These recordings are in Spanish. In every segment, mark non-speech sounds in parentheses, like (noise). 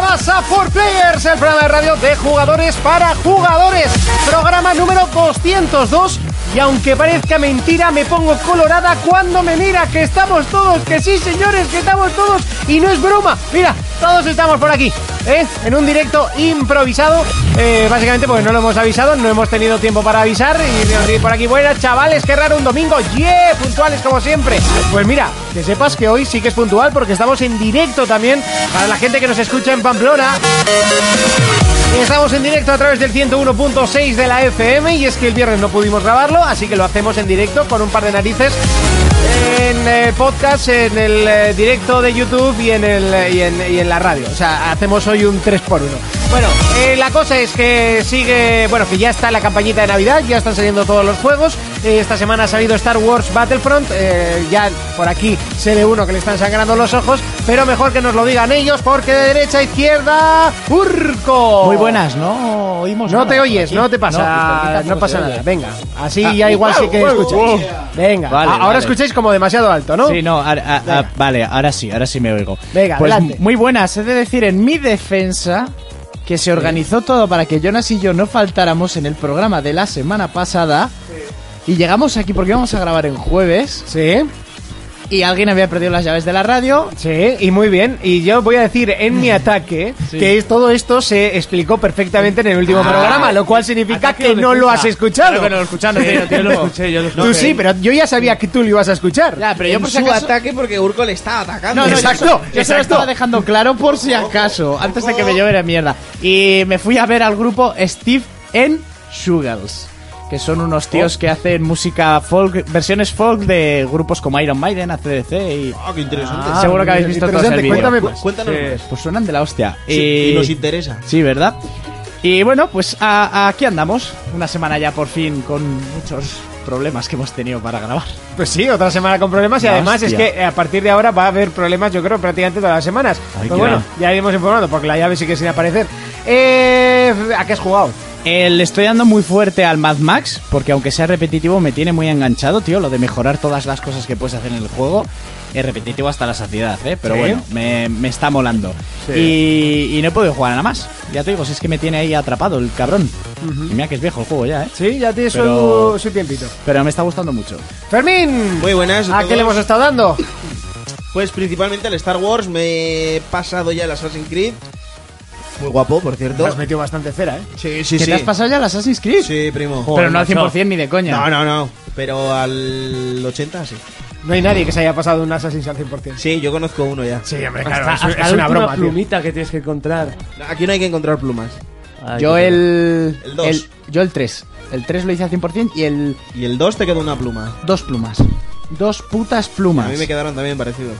pasa por Players, el programa de radio de jugadores para jugadores. Programa número 202. Y aunque parezca mentira, me pongo colorada cuando me mira que estamos todos, que sí señores, que estamos todos. Y no es broma, mira, todos estamos por aquí, ¿eh? en un directo improvisado. eh, básicamente porque no lo hemos avisado, no hemos tenido tiempo para avisar. Y nos dice por aquí, buenas chavales, qué raro un domingo. Yeah, puntuales como siempre. Pues mira, que sepas que hoy sí que es puntual porque estamos en directo también para la gente que nos escucha en Pamplona. Estamos en directo a través del 101.6 de la FM y es que el viernes no pudimos grabarlo, así que lo hacemos en directo con un par de narices en eh, podcast, en el eh, directo de YouTube y en, el, eh, y, en, y en la radio. O sea, hacemos hoy un 3x1. Bueno, eh, la cosa es que sigue, bueno, que ya está la campañita de Navidad, ya están saliendo todos los juegos. Eh, esta semana ha salido Star Wars Battlefront, eh, ya por aquí se ve uno que le están sangrando los ojos, pero mejor que nos lo digan ellos porque de derecha a izquierda, Urco. Muy buenas, ¿no oímos Oh. No nada te por oyes, aquí. no te pasa, aquí no, tampoco pasa se oye. nada. Venga, así Ah, ya igual sí wow, que wow, escucháis. wow. Venga, Vale, a- ahora vale. escucháis como demasiado alto, ¿no? Sí, no, ahora- ah, ah, vale, ahora sí, ahora sí me oigo. Venga, pues adelante. muy buenas, he de decir en mi defensa que se organizó todo para que Jonas y yo no faltáramos en el programa de la semana pasada. Y llegamos aquí porque íbamos a grabar en jueves Sí, y alguien había perdido las llaves de la radio. sí, y muy bien. Y yo voy a decir en (laughs) mi ataque Sí. que es- todo esto se explicó perfectamente en el último Ah, programa, lo cual significa ataque que de no lo culpa. has escuchado. Claro que no lo (laughs) escucharon, tío, tío, yo lo escuché, yo lo Tú escuché. sí, pero yo ya sabía que tú lo ibas a escuchar. Ya, pero yo por si su acaso... ataque porque Urco le estaba atacando. yo- Exacto, yo, se lo exacto. estaba dejando claro por si acaso, antes de que me lloviera mierda. Y me fui a ver al grupo Steve en Sugals, que son unos tíos que hacen música folk, versiones folk de grupos como Iron Maiden, ACDC y... Ah, qué interesante. Ah, seguro que habéis visto todos el interesante, vídeo. Cuéntame más. Cu- Cuéntanos. Sí. más. Pues suenan de la hostia. Sí, Y nos interesa. Sí, ¿verdad? Y bueno, pues a- aquí andamos. Una semana ya por fin con muchos problemas que hemos tenido para grabar. Pues sí, otra semana con problemas y La además hostia. es que a partir de ahora va a haber problemas, yo creo, prácticamente todas las semanas. Ay, Pero qué bueno, va. ya iremos informando porque la llave sigue sin aparecer. Eh, ¿A qué has jugado? Eh, le estoy dando muy fuerte al Mad Max, porque aunque sea repetitivo, me tiene muy enganchado, tío, lo de mejorar todas las cosas que puedes hacer en el juego. Es repetitivo hasta la saciedad, ¿eh? Pero Sí. bueno, me, me está molando. Y, y no he podido jugar nada más. Ya te digo, si es que me tiene ahí atrapado el cabrón. Y mira que es viejo el juego ya, ¿eh? Sí, ya tienes Pero- su, su tiempito. Pero me está gustando mucho. Fermín, Muy buenas. ¿a qué todos. le hemos estado dando? Pues principalmente al Star Wars. Me he pasado ya el Assassin's Creed. Muy guapo, por cierto. Te has metido bastante cera, ¿eh? Sí, sí, ¿Que sí. te has pasado ya las Assassin's Creed? Sí, primo. Pero no al macho. 100% ni de coña. No, no, no. Pero al 80 sí. No hay nadie que se haya pasado un Assassin's al 100%. Sí, yo conozco uno ya. Sí, hombre, Hasta, es- hasta es, la una última broma, tío. plumita que tienes que encontrar. Aquí no hay que encontrar plumas. Yo el, El dos. Yo el 3. El 3 lo hice al 100% y el Y el 2 te queda una pluma. dos plumas. Dos putas plumas. A mí me quedaron también parecidos.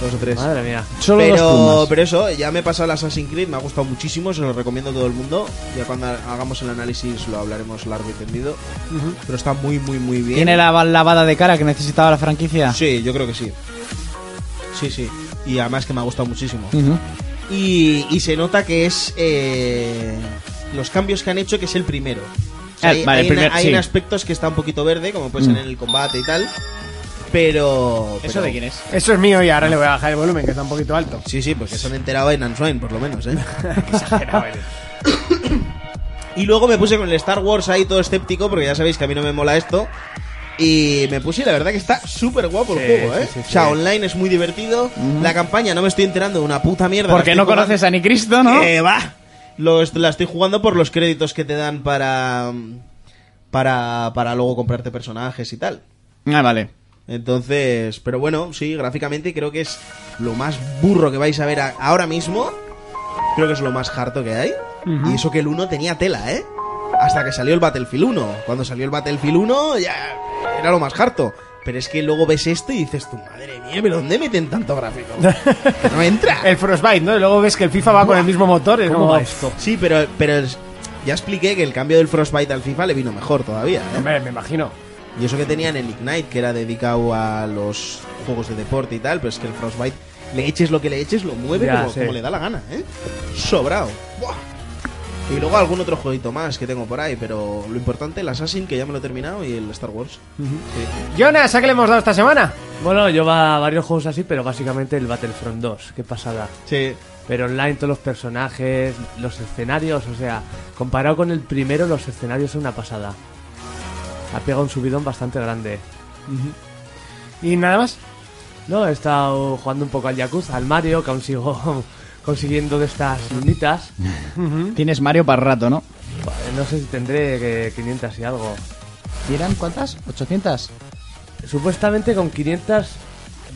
Dos o tres. Madre mía. Solo dos Pero, plumas. pero eso, ya me he pasado el Assassin's Creed, me ha gustado muchísimo, se lo recomiendo a todo el mundo. Ya cuando hagamos el análisis lo hablaremos largo y tendido. Pero está muy, muy, muy bien. ¿Tiene la lavada de cara que necesitaba la franquicia? Sí, yo creo que sí. Sí, sí. Y además que me ha gustado muchísimo. Ujú. Y, y se nota que es eh, los cambios que han hecho, que es el primero. O sea, Ah, hay vale, el hay una- primer- hay sí. aspectos que está un poquito verde, como puede ser Mm. en el combate y tal. Pero, pero- es? Eso es mío y ahora le voy a bajar el volumen, que está un poquito alto. Sí, sí, porque se han enterado en Answine, por lo (laughs) menos, ¿eh? y luego me puse con el Star Wars ahí todo escéptico, porque ya sabéis que a mí no me mola esto. Y me puse, y la verdad que está súper guapo el Sí, juego, ¿eh? sí, sí, sí. O sea, online es muy divertido. La campaña no me estoy enterando de una puta mierda. Porque no conoces a ni Cristo, ¿no? Eh, Que Eh, va. Lo est- la estoy jugando por los créditos que te dan para. Para, para luego comprarte personajes y tal. Ah, vale. Entonces, pero bueno, sí, gráficamente creo que es lo más burro que vais a ver a- ahora mismo. Creo que es lo más harto que hay. Y eso que el 1 tenía tela, ¿eh? Hasta que salió el Battlefield 1. Cuando salió el Battlefield 1 ya era lo más harto. Pero es que luego ves esto y dices, tu madre mía, ¿pero dónde meten tanto gráfico? Que no entra. El Frostbite, ¿no? Y luego ves que el FIFA va con el mismo motor. y es ¿Cómo como, va esto? Sí, pero, pero es- ya expliqué que el cambio del Frostbite al FIFA le vino mejor todavía. ¿eh? Hombre, me imagino. Y eso que tenían el Ignite, que era dedicado a los juegos de deporte y tal, pero es que el Frostbite, le eches lo que le eches, lo mueve Ya, como, sí. como le da la gana, ¿eh? Sobrado. Buah. Y luego algún otro jueguito más que tengo por ahí, pero lo importante, el Assassin, que ya me lo he terminado, y el Star Wars. Sí. Jonas, ¿a qué le hemos dado esta semana? Bueno, yo va a varios juegos así, pero básicamente el Battlefront 2. Qué pasada. Sí. pero online todos los personajes, los escenarios, o sea, comparado con el primero, los escenarios son una pasada. Ha pegado un subidón bastante grande. Y nada más. No, he estado jugando un poco al Yakuza, al Mario, que aún sigo (laughs) consiguiendo de estas lunitas. Tienes Mario para rato, ¿no? Vale, No sé si tendré que 500 y algo. ¿Y eran cuántas? ¿800? Supuestamente con 500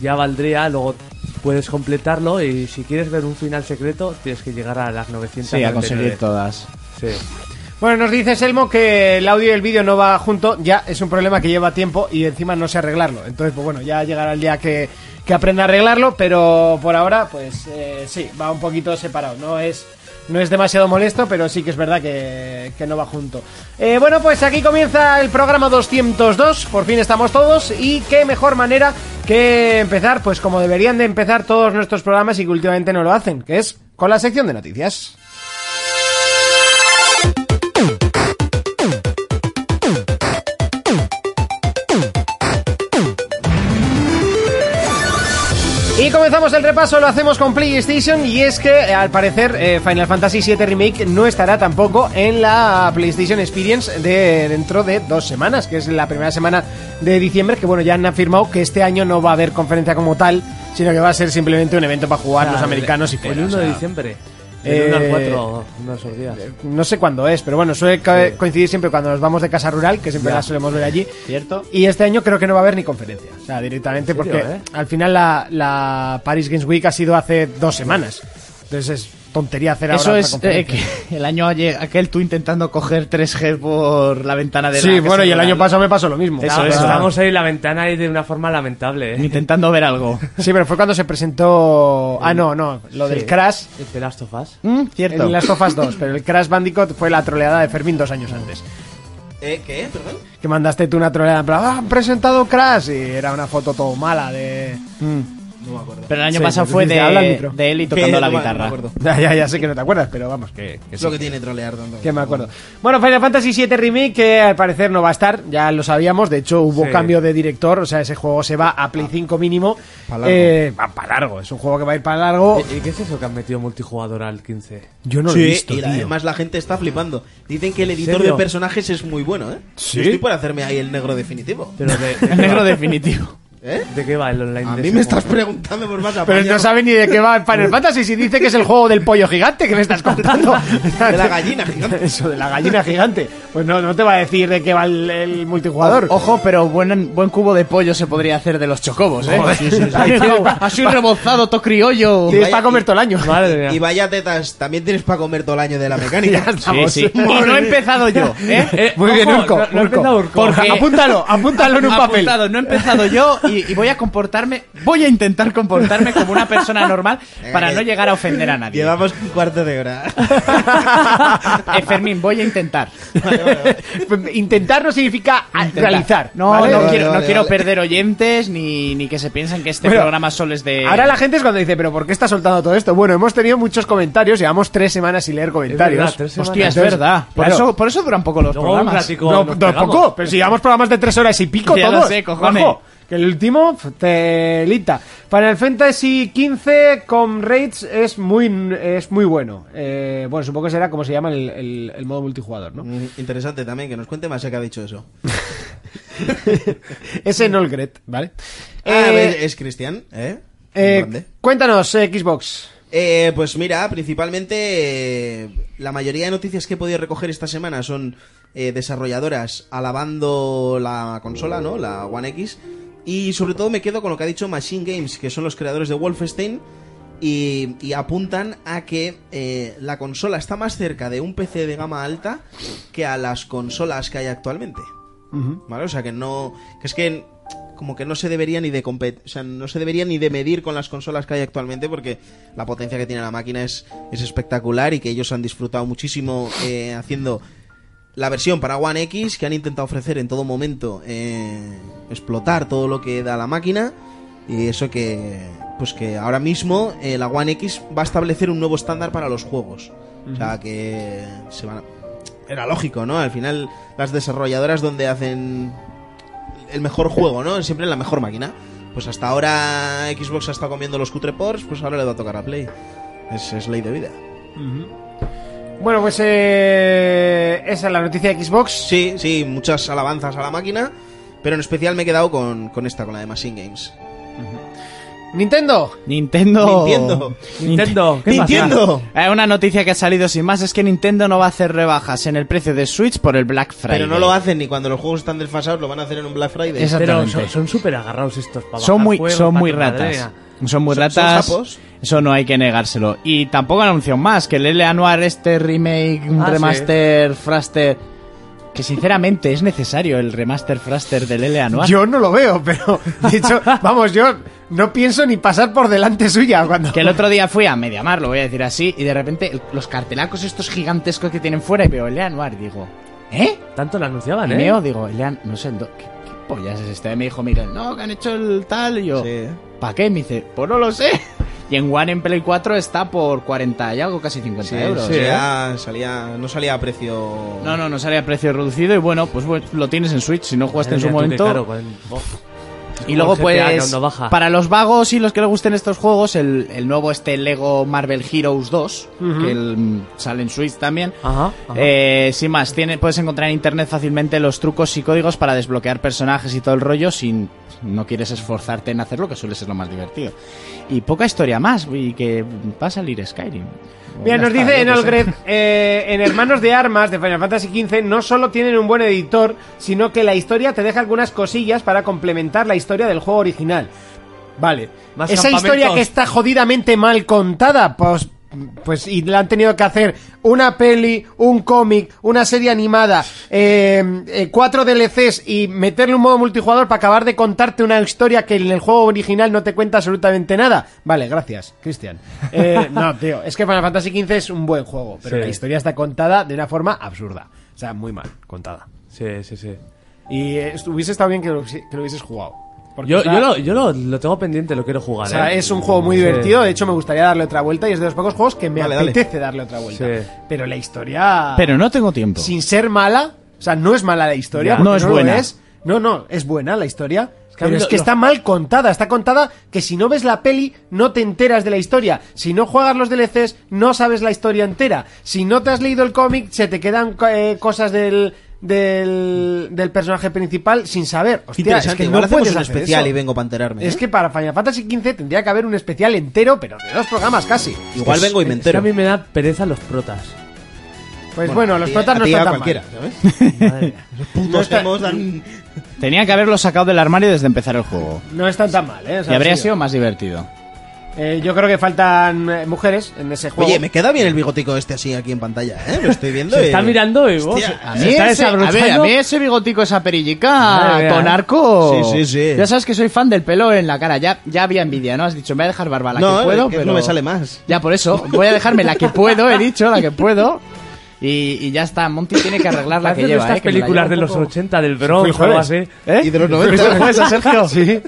ya valdría, luego puedes completarlo y si quieres ver un final secreto tienes que llegar a las 900. Sí, a conseguir todas. Sí. Bueno, nos dice Selmo que el audio y el vídeo no va junto. Ya es un problema que lleva tiempo y encima no sé arreglarlo. Entonces, pues bueno, ya llegará el día que, que aprenda a arreglarlo, pero por ahora, pues eh, sí, va un poquito separado. No es, no es demasiado molesto, pero sí que es verdad que, que no va junto. Eh, bueno, pues aquí comienza el programa 202. Por fin estamos todos y qué mejor manera que empezar, pues como deberían de empezar todos nuestros programas y que últimamente no lo hacen, que es con la sección de noticias. Y comenzamos el repaso, lo hacemos con PlayStation y es que eh, al parecer eh, Final Fantasy VII Remake no estará tampoco en la PlayStation Experience de dentro de dos semanas, que es la primera semana de diciembre, que bueno, ya han afirmado que este año no va a haber conferencia como tal, sino que va a ser simplemente un evento para jugar los americanos y fuera, El 1 o sea, de diciembre. El 1 Eh, al 4, unos días. No sé cuándo es, pero bueno, suele ca- coincidir siempre cuando nos vamos de casa rural, que siempre la solemos ver allí. ¿Cierto? Y este año creo que no va a haber ni conferencia. O sea, directamente ¿En serio, porque eh? al final la, la Paris Games Week ha sido hace dos semanas. Entonces es tontería hacer ahora Eso otra es eh, conferencia. que el año ayer- aquel tú intentando coger 3G por la ventana de la Sí, casa bueno, y el rural, año pasado me pasó lo mismo. Eso Ah, es. Estamos ahí en la ventana y de una forma lamentable. ¿eh? Intentando ver algo. Sí, pero fue cuando se presentó... Ah, no, no, lo del Sí. Crash El The Last of Us. Mm, Cierto. en las Tofas 2, pero el Crash Bandicoot fue la troleada de Fermín dos años antes. ¿Eh? ¿Qué? ¿Perdón? Que mandaste tú una troleada en plan, "Ah, han presentado Crash y era una foto todo mala de... No me acuerdo. Pero el año Sí, pasado sí, fue sí, de, habla al micro. de él y tocando Que la no me- no guitarra. me acuerdo. (laughs) Ya, ya, ya sé que no te acuerdas, pero vamos, que, Es lo que tiene trolear tanto. Que me acuerdo. Bueno, Final Fantasy VII Remake, que al parecer no va a estar, ya lo sabíamos. De hecho, hubo Sí. cambio de director, o sea, ese juego se va a Play 5 mínimo. Pa' largo. Eh, va para largo, es un juego que va a ir para largo. ¿Y y qué es eso que han metido multijugador al 15? Yo no Sí, lo he visto, y la- tío. además la gente está flipando. Dicen que el editor serio? de personajes es muy bueno, ¿eh? Sí. Yo estoy por hacerme ahí el negro definitivo. Pero de, El (laughs) negro definitivo. ¿Eh? ¿De qué va el online? A de mí ese me juego? estás preguntando por más Pero él no apañado. sabe ni de qué va Final Fantasy si dice que es el juego del pollo gigante que me estás contando. De la gallina (laughs) gigante. (laughs) Eso, de la gallina gigante. Pues no, no te va a decir de qué va el, el multijugador. Ojo, pero buen, buen cubo de pollo se podría hacer de los chocobos, ¿eh? Joder. (laughs) Así un rebozado, to criollo. Tienes para comer todo el (laughs) año. Madre mía. Y vaya tetas, también tienes para comer todo el (laughs) año de la mecánica. Sí, sí. Y no he empezado yo, ¿eh? (laughs) (laughs) Eh, Muy bien, ojo, Urco, no- no he Urco. empezado, Urco. Porque- Apúntalo, apúntalo en (laughs) un papel. Apuntado, no he empezado yo y, y voy a comportarme, voy a intentar comportarme como una persona normal para no llegar a ofender a nadie. (laughs) Llevamos un cuarto de hora. (laughs) (laughs) Eh, Fermín, voy a intentar. Intentar no significa a- Intentar. Ah, realizar. No, ¿vale? no Vale, quiero, no vale, quiero vale. perder oyentes ni, ni que se piensen que este Bueno, programa solo es de. Ahora la gente es cuando dice, pero ¿por qué está soltando todo esto? Bueno, hemos tenido muchos comentarios, llevamos tres semanas sin leer comentarios. verdad, tres semanas. Hostia, es Entonces, verdad. Por, claro. eso, por eso duran poco los Luego un programas. ratico No, nos pegamos. tampoco, pero si llevamos programas de tres horas y pico Ya lo todos. sé, cojones. Ojo, que el último, f- telita. Final Fantasy XV con Raids es muy, es muy bueno. Eh, bueno, supongo que será como se llama el, el- el modo multijugador, ¿no? Mm, Interesante también que nos cuente más que ha dicho eso. (laughs) Es en Olgret, ¿vale? Ah, Eh, es- es Cristian, ¿eh? eh, Grande. cuéntanos, eh, Xbox. Eh, pues mira, principalmente eh, la mayoría de noticias que he podido recoger esta semana son eh, desarrolladoras alabando la consola, ¿no? La One X. Y sobre todo me quedo con lo que ha dicho Machine Games, que son los creadores de Wolfenstein. Y, y apuntan a que eh, la consola está más cerca de un PC de gama alta que a las consolas que hay actualmente. ¿Vale? O sea que no. Que es que como que no se debería ni de compet- o sea, no se debería ni de medir con las consolas que hay actualmente porque la potencia que tiene la máquina es, es espectacular y que ellos han disfrutado muchísimo eh, haciendo la versión para One X que han intentado ofrecer en todo momento eh, explotar todo lo que da la máquina y eso que pues que ahora mismo eh, la One X va a establecer un nuevo estándar para los juegos o sea que se van a- era lógico no al final las desarrolladoras donde hacen el mejor juego no siempre en la mejor máquina pues hasta ahora Xbox ha estado comiendo los cutreports pues ahora le va a tocar a Play Es, es ley de vida. Bueno, pues eh, esa es la noticia de Xbox. Sí, sí, muchas alabanzas a la máquina, pero en especial me he quedado con, con esta, con la de Machine Games. Nintendo. Nintendo. Nintendo. Nintendo, ¿qué pasa? ¡Nintendo! Hay una noticia que ha salido sin más es que Nintendo no va a hacer rebajas en el precio de Switch por el Black Friday. Pero no lo hacen ni cuando los juegos están desfasados, lo van a hacer en un Black Friday. Esa- Pero Exactamente. son- son súper agarrados estos para Son bajar muy, juegos, son para muy tu ratas. madrena. Son muy ¿Son- son ratas. sapos? Eso no hay que negárselo. Y tampoco han anunciado más que el L.A. Noir, este remake, Ah, remaster, fraster. Que sinceramente es necesario el remaster, fraster del L.A. Noir. Yo no lo veo, pero de (laughs) hecho, vamos, yo no pienso ni pasar por delante suya cuando. Que el otro día fui a Mediamar, lo voy a decir así, y de repente el- los cartelacos estos gigantescos que tienen fuera, y veo L.A. Noir, digo, ¿eh? Tanto lo anunciaban, Y ¿eh? meo, digo, Lean, no sé, do- ¿qué, qué pollas es esta? Y me dijo, Miguel, no, que han hecho el tal. Y yo, Sí. ¿para qué? Me dice, pues no lo sé. Y en One en Play 4 está por 40 y algo, casi 50 Sí, euros. salía- salía- no salía a precio. No, no, no sale a precio reducido. Y bueno, pues bueno, lo tienes en Switch si no jugaste Pues en su Madre mía, tú, qué momento. caro, con- oh. Y luego, Como el GTA pues, cuando baja. para los vagos y los que les gusten estos juegos, el, el nuevo este Lego Marvel Heroes 2, que el- mm, sale en Switch también. Ajá, ajá. Eh, sin más, tiene, puedes encontrar en internet fácilmente los trucos y códigos para desbloquear personajes y todo el rollo sin no quieres esforzarte en hacerlo, que suele ser lo más divertido. Y poca historia más, y que va a salir Skyrim. (laughs) Mira, Ya pues, nos está, dice yo en qué sé. Olgred, eh, en Hermanos de Armas de Final Fantasy XV no solo tienen un buen editor, sino que la historia te deja algunas cosillas para complementar la historia del juego original. Vale. Más Esa campamentos. historia que está jodidamente mal contada, pues, pues y la han tenido que hacer una peli, un cómic, una serie animada, eh, eh, cuatro DLCs y meterle un modo multijugador para acabar de contarte una historia que en el juego original no te cuenta absolutamente nada. Vale, gracias, Cristian. Eh, no, tío, es que Final Fantasy XV es un buen juego, pero Sí. la historia está contada de una forma absurda. O sea, muy mal contada. Sí, sí, sí. Y eh, hubiese estado bien que lo, hubiese- que lo hubieses jugado. Porque, Yo, o sea, yo, lo, yo lo, lo tengo pendiente, lo quiero jugar. o sea, ¿eh? es un juego muy Sí. divertido. De hecho, me gustaría darle otra vuelta y es de los pocos juegos que me Dale, dale. apetece darle otra vuelta. Sí. Pero la historia, Pero no tengo tiempo. sin ser mala, o sea, no es mala la historia. Ya. porque No es lo buena. es. No, no, es buena la historia. que a pero mí es lo- que lo- está mal contada. Está contada que si no ves la peli, no te enteras de la historia. Si no juegas los DLCs, no sabes la historia entera. Si no te has leído el cómic, se te quedan eh, cosas del. Del, del personaje principal sin saber. Hostia, Interesante, es que igual no hacemos puedes un hacer especial eso. y vengo para enterarme. ¿eh? Es que para Final Fantasy XV tendría que haber un especial entero, pero de dos programas casi. Igual vengo y me Es que entero. a mí me da pereza los (laughs) protas. Pues bueno, a los ti- protas Eh, a no ti a están tan cualquiera, mal. ¿sabes? Madre mía. No Putos está- hemos dan- Tenía que haberlo sacado del armario desde empezar el juego. No están tan mal, ¿eh? O sea, Y habría sí. sido más divertido. Eh, yo creo que faltan eh, mujeres en ese juego. Oye, me queda bien el bigotico este así aquí en pantalla, ¿eh? Lo estoy viendo. Se y- está mirando y vos. Hostia, A se mí, está ese, a ver, a desabrochando. mí ese bigotico, esa Madre perillica mía, con ¿eh? arco. Sí, sí, sí. Ya sabes que soy fan del pelo en la cara. Ya, ya había envidia, ¿no? Has dicho, me voy a dejar barba la No, que puedo, es que pero... no me sale más. Ya, por eso. Voy a dejarme la que puedo, he dicho, la que puedo. Y, y ya está. Monty tiene que arreglar la que Hacen lleva, estas ¿eh? Que me la películas lleva de un los poco- 80 del Bronx o algo jueves. así. ¿Eh? Y de (laughs) los 90. Fue el jueves, (laughs) Sergio? sí.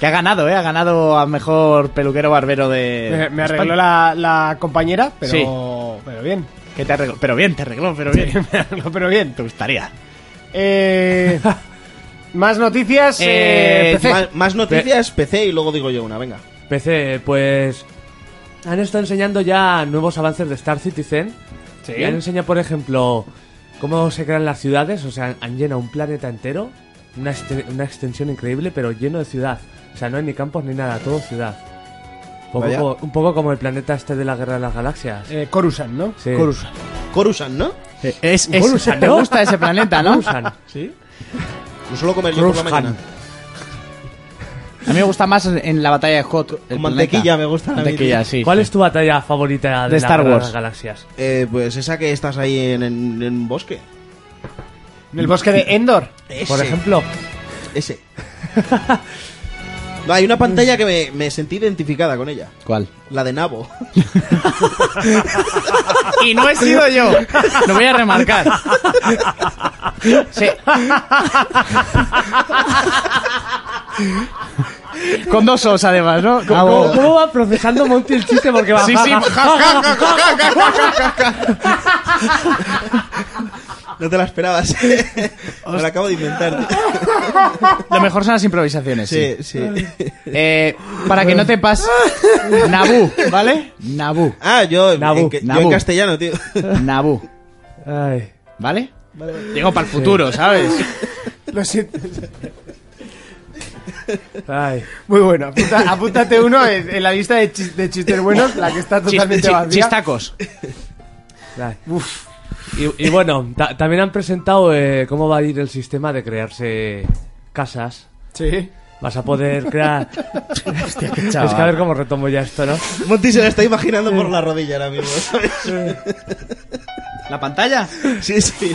Que ha ganado, ¿eh? Ha ganado a mejor peluquero barbero de... Me, me de España. arregló la, la compañera, pero, Sí. pero bien. (laughs) Que te arregló. Pero bien, te arregló, pero bien. Me arregló, (laughs) pero bien. Te gustaría. Eh, más noticias. Eh, eh, PC. Más, más noticias, PC y luego digo yo una, venga. PC, pues. Han estado enseñando ya nuevos avances de Star Citizen. Sí. Y han enseñado, por ejemplo, cómo se crean las ciudades. O sea, han llenado un planeta entero. Una, este- una extensión increíble, pero lleno de ciudad. O sea, no hay ni campos ni nada, todo ciudad. Un Vaya. poco, un poco como el planeta este de la Guerra de las Galaxias. Eh, Coruscant, ¿no? Sí. Coruscant. Coruscant, ¿no? Es, es- Coruscant, te ¿no? gusta ese planeta, (laughs) ¿no? Usan. Sí. Lo suelo comer yo por la Coruscant. mañana. A mí me gusta más en la batalla de Hot. el Con planeta. mantequilla me gusta. a mí, Mantequilla, tío. sí. ¿Cuál es tu batalla favorita de, De Star la Guerra de Wars. las Galaxias? Eh, pues esa que estás ahí en, en, en un bosque. En el bosque de Endor. Ese, Por ejemplo, (laughs) Ese. No, hay una pantalla que me, me sentí identificada con ella. ¿Cuál? La de Nabo. Y (laughs) no he sido yo. Lo voy a remarcar. Sí. Con dos os, además, ¿no? ¿cómo, cómo va procesando Monty el chiste? Porque va Sí, sí. No te la esperabas. (laughs) Me la acabo de inventar. Lo mejor son las improvisaciones. Sí. (laughs) Sí, sí. Eh, para que no te pase. Nabu, ¿vale? Nabu. Ah, yo, Nabu, en, que- yo Nabu. en castellano, (laughs) tío. Nabu. Ay. ¿Vale? Digo para el futuro, (laughs) ¿sabes? Lo siento. Ay. Muy bueno. apunta- apúntate uno en, en la lista de, chis- de chistes buenos, la que está Chis- totalmente chi- vacía. chistacos. ay. Y, y bueno, ta- también han presentado eh, cómo va a ir el sistema de crearse casas. Sí. Vas a poder crear. (laughs) Hostia, qué chaval. Es que a ver cómo retomo ya esto, ¿no? Monty se la está imaginando por la rodilla ahora (laughs) mismo. ¿sabes? ¿La pantalla? Sí, sí.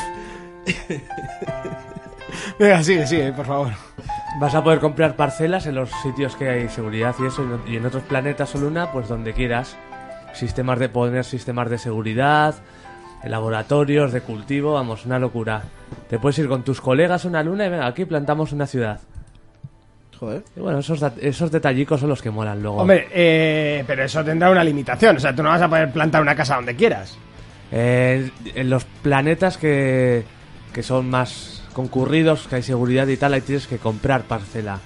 Venga, sigue, sigue, por favor. Vas a poder comprar parcelas en los sitios que hay seguridad y eso, y no- y en otros planetas o luna, pues donde quieras. Sistemas de poner sistemas de seguridad, laboratorios de cultivo, vamos, una locura. Te puedes ir con tus colegas a una luna y venga, aquí plantamos una ciudad. Joder. Y bueno, esos, dat- esos detallicos son los que molan luego. Hombre, eh, pero eso tendrá una limitación. O sea, tú no vas a poder plantar una casa donde quieras. Eh, en los planetas que, que son más concurridos, que hay seguridad y tal, ahí tienes que comprar parcela.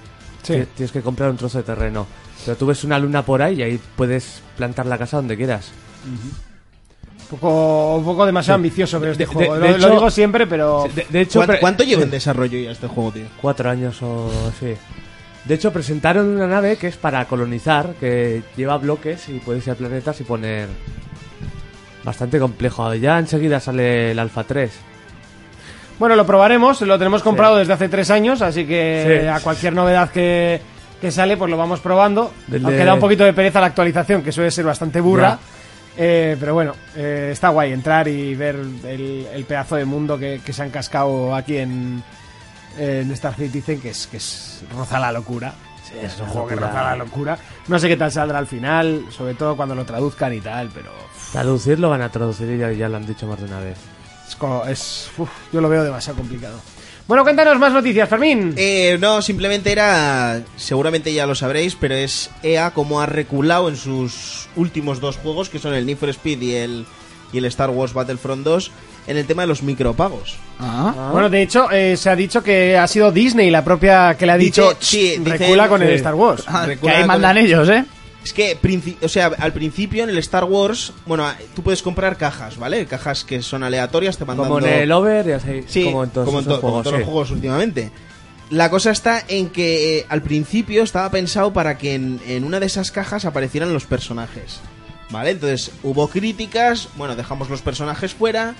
Sí. Ti- Tienes que comprar un trozo de terreno. Pero tú ves una luna por ahí y ahí puedes plantar la casa donde quieras. Un poco, un poco demasiado ambicioso veo este de- juego. de lo, lo hecho- digo siempre, pero. De, de hecho, ¿Cuánto, pre- cuánto lleva en desarrollo ya este juego, tío? cuatro años o así. De hecho, presentaron una nave que es para colonizar, que lleva bloques y puedes ir a planetas y poner... Bastante complejo. Ya enseguida sale el Alpha 3. Bueno, lo probaremos. Lo tenemos comprado desde hace tres años, así que Sí. a cualquier novedad que, que sale, pues lo vamos probando. Del Aunque de- da un poquito de pereza la actualización, que suele ser bastante burra. Eh, pero bueno, eh, está guay entrar y ver el, el pedazo de mundo que, que se han cascado aquí en, en Starfleet. Dicen que es, que es roza la locura. es un juego que locura. roza la locura. No sé qué tal saldrá al final, sobre todo cuando lo traduzcan y tal, pero Traducir lo van a traducir y ya, ya lo han dicho más de una vez. es como- es- uf, yo lo veo demasiado complicado. Bueno, cuéntanos más noticias, Fermín. Eh, no, simplemente era. Seguramente ya lo sabréis, pero es EA como ha reculado en sus últimos dos juegos, que son el Need for Speed y el, y el Star Wars Battlefront 2, en el tema de los micropagos. Ah. Bueno, de hecho, eh, se ha dicho que ha sido Disney la propia que le ha dicho Dice- sí, "Shh, dice- recula con el sí. Star Wars. Ah, que recuerda ahí con- mandan ellos, ¿eh? Es que, princi- o sea, al principio en el Star Wars, bueno, tú puedes comprar cajas, ¿vale? Cajas que son aleatorias, te mandan Como en el Over y así. Sí, como en todos como en esos to- como en juegos, todos sí. los juegos últimamente. La cosa está en que eh, al principio estaba pensado para que en, en una de esas cajas aparecieran los personajes. ¿Vale? Entonces hubo críticas, bueno, dejamos los personajes fuera,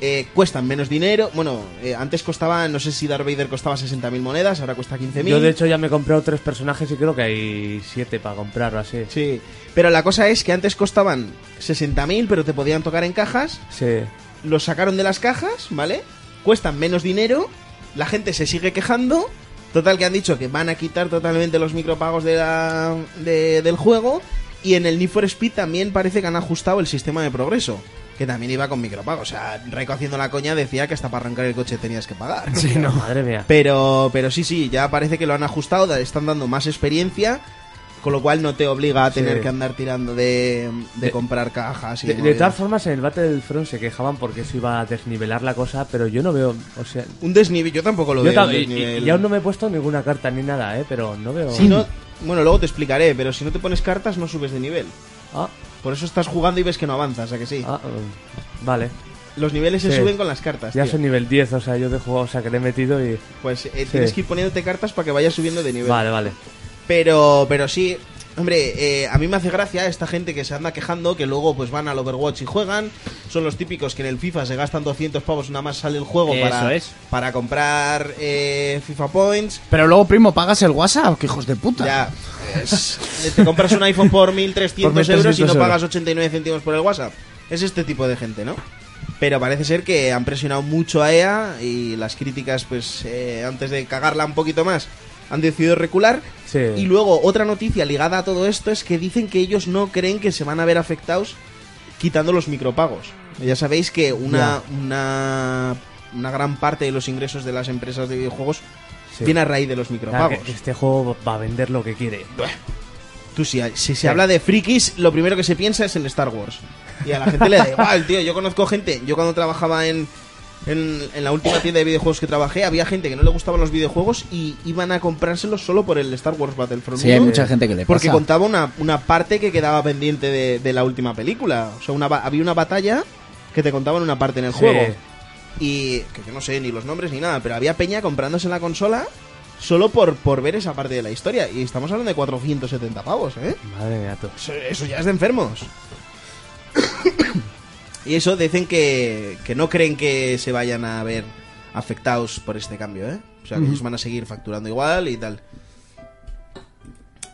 eh, cuestan menos dinero. Bueno, eh, antes costaba, no sé si Darth Vader costaba 60.000 monedas, ahora cuesta 15.000. Yo de hecho ya me he comprado tres personajes y creo que hay siete para comprar o así. Sí, pero la cosa es que antes costaban 60.000, pero te podían tocar en cajas. Sí. los sacaron de las cajas, ¿vale? Cuestan menos dinero, la gente se sigue quejando. Total que han dicho que van a quitar totalmente los micropagos de la- de- del juego. Y en el Need for Speed también parece que han ajustado el sistema de progreso. Que también iba con micropagos. O sea, Reco haciendo la coña decía que hasta para arrancar el coche tenías que pagar. Madre mía. Pero, pero sí, sí, ya parece que lo han ajustado, da- están dando más experiencia. Con lo cual no te obliga a tener Sí. que andar tirando de, de comprar cajas. Y De, de movidas. todas formas, en el Battlefront se quejaban porque eso iba a desnivelar la cosa, pero yo no veo. O sea, Un desnivel, yo tampoco lo yo veo. un tam- y- y, desnivel. y aún no me he puesto ninguna carta ni nada, ¿eh? Pero no veo. Si no, bueno, luego te explicaré, pero si no te pones cartas no subes de nivel. Ah, Por eso estás jugando y ves que no avanzas, ¿a que sí? ah, um, vale. Los niveles se Sí. suben con las cartas, Ya tío. soy nivel 10, o sea, yo que juego, o sea, que le he metido y. Pues eh, tienes Sí. que ir poniéndote cartas para que vayas subiendo de nivel. Vale, vale. Pero, pero sí, hombre, eh, a mí me hace gracia esta gente que se anda quejando, que luego pues van al Overwatch y juegan. Son los típicos que en el FIFA se gastan 200 pavos nada más sale el juego Eso para, es. para comprar eh, FIFA Points. Pero luego, primo, pagas el WhatsApp, que hijos de puta. Ya, es- eh, te compras un iPhone por 1.300 Por 1.300 euros y no euros. pagas 89 céntimos por el WhatsApp. Es este tipo de gente, ¿no? Pero parece ser que han presionado mucho a EA y las críticas, pues, eh, antes de cagarla un poquito más, han decidido recular. Sí. Y luego, otra noticia ligada a todo esto es que dicen que ellos no creen que se van a ver afectados quitando los micropagos. Ya sabéis que una, una, una gran parte de los ingresos de las empresas de videojuegos Sí. viene a raíz de los Nada, micropagos. que- que este juego va a vender lo que quiere. Tú, si, si se habla de frikis, lo primero que (laughs) se piensa es en Star Wars. Y a la gente le da igual, tío. Yo conozco gente, yo cuando trabajaba en, en, en la última tienda de videojuegos que trabajé, había gente que no le gustaban los videojuegos y iban a comprárselos solo por el Star Wars Battlefront. Sí, hay 1, mucha gente que le Porque pasa. contaba una, una parte que quedaba pendiente de, de la última película. O sea, una, ba- había una batalla que te contaban una parte en el Sí. juego. Y que yo no sé ni los nombres ni nada, pero había peña comprándose la consola solo por, por ver esa parte de la historia. Y estamos hablando de 470 pavos, ¿eh? Madre mía, tú. Eso, eso ya es de enfermos. (coughs) y eso dicen que, que no creen que se vayan a ver afectados por este cambio, ¿eh? O sea, que ellos van a seguir facturando igual y tal.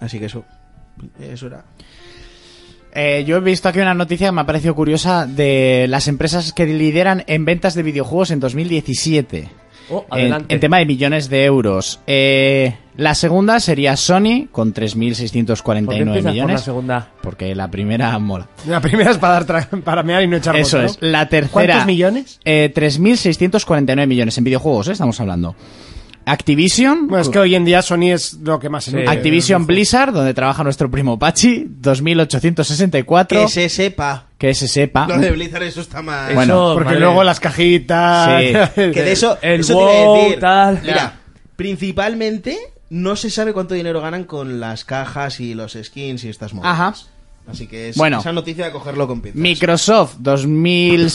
Así que eso. Eso era. Eh, yo he visto aquí una noticia que me ha parecido curiosa de las empresas que lideran en ventas de videojuegos en 2017. Oh, En- adelante. En, tema de millones de euros. Eh, la segunda sería Sony con ¿Por qué 3.649 empiezas por la millones. segunda? porque la primera mola. La primera es para, dar tra- para mear y no echar Eso voto, es. ¿no? La tercera. ¿Cuántos millones? Eh, 3.649 millones en videojuegos, ¿eh? estamos hablando. Activision. Bueno, es que hoy en día Sony es lo que más se Sí. nota. Activision Blizzard, donde trabaja nuestro primo Pachi, 2.864. Que se sepa. que se sepa. Lo de Blizzard, eso está mal. Eso, Ah. Bueno, Porque madre. luego las cajitas. (laughs) Sí. que de eso, el eso te iba a WoW, decir. tal. Mira, Ya. principalmente no se sabe cuánto dinero ganan con las cajas y los skins y estas modas. Ajá. Así que es, Bueno. esa noticia de cogerlo con pinzas. Microsoft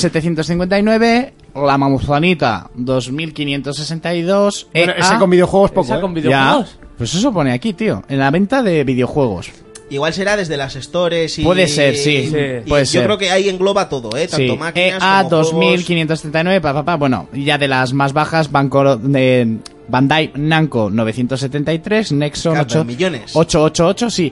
2759, la mamuzanita 2562. Bueno, EA, ese con videojuegos poco. ¿Esa ¿eh? con E ya, videojuegos? pues eso pone aquí, tío, en la venta de videojuegos. Igual será desde las stores y... Puede ser, sí, y- sí, y puede yo ser. creo que ahí engloba todo, ¿eh? Tanto sí, E máquinas EA como juegos. 2539, pa, pa, pa, bueno, y ya de las más bajas, Banco de Bandai Namco 973, Nexon Cardan, 8, millones. 888, sí.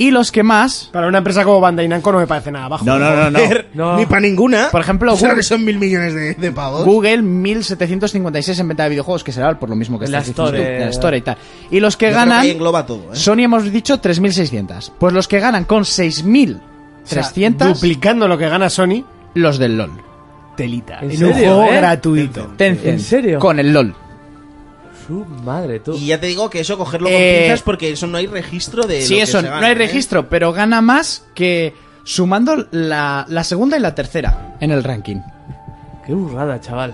Y los que más, Para una empresa como Bandai Namco no me parece nada bajo. no, no, no, no. No. Ni para ninguna. Por ejemplo, Claro Google- que son mil millones de, de pavos. Google 1756 en venta de videojuegos, que será por lo mismo que En la estás diciendo Store. tú, en la Store y tal. Y los que Yo creo ganan, ahí engloba todo, ¿eh? Sony hemos dicho 3600. Pues los que ganan con O sea, 6300, Duplicando lo que gana Sony. los del LOL. Telita. ¿En En, un serio, juego eh? gratuito. Tencent. ¿En serio? Con el LOL. Su madre, tú. Y ya te digo que eso cogerlo con Eh, pinzas porque eso no hay registro de... lo Sí, que eso, se gana, no hay ¿eh? registro, pero gana más que sumando la, la segunda y la tercera en el ranking. Qué burrada, chaval.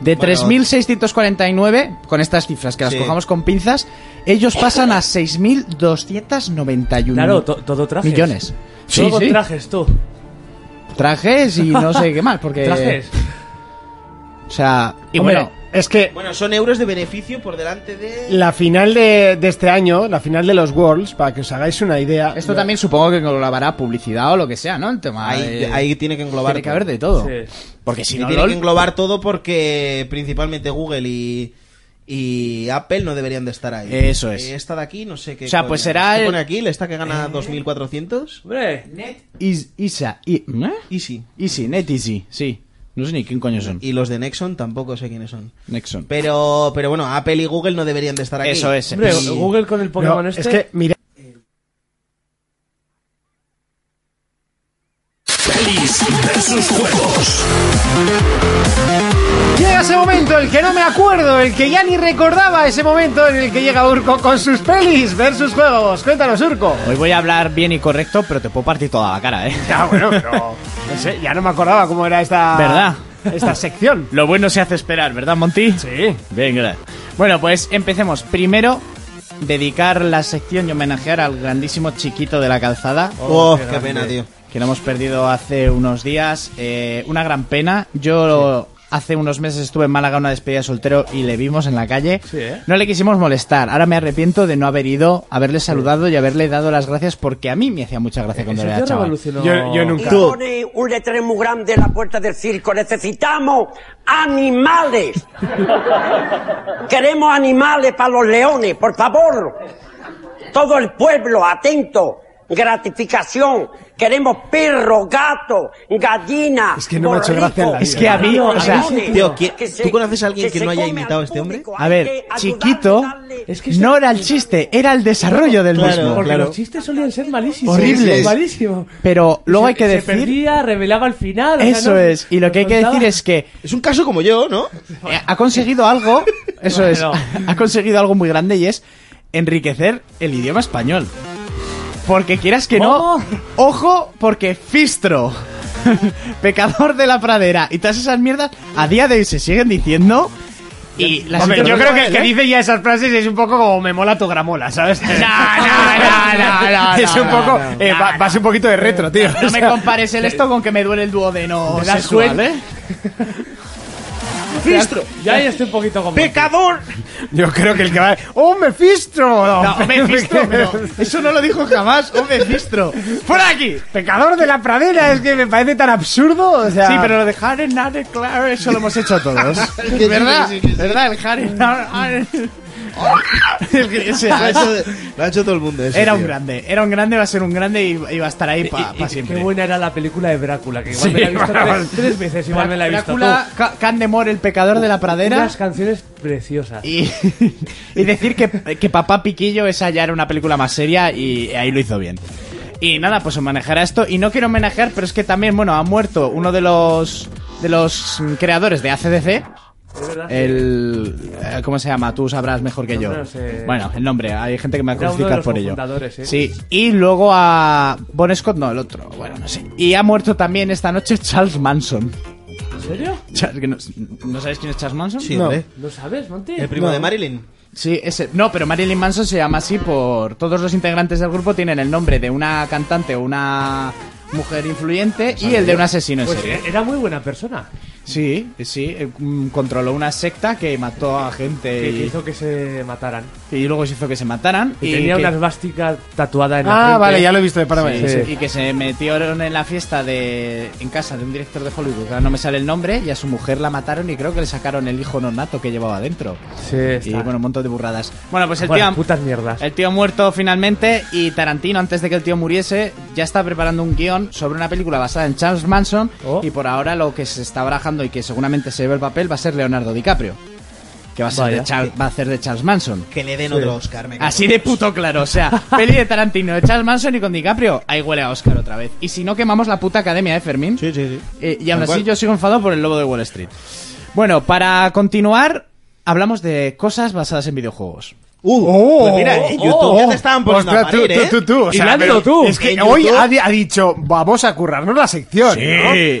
De Bueno, 3.649, con estas cifras que las Sí. cojamos con pinzas, ellos pasan a 6.291 Claro, to- todo trajes. millones. Todo con trajes, tú. Trajes y no sé qué más, porque... Trajes. O sea, y Hombre, bueno, es que Bueno, son euros de beneficio por delante de... la final de, de este año, la final de los Worlds, para que os hagáis una idea. esto también supongo que colaborará publicidad o lo que sea, ¿no? El tema Ahí, de- ahí tiene que englobar tiene que todo. haber de todo. Sí. Porque si Y no, tiene LOL- que englobar todo porque principalmente Google y, y Apple no deberían de estar ahí. Eso es. Eh, Esta de aquí, no sé qué. O sea, coño pues es. será ¿Qué el- Eh. pone aquí? ¿La esta que gana 2.400? Hombre, Is- Isa, y, ¿eh? Easy. Easy, Net Easy, sí. No sé ni quién coño son. Y los de Nexon tampoco sé quiénes son. Nexon. Pero, pero bueno, Apple y Google no deberían de estar aquí. Eso es. hombre, Y- Google con el No, Pokémon este. Es que, mira, Llega ese momento, el que no me acuerdo, el que ya ni recordaba ese momento en el que llega Urco con sus pelis versus juegos. Cuéntanos, Urco. Hoy voy a hablar bien y correcto, pero te puedo partir toda la cara, ¿eh? (laughs) Ya, Ah, bueno, pero (laughs) no sé, ya no me acordaba cómo era esta. ¿Verdad? Esta sección. Lo bueno se hace esperar, ¿verdad, Monty? Sí. Venga. Bueno, pues empecemos. Primero, dedicar la sección y homenajear al grandísimo chiquito de la calzada. Oh, qué qué, pena, tío. que lo hemos perdido hace unos días. eh, una gran pena. Yo hace unos meses estuve en Málaga a una despedida de soltero y le vimos en la calle. Sí, ¿eh? No le quisimos molestar. Ahora me arrepiento de no haber ido, haberle saludado y haberle dado las gracias porque a mí me hacía mucha gracia cuando Ese era tío chaval. revolucionó- Yo- yo nunca. Y pone un letrero muy grande en la puerta del circo. Necesitamos animales. Queremos animales para los leones, por favor. Todo el pueblo, atento. Gratificación. Queremos perro, gato, gallina. Es que no me ha hecho gracia en la vida. Es que a mí, o sea, tío, ¿quién- tú conoces a alguien que no haya imitado a este hombre? A ver, chiquito, eh, este no era el chiste, era el desarrollo del Claro, mismo. Porque claro. los chistes solían ser malísimos. (laughs) Horribles. Malísimos. Pero luego hay que Se- Se decir... perdía, revelaba al final. o sea, Eso no- es, y lo que hay que contaba- decir es que Es un caso como yo, (laughs) ¿no? Eh, ha (laughs) conseguido algo, eso es, Bueno. ha conseguido algo muy grande y es enriquecer el idioma español. Porque quieras que no, ¿Cómo? ojo, porque Fistro (laughs) Pecador de la pradera. Y todas esas mierdas a día de hoy se siguen diciendo. Y las Hombre, yo interpretan creo que el mal, que ¿eh? dice ya esas frases es un poco como me mola tu gramola, ¿sabes? No, no, no, no, (laughs) no, Es un no, poco. no, eh, va- vas un poquito de retro, tío. (laughs) (laughs) No O me sea, eh, compares el esto con que me duele el duodeno Me da sexual, sueño. (laughs) ¿eh? Ya ahí estoy un poquito como. ¡Pecador! Yo creo que el que va. ¡Oh, Mephisto! No, Mephisto, pero eso no lo dijo jamás, oh Mephisto. ¡Fuera de aquí! Pecador de la pradera, es que me parece tan absurdo. O sea, Sí, pero lo de Harry Nare, claro, eso lo hemos hecho todos. sí, ¿Verdad? sí, sí, sí. ¿Verdad? El Harry Nare. El que- ese- Lo ha hecho, lo ha hecho todo el mundo. eso, Era un tío. grande, era un grande, va a ser un grande y, y va a estar ahí para Y- y- siempre. Qué buena era la película de Drácula, que igual me la he visto (laughs) tres, tres veces, igual me la he visto. Drácula, Ca- Can de Mor, el pecador de la tú. pradera. Unas canciones preciosas. Y, (laughs) y decir que, que Papá Piquillo esa ya era una película más seria y ahí lo hizo bien. Y nada, pues homenajear a esto. Y no quiero homenajear, pero es que también, bueno, ha muerto uno de los de los mm, creadores de ACDC. Es verdad. El. eh, ¿Cómo se llama? Tú sabrás mejor que yo. No, no sé. Bueno, el nombre, hay gente que me va a Era uno de crucificar los por ello. cofundadores, ¿eh? Sí, y luego a. Bon Scott, no, el otro. Bueno, no sé. Y ha muerto también esta noche Charles Manson. (laughs) ¿En serio? Charles- que no, ¿No sabes quién es Charles Manson? Sí, No. hombre. ¿No sabes, Monty? El primo de Marilyn. Sí, ese. No, pero Marilyn Manson se llama así por. Todos los integrantes del grupo tienen el nombre de una cantante o una mujer influyente y el de un asesino en Pues serie. eh, era muy buena persona. Sí, sí. eh, mm, Controló una secta que mató a gente Que y, hizo que se mataran. y luego se hizo que se mataran. Y tenía que, una esvástica tatuada en la Ah, frente. vale, ya lo he visto de para sí, sí. sí, y que se metieron en la fiesta de en casa de un director de Hollywood, que ahora no me sale el nombre, y a su mujer la mataron y creo que le sacaron el hijo nonato que llevaba dentro. Sí, está. Y bueno, un montón de burradas. Bueno, pues el Bueno, tío putas mierdas. El tío muerto finalmente y Tarantino, antes de que el tío muriese, ya está preparando un guión sobre una película basada en Charles Manson Oh. y por ahora lo que se está barajando y que seguramente se ve el papel va a ser Leonardo DiCaprio, que va a ser, de Vaya. Charles, va a ser de Charles Manson. Que le den otro Oscar. me cago. Así de puto claro, o sea, peli de Tarantino, de Charles Manson y con DiCaprio, ahí huele a Oscar otra vez. Y si no quemamos la puta academia, ¿eh, Fermín? Sí, sí, sí. Eh, y aún Tal así cual. yo sigo enfadado por el lobo de Wall Street. Bueno, para continuar, hablamos de cosas basadas en videojuegos. Uh, Oh, Oh, pues mira, en YouTube ya te estaban poniendo Ostras, a parir, tú, ¿eh? tú, tú, tú, o Y sea, la han pero dado tú. Es que En hoy YouTube. ha, di- ha dicho, vamos a currarnos la sección. ¿no? Sí,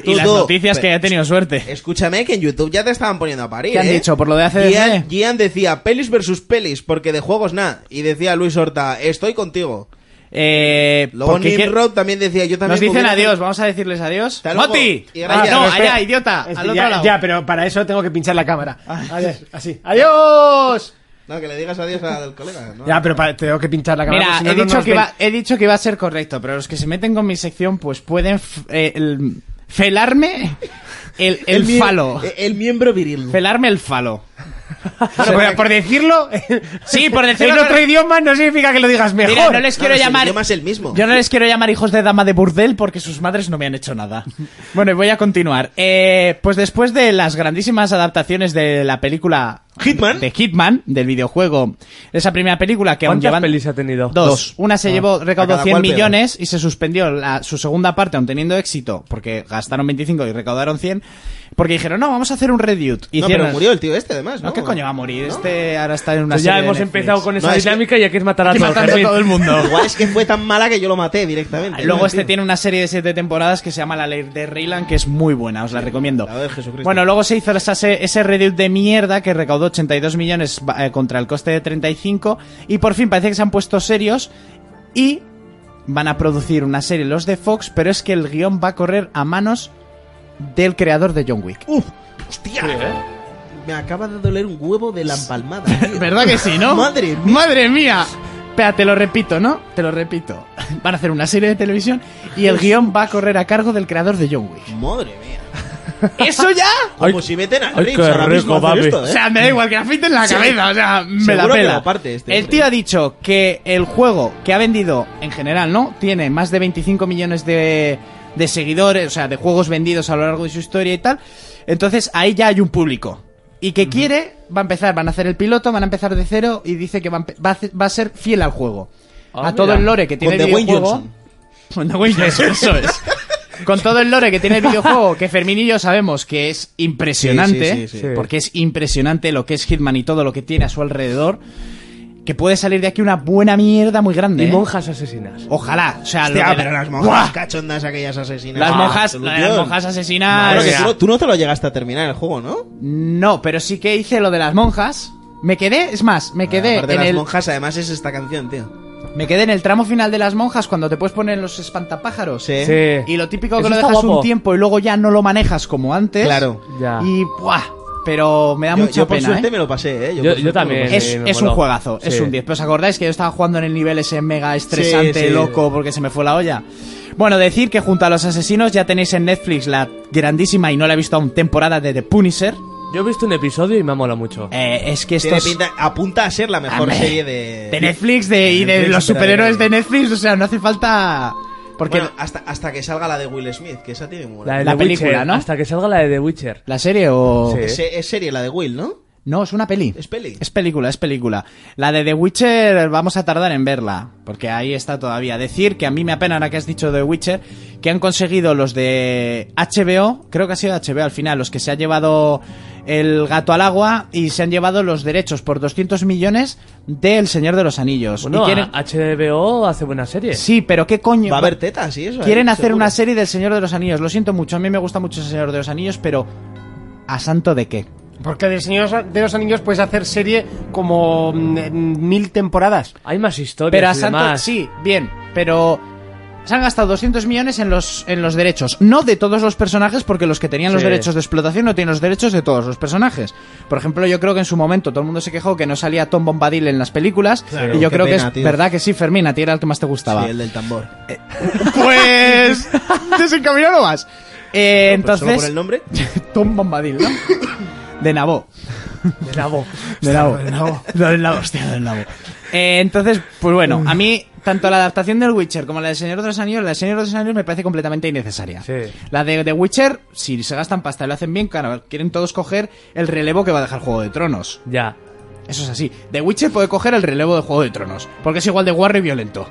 y Tú, las tú. noticias que Pero- haya tenido suerte. Escúchame que en YouTube ya te estaban poniendo a parir, ¿Qué han ¿eh? dicho? ¿Por lo de ACDC? Gian, Gian decía pelis versus pelis, porque de juegos nada. Y decía Luis Horta, estoy contigo. Eh, Luego porque que- Nimrod también decía, yo también... nos dicen hubiera- adiós, vamos a decirles adiós. Hasta luego, ¡Moti! y Ah, gracias. no, Pero espera. allá, idiota, Es que al otro ya, lado. ya, pero para eso tengo que pinchar la cámara. Adiós, así. ¡Adiós! No, que le digas adiós al colega, ¿no? Ya, pero para- tengo que pinchar la cámara. Mira, porque si no, he, no dicho nos que ven. iba, he dicho que iba a ser correcto, pero los que se meten con mi sección, pues pueden f- eh, el- felarme el, el mie- falo. eh, El miembro viril. Felarme el falo. Bueno, por, por (laughs) decirlo, Sí, (laughs) por decirlo, en otro pero- idioma no significa que lo digas mejor. Mira, no les quiero no, si el llamar. idioma es el mismo. Yo no les quiero llamar hijos de dama de burdel porque sus madres no me han hecho (laughs) nada. Bueno, y voy a continuar. Eh, pues después de las grandísimas adaptaciones de la película Hitman. de Hitman, del videojuego, esa primera película que aún ¿Cuántas llevan pelis ha tenido? dos. Una Ah, se llevó, a recaudó cada 100 cual peor. millones y se suspendió la- su segunda parte, aun teniendo éxito, porque gastaron 25 y recaudaron 100, porque dijeron, no, vamos a hacer un redut. No, pero murió el tío este, además, ¿no? No, ¿qué coño va a morir? Este ahora está en una Pues ya serie de hemos Netflix. empezado (laughs) con esa No, es que- dinámica y aquí es matar a Aquí todos. matando a Fermín. todo el mundo. Igual es que fue tan mala que yo lo maté directamente. Luego ¿no, este tío? tiene una serie de siete temporadas que se llama La Ley de Raylan, que es muy buena, os la recomiendo. La de Jesucristo. Bueno, luego se hizo esa se- ese reduce de mierda que recaudó 82 millones ba- eh, contra el coste de 35 y por fin parece que se han puesto serios y van a producir una serie los de Fox, pero es que el guión va a correr a manos del creador de John Wick. Uf, hostia. Me acaba de doler un huevo de (laughs) la empalmada. tío. ¿Verdad que sí, no? (laughs) Madre mía. ¡Madre mía! Espera, te lo repito, ¿no? Te lo repito. (laughs) Van a hacer una serie de televisión y el guión va a correr a cargo del creador de John Wick. Madre mía. ¿Eso ya? Como Ay, si meten al ay, Rips qué ahora mismo a rico, hacer papi. esto, O ¿eh? sea, me da igual que afeiten la cabeza, o sea, me Seguro la que pela. lo parte este el hombre. tío ha dicho que el juego que ha vendido en general, ¿no? Tiene más de 25 millones de, de seguidores, o sea, de juegos vendidos a lo largo de su historia y tal. Entonces ahí ya hay un público. Y que quiere, va a empezar, van a hacer el piloto, van a empezar de cero y dice que va a, empe- va a, hacer- va a ser fiel al juego. Ah, a todo mira. el lore que tiene Con el Dwayne videojuego. Johnson. Con The Witness, eso es. Con todo el lore que tiene (laughs) el videojuego, que Fermín y yo sabemos que es impresionante, Sí, sí, sí, sí. porque es impresionante lo que es Hitman y todo lo que tiene a su alrededor, que puede salir de aquí una buena mierda muy grande. Y ¿eh? monjas asesinas. Ojalá. O sea, lo Hostia, que- pero las monjas ¡Buah! cachondas aquellas asesinas. Las Ah, monjas, solución. las monjas asesinas. Claro que o sea, tú, no- tú no te lo llegaste a terminar el juego, ¿no? No, pero sí que hice lo de las monjas. Me quedé, es más, me quedé Ah, Aparte de en las el monjas, además es esta canción, tío. me quedé en el tramo final de las monjas cuando te puedes poner los espantapájaros. Sí. Eh, Y lo típico que Eso lo está dejas un guapo. tiempo y luego ya no lo manejas como antes. Claro. Ya. Y buah, pero me da Yo, mucha yo por pena. suerte ¿eh? me lo pasé, ¿eh? por Yo- yo suerte me lo también. pasé. Es, Sí, me es un moló. jugazo, es Sí. un 10. Pero os acordáis que yo estaba jugando en el nivel ese mega estresante, Sí, sí. loco, porque se me fue la olla. Bueno, decir que junto a los asesinos ya tenéis en Netflix la grandísima y no la he visto aún temporada de The Punisher. Yo he visto un episodio y me ha molado mucho. Eh, es que esto Tiene es pinta- apunta a ser la mejor Hombre, serie de... de Netflix de, y de Netflix, los pero superhéroes de- de Netflix, o sea, no hace falta porque Bueno, hasta, hasta que salga la de Will Smith, que esa tiene muy la de la The película, Witcher, ¿no? Hasta que salga la de The Witcher. la serie o Sí. Es, es serie la de Will, ¿no? no es una peli. Es peli. Es película, es película. La de The Witcher vamos a tardar en verla, porque ahí está todavía. Decir que a mí me apena ahora que has dicho The Witcher, que han conseguido los de HBO, creo que ha sido HBO al final, los que se ha llevado el gato al agua y se han llevado los derechos por 200 millones de El Señor de los Anillos. Bueno, y quieren... a- HBO hace buena serie. Sí, pero ¿qué coño? Va a haber tetas y eso. ahí, Quieren hacer seguro. una serie del Señor de los Anillos. Lo siento mucho, a mí me gusta mucho el Señor de los Anillos, pero ¿a santo de qué? Porque de, Señor de los Anillos puedes hacer serie como mm, mil temporadas. Hay más historias Pero a y santo, demás. sí, bien, pero se han gastado 200 millones en los en los derechos, no de todos los personajes porque los que tenían los Sí. derechos de explotación no tienen los derechos de todos los personajes. Por ejemplo, yo creo que en su momento todo el mundo se quejó que no salía Tom Bombadil en las películas Claro, y yo qué creo que pena, es tío. verdad que sí, Fermín, a ti era el que más te gustaba. Sí, el del tambor. (laughs) Pues desencaminó más. Eh, Pues solo entonces por el nombre? Tom Bombadil, ¿no? De Nabó. De la voz. De Nabo. De (laughs) Nabo. hostia, de Nabo. Eh, entonces, pues Mm. bueno, a mí, tanto la adaptación del Witcher como la del Señor de los Anillos, la del Señor de los Anillos me parece completamente innecesaria. Sí. La de The Witcher, si se gastan pasta y lo hacen bien, claro, quieren todos coger el relevo que va a dejar Juego de Tronos. Ya. Eso es así. The Witcher puede coger el relevo de Juego de Tronos, porque es igual de guarro y violento.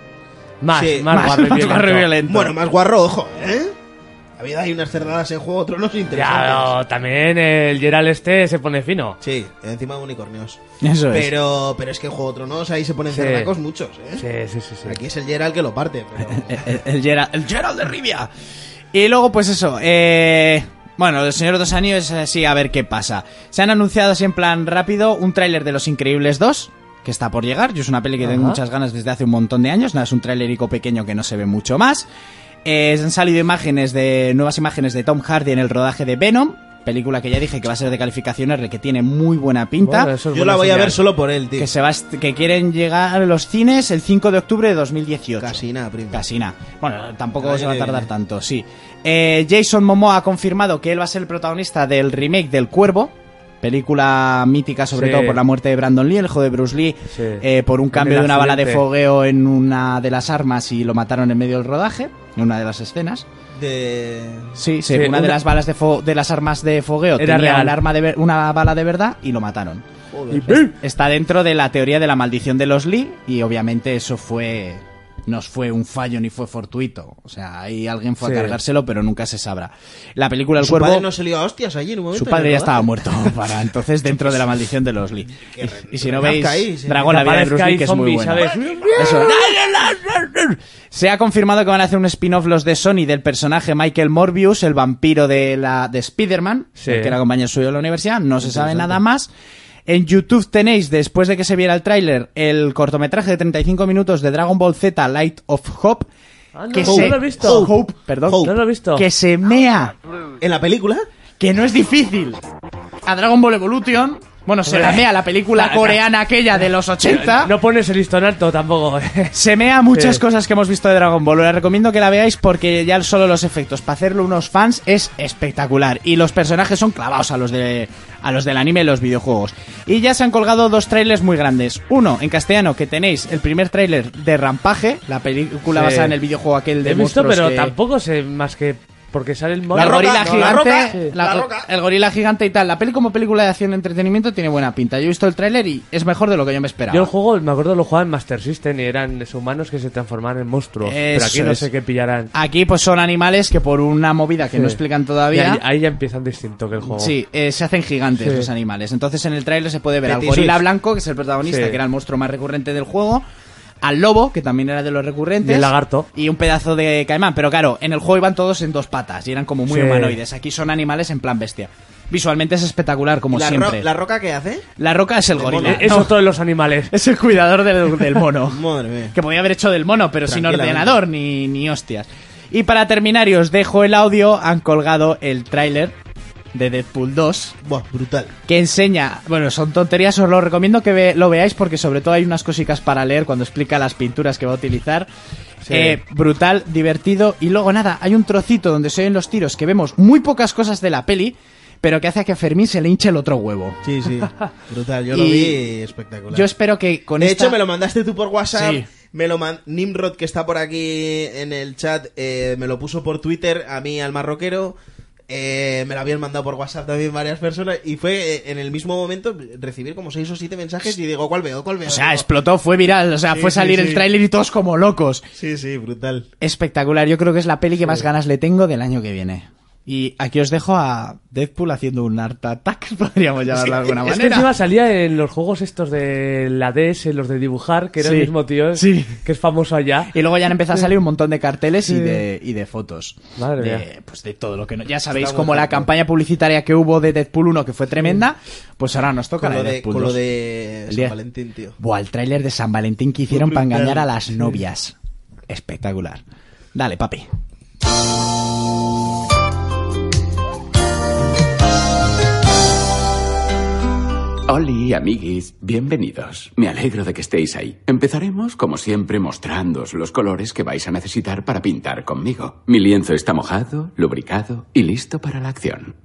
Más, Sí, más, Más- guarro y más violento. (laughs) guarro y violento. Bueno, más guarro, ojo, ¿eh? La vida hay unas cerdadas en juego, otros no es interesante. Ya, no, también el Gerald este se pone fino. Sí, encima de unicornios. Eso es. Pero, pero es que en Juego de Tronos ahí se ponen Sí. cerdacos muchos, ¿eh? Sí, sí, sí. sí. Aquí es el Geralt que lo parte, (laughs) pero... El, el- el Gerald, el Gerald de Rivia. Y luego, pues eso, eh, bueno, el señor Dos Anillos es así, a ver qué pasa. Se han anunciado así en plan rápido un tráiler de Los Increíbles 2, que está por llegar. Yo es una peli que tengo Ajá. muchas ganas desde hace un montón de años. Nada, es un trailerico pequeño que no se ve mucho más. Eh, han salido imágenes de nuevas imágenes de Tom Hardy en el rodaje de Venom, película que ya dije que va a ser de calificación R, que tiene muy buena pinta. Bueno, eso es Yo la buena voy a señal. ver solo por él, tío. que se va a est- que quieren llegar a los cines el 5 de octubre de 2018. Casi nada, primo. Casi nada. Bueno, tampoco Cada se va a año que tardar viene. tanto, sí. Eh, Jason Momoa ha confirmado que él va a ser el protagonista del remake del Cuervo. Película mítica, sobre Sí. todo por la muerte de Brandon Lee, el hijo de Bruce Lee, Sí. eh, por un En cambio el de una bala de accidente. fogueo en una de las armas y lo mataron en medio del rodaje, en una de las escenas. De... Sí, sí, Sí, una, de una- las balas de, fo- de las armas de fogueo Era tenía real. un arma de ver- una bala de verdad y lo mataron. Joder. Y ¡pim! Está dentro de la teoría de la maldición de los Lee y obviamente eso fue no fue un fallo ni fue fortuito. O sea, ahí alguien fue Sí. a cargárselo, pero nunca se sabrá. La película El Su Cuervo, padre no se lió a hostias allí en un momento. su padre en ya el estaba rodaje. (laughs) muerto para entonces dentro de la maldición de los Lee. Que re- Y, y si no renazca veis ahí, sí. Dragón la vida de Aparezca Bruce Lee ahí que es muy zombie, buena. ¿sabes? Eso. Se ha confirmado que van a hacer un spin-off los de Sony del personaje Michael Morbius, el vampiro de la de Spider-Man, Sí. el que era compañero suyo de la universidad, no se sabe nada más. En YouTube tenéis, después de que se viera el tráiler, el cortometraje de 35 minutos de Dragon Ball Z Light of Hope. Ah, no, que no se, lo he visto. Hope, perdón. Hope. No lo he visto. Que se mea. ¿En la película? Que no es difícil. A Dragon Ball Evolution. Bueno, se la mea la película coreana aquella de los 80. No pones el listón alto tampoco. (laughs) eh. Se mea muchas Sí. cosas que hemos visto de Dragon Ball. Os recomiendo que la veáis porque ya solo los efectos para hacerlo unos fans es espectacular. Y los personajes son clavados a los, de, a los del anime y los videojuegos. Y ya se han colgado dos trailers muy grandes. Uno en castellano que tenéis el primer trailer de Rampaje, la película Sí. basada en el videojuego aquel de He visto, monstruos pero que- tampoco sé más que Porque sale el La mono. La el Roca, gorila no, La gigante, Roca, la- La Roca. el gorila gigante y tal. La peli como película de acción y entretenimiento tiene buena pinta. Yo he visto el tráiler y es mejor de lo que yo me esperaba. Yo el juego, me acuerdo, lo jugaba en Master System y eran humanos que se transformaban en monstruos. pero Eso aquí no es. sé qué pillarán. Aquí pues son animales que por una movida que Sí. no explican Y todavía. ahí, ahí ya empiezan distinto que el juego. Sí, eh, se hacen gigantes Sí. los animales. Entonces en el tráiler se puede ver al Fetish. gorila blanco, que es el protagonista, Sí. que era el monstruo más recurrente del juego, al lobo, que también era de los recurrentes, Y el lagarto. y un pedazo de caimán. Pero claro, en el juego iban todos en dos patas y eran como muy Sí. humanoides. Aquí son animales en plan bestia. Visualmente es espectacular, como la, ro- siempre. ¿La Roca qué hace? La roca es el gorila. Eh, Eso no, todos los animales. (laughs) es el cuidador del, del mono. (laughs) Madre mía. que podía haber hecho del mono, pero sin Tranquilamente. ordenador ni, ni hostias. Y para terminar, y os dejo el audio, han colgado el tráiler de Deadpool 2 Buah, brutal. que enseña, bueno, son tonterías, os lo recomiendo que ve- lo veáis porque sobre todo hay unas cositas para leer cuando explica las pinturas que va a utilizar. Sí. Eh, brutal, divertido y luego nada, hay un trocito donde se oyen los tiros que vemos muy pocas cosas de la peli, pero que hace que a Fermín se le hinche el otro huevo. Sí, (laughs) sí. Brutal. Yo lo Y- vi y espectacular. Yo espero que con de esta- hecho, me lo mandaste tú por WhatsApp. Sí. Me lo man- Nimrod, que está por aquí en el chat, eh, me lo puso por Twitter a mí, al marroquero. Eh, me lo habían mandado por WhatsApp también varias personas. Y fue eh, en el mismo momento recibir como seis o siete mensajes y digo, ¿cuál veo? ¿Cuál veo? O sea, Digo, explotó, fue viral, o sea, Sí, fue sí, salir sí. el tráiler y todos como locos. Sí, sí, brutal. Espectacular, yo creo que es la peli que más ganas le tengo del año que viene. Y aquí os dejo a Deadpool haciendo un art attack, (laughs) podríamos llamarlo de alguna Es que manera. encima salía en los juegos estos de la DS, los de dibujar, que era Sí. el mismo tío Sí. que es famoso allá. (laughs) Y luego ya han empezado a salir un montón de carteles y de, y de fotos. Madre de, mía. Pues de todo lo que no. Ya sabéis, Está como la brutal. campaña publicitaria que hubo de Deadpool 1, que fue tremenda, pues ahora nos toca Con la lo de de, Deadpool con lo 2. de El San día- Valentín, tío. Buah, el tráiler de San Valentín que hicieron para Brutal. engañar a las novias. Espectacular. Dale, papi. Oli, amiguis, bienvenidos. Me alegro de que estéis ahí. Empezaremos, como siempre, mostrándoos los colores que vais a necesitar para pintar conmigo. Mi lienzo está mojado, lubricado y listo para la acción.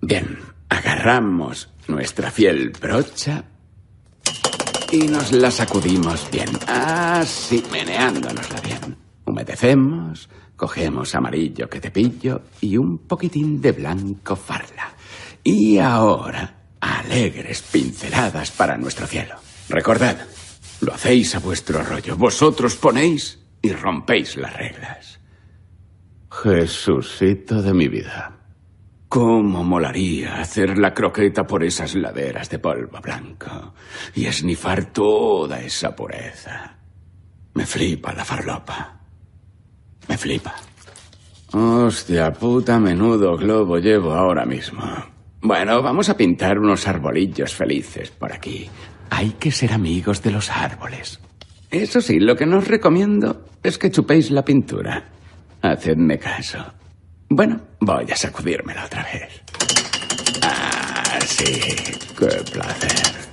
Bien, agarramos nuestra fiel brocha y nos la sacudimos bien. Así, meneándonosla bien. Humedecemos, cogemos amarillo que te pillo y un poquitín de blanco farla. Y ahora, alegres pinceladas para nuestro cielo. Recordad, lo hacéis a vuestro rollo. Vosotros ponéis y rompéis las reglas. Jesucito de mi vida. ¿Cómo molaría hacer la croqueta por esas laderas de polvo blanco y esnifar toda esa pureza? Me flipa la farlopa. Me flipa. Hostia puta, menudo globo llevo ahora mismo. Bueno, vamos a pintar unos arbolillos felices por aquí. Hay que ser amigos de los árboles. Eso sí, lo que no os recomiendo es que chupéis la pintura. Hacedme caso. Bueno, voy a sacudírmela otra vez. Ah, sí, qué placer.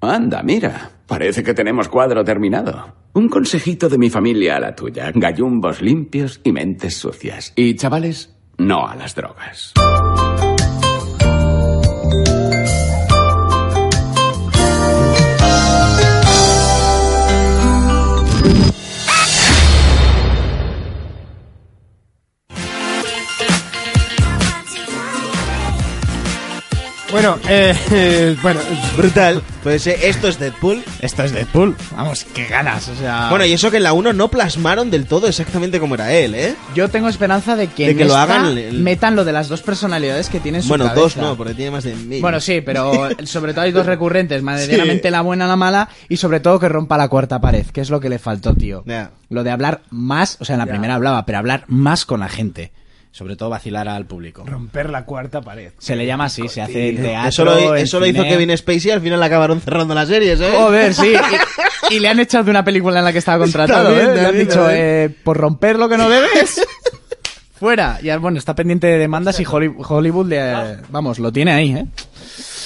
Anda, mira. Parece que tenemos cuadro terminado. Un consejito de mi familia a la tuya. Gallumbos limpios y mentes sucias. Y chavales, no a las drogas. Bueno, eh, eh, (laughs) bueno, Brutal. Pues eh, esto es Deadpool. Esto es Deadpool. Vamos, qué ganas. O sea, Bueno, y eso que en la 1 no plasmaron del todo exactamente como era él, ¿eh? yo tengo esperanza de que, de en que lo esta hagan el- metan lo de las dos personalidades que tienen su Bueno, dos cabeza. no, porque tiene más de mil. Bueno, sí, (laughs) pero sobre todo hay dos recurrentes, maderamente Sí. la buena, la mala, y sobre todo que rompa la cuarta pared, que es lo que le faltó, tío. Ya. Lo de hablar más, o sea, en la Ya. primera hablaba, pero hablar más con la gente. Sobre todo vacilar al público. romper la cuarta pared. Se le llama así, se hace en teatro. Eso lo, en eso lo hizo cine. Kevin Spacey y al final acabaron cerrando las series, ¿eh? Oh, Joder, sí. (laughs) Y, y le han echado de una película en la que estaba contratado, Está bien, ¿eh? Le han también, dicho, también. eh, por romper lo que no (laughs) debes. Fuera. Y bueno, está pendiente de demandas y Holly- Hollywood, le- vamos, lo tiene ahí, ¿eh?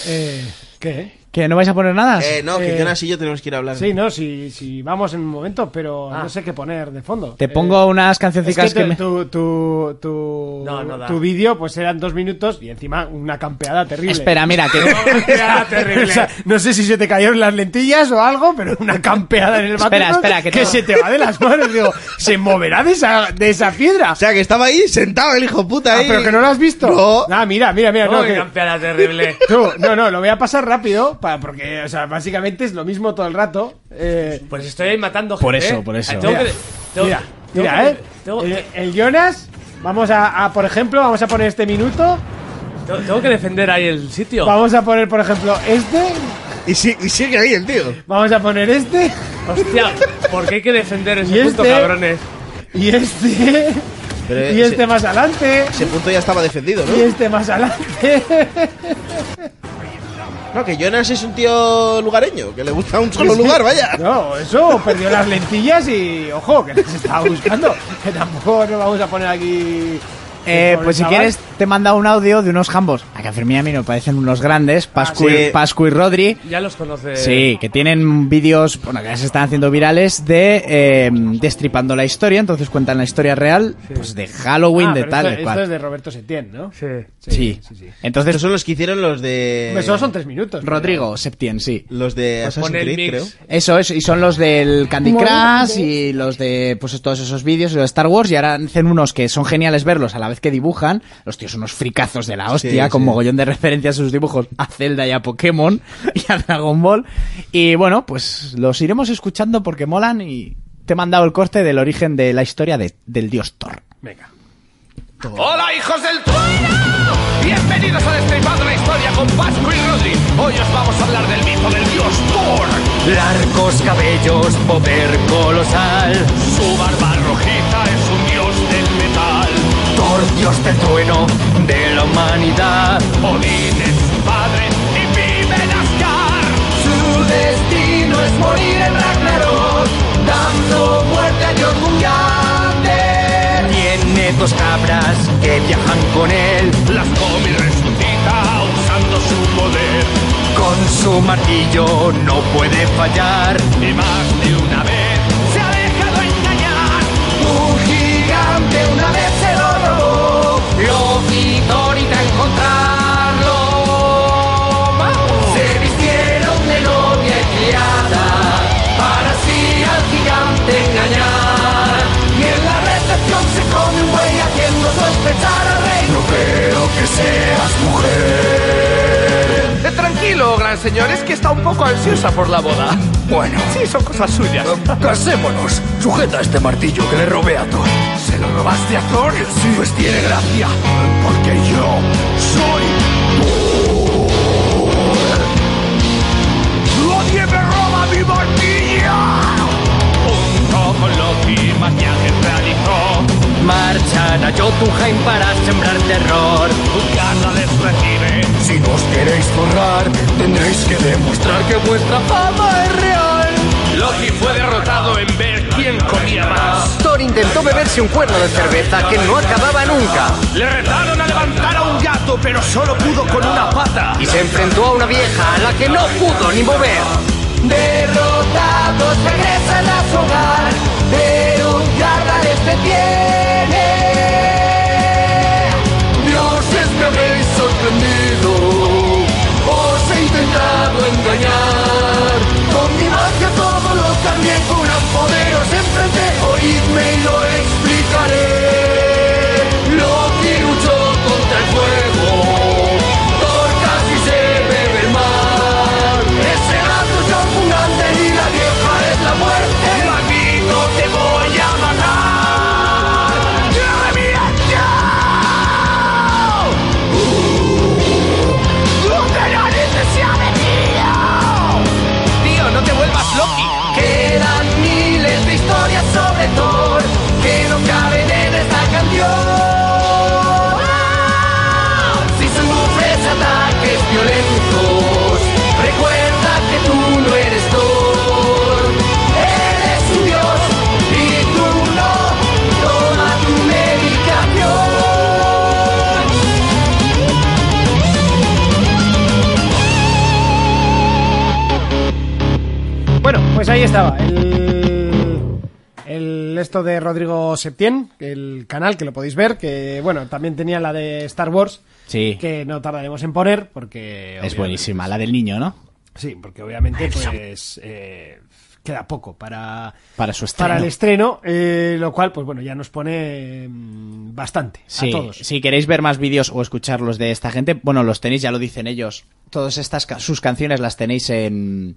Eh, ¿Qué? ¿Que no vais a poner nada? Eh, no, que Eh, Jonas y yo tenemos que ir a hablar. Sí, no, si, si vamos en un momento, pero Ah. no sé qué poner de fondo. Eh, Te pongo unas cancioncicas Es que, que, me... tu, tu, tu, No, no da. tu vídeo pues eran dos minutos y encima una campeada terrible. Espera, mira, que... Campeada (laughs) terrible. (laughs) O sea, no sé si se te cayeron las lentillas o algo, pero una campeada en el Espera, background espera, que que, tengo- se te va de las manos. Digo, se moverá de esa, de esa piedra. O sea, que estaba ahí sentado el hijo puta Ah, ahí. pero que no lo has visto. No. Ah, mira, mira, mira. ¡Oh, No, qué que- campeada terrible! Tú, no, no, lo voy a pasar rápido para, porque, o sea, básicamente es lo mismo todo el rato. Eh, Pues estoy ahí matando gente. Por ¿eh? eso, por eso. Ay, tengo que- tengo- mira, tengo mira, que- eh. Tengo, El, el Jonas, vamos a, a, por ejemplo, vamos a poner este minuto. tengo- tengo que defender ahí el sitio. Vamos a poner, por ejemplo, este. Y, si- y sigue ahí el tío. Vamos a poner este. Hostia, ¿por qué hay que defender ¿Y ese punto, este? cabrones? Y este. Pero y ese- este más adelante. Ese punto ya estaba defendido, Y ¿no? este más adelante. No, que Jonas es un tío lugareño, que le gusta un solo lugar, vaya. (laughs) No, eso, perdió las lentillas y ojo, que las estaba buscando. Que tampoco nos vamos a poner aquí. Eh, con pues si el chaval. Ah, quieres te manda un audio de unos jambos. A que a Fermín y a mí me parecen unos grandes, Pascu, sí. y, Pascu y Rodri. Ya los conoce. Sí, que tienen vídeos, bueno, que ya se están haciendo virales de eh, destripando la historia, entonces cuentan la historia real pues de Halloween, Ah, de pero tal, esto, de esto es cual. de Roberto Setién, ¿no? Sí. Sí, Estos entonces son los que hicieron los de. Eh, Hombre, solo son tres minutos. pero- Rodrigo Septien, sí. Los de Assassin's pone el Creed, mix. creo. Eso es, y son los del Candy Crush y los de pues todos esos vídeos y los de Star Wars y ahora hacen unos que son geniales verlos a la vez que dibujan, los tíos son unos fricazos de la hostia Sí, con sí. mogollón de referencias a sus dibujos a Zelda y a Pokémon (laughs) y a Dragon Ball y bueno, pues los iremos escuchando porque molan y te he mandado el corte del origen de la historia de- del dios Thor. ¡Hola, hijos del trueno! Bienvenidos a Destripando la Historia con Pascu y Rodri. Hoy os vamos a hablar del mito del dios Thor. Largos cabellos, poder colosal. Su barba rojiza es un dios del metal. Thor, dios del trueno, de la humanidad. Odín es su padre y vive en Asgard. Su destino es morir en Ragnarok, dando muerte a Jormungander. Tiene dos cabras que viajan con él. Las come y resucita usando su poder. Con su martillo no puede fallar. Y más de una vez se ha dejado engañar. Un gigante una vez se lo robó. Lo quitó ahorita encontrarlo. Se vistieron de novia y criada para así al gigante engañar. Y en la recepción se come un buey haciendo sospechar al rey. No creo que seas mujer. Eh, tranquilo, gran señor, es que está un poco ansiosa por la boda. Bueno, sí, son cosas suyas. Casémonos. Sujeta este martillo que le robé a Thor. ¿Se lo robaste a Thor? Sí. Pues tiene gracia, porque yo soy ¡Nadie me roba mi martillo! Junto con Loki, maquillaje realizó. Marchan a Jotunheim para sembrar terror. Uganda les recibe. Si nos queréis borrar, tendréis que demostrar que vuestra fama es real. Loki fue derrotado en ver quién comía más. Thor intentó beberse un cuerno de cerveza que no acababa nunca. Le rezaron a levantar a un gato, pero solo pudo con una pata. Y se enfrentó a una vieja a la que no pudo ni mover. Derrotados regresan a su hogar, pero un yarda les detiene. Dioses me habéis sorprendido, os he intentado engañar. Con mi magia todo lo cambié con un poder, os enfrenté, oídme y lo explicaré. Loki luchó contra el fuego, Thor casi se bebe el mar. Ese gato es un y la vieja es la muerte. pues estaba? El, el esto de Rodrigo Septién, el canal que lo podéis ver, que bueno, también tenía la de Star Wars, Sí. que no tardaremos en poner, porque... Es obviamente- buenísima, la del niño, ¿no? Sí, porque obviamente pues eh, queda poco para... Para su estreno. Para el estreno, eh, lo cual, pues bueno, ya nos pone mm, bastante Sí, a todos. si queréis ver más vídeos o escucharlos de esta gente, bueno, los tenéis, ya lo dicen ellos. Todas estas ca- sus canciones las tenéis en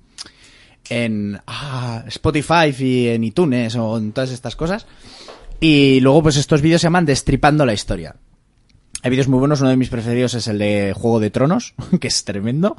en ah, Spotify y en iTunes o en todas estas cosas. Y luego pues estos vídeos se llaman Destripando la historia. Hay vídeos muy buenos, uno de mis preferidos es el de Juego de Tronos, (laughs) que es tremendo,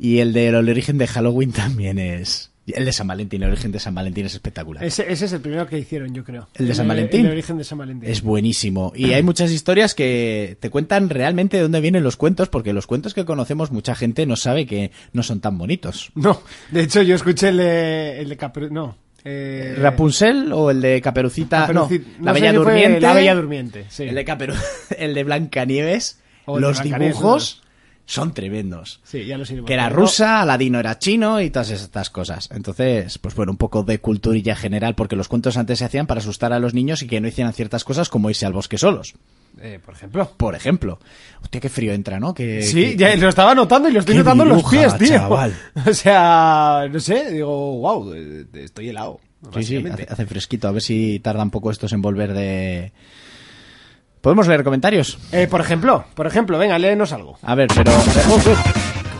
y el del origen de Halloween también es el de San Valentín, el origen de San Valentín es espectacular. Ese, ese es el primero que hicieron, yo creo. ¿El de San Valentín? El, origen de San Valentín. Es buenísimo. Y hay muchas historias que te cuentan realmente de dónde vienen los cuentos, porque los cuentos que conocemos mucha gente no sabe que no son tan bonitos. No, de hecho yo escuché el de, el de Capri- No. eh, Rapunzel o el de Caperucita, Caperucita- no, la no sé Bella si fue Durmiente, La Bella Durmiente, sí. el de Caperu- (laughs) el de Blancanieves, O el de los Blancanieves, dibujos son tremendos. Sí, ya los iremos Que era poniendo. rusa, Aladino era chino y todas estas cosas. Entonces, pues bueno, un poco de culturilla general, porque los cuentos antes se hacían para asustar a los niños y que no hicieran ciertas cosas como irse al bosque solos. Eh, por ejemplo. por ejemplo. Hostia, qué frío entra, ¿no? Que, Sí, Eh, que- ya lo estaba notando y lo estoy qué notando en los pies, dibuja, tío. chaval. (laughs) O sea, no sé, digo, wow, estoy helado. Sí, sí, básicamente. hace, hace fresquito. A ver si tardan poco estos en volver de... ¿Podemos leer comentarios? Eh, por ejemplo, por ejemplo, venga, léenos algo. A ver, pero...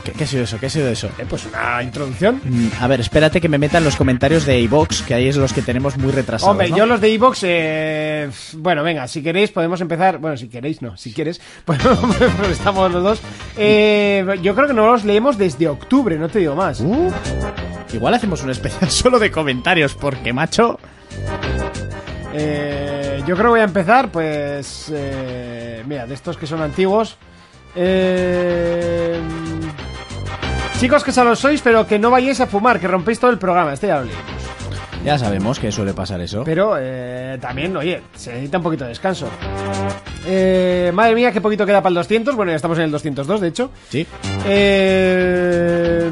¿Qué, qué ha sido eso? ¿Qué ha sido eso? Eh, pues una introducción. Mm, A ver, espérate que me metan los comentarios de iVox, que ahí es los que tenemos muy retrasados, Hombre, ¿no? yo los de Evox, eh, bueno, venga, si queréis podemos empezar. Bueno, si queréis, no, si quieres, (laughs) pues estamos los dos. Eh, yo creo que no los leemos desde octubre, no te digo más. Uh, igual hacemos un especial (laughs) solo de comentarios, porque, macho... Eh, yo creo que voy a empezar, pues. eh, mira, de estos que son antiguos. Eh, chicos que solo sois, pero que no vayáis a fumar, que rompéis todo el programa. Este ya lo leí. Ya sabemos que suele pasar eso. Pero eh, también, oye, se necesita un poquito de descanso. Eh, madre mía, qué poquito queda para el 200. Bueno, ya estamos en el 202, de hecho. Sí. Eh,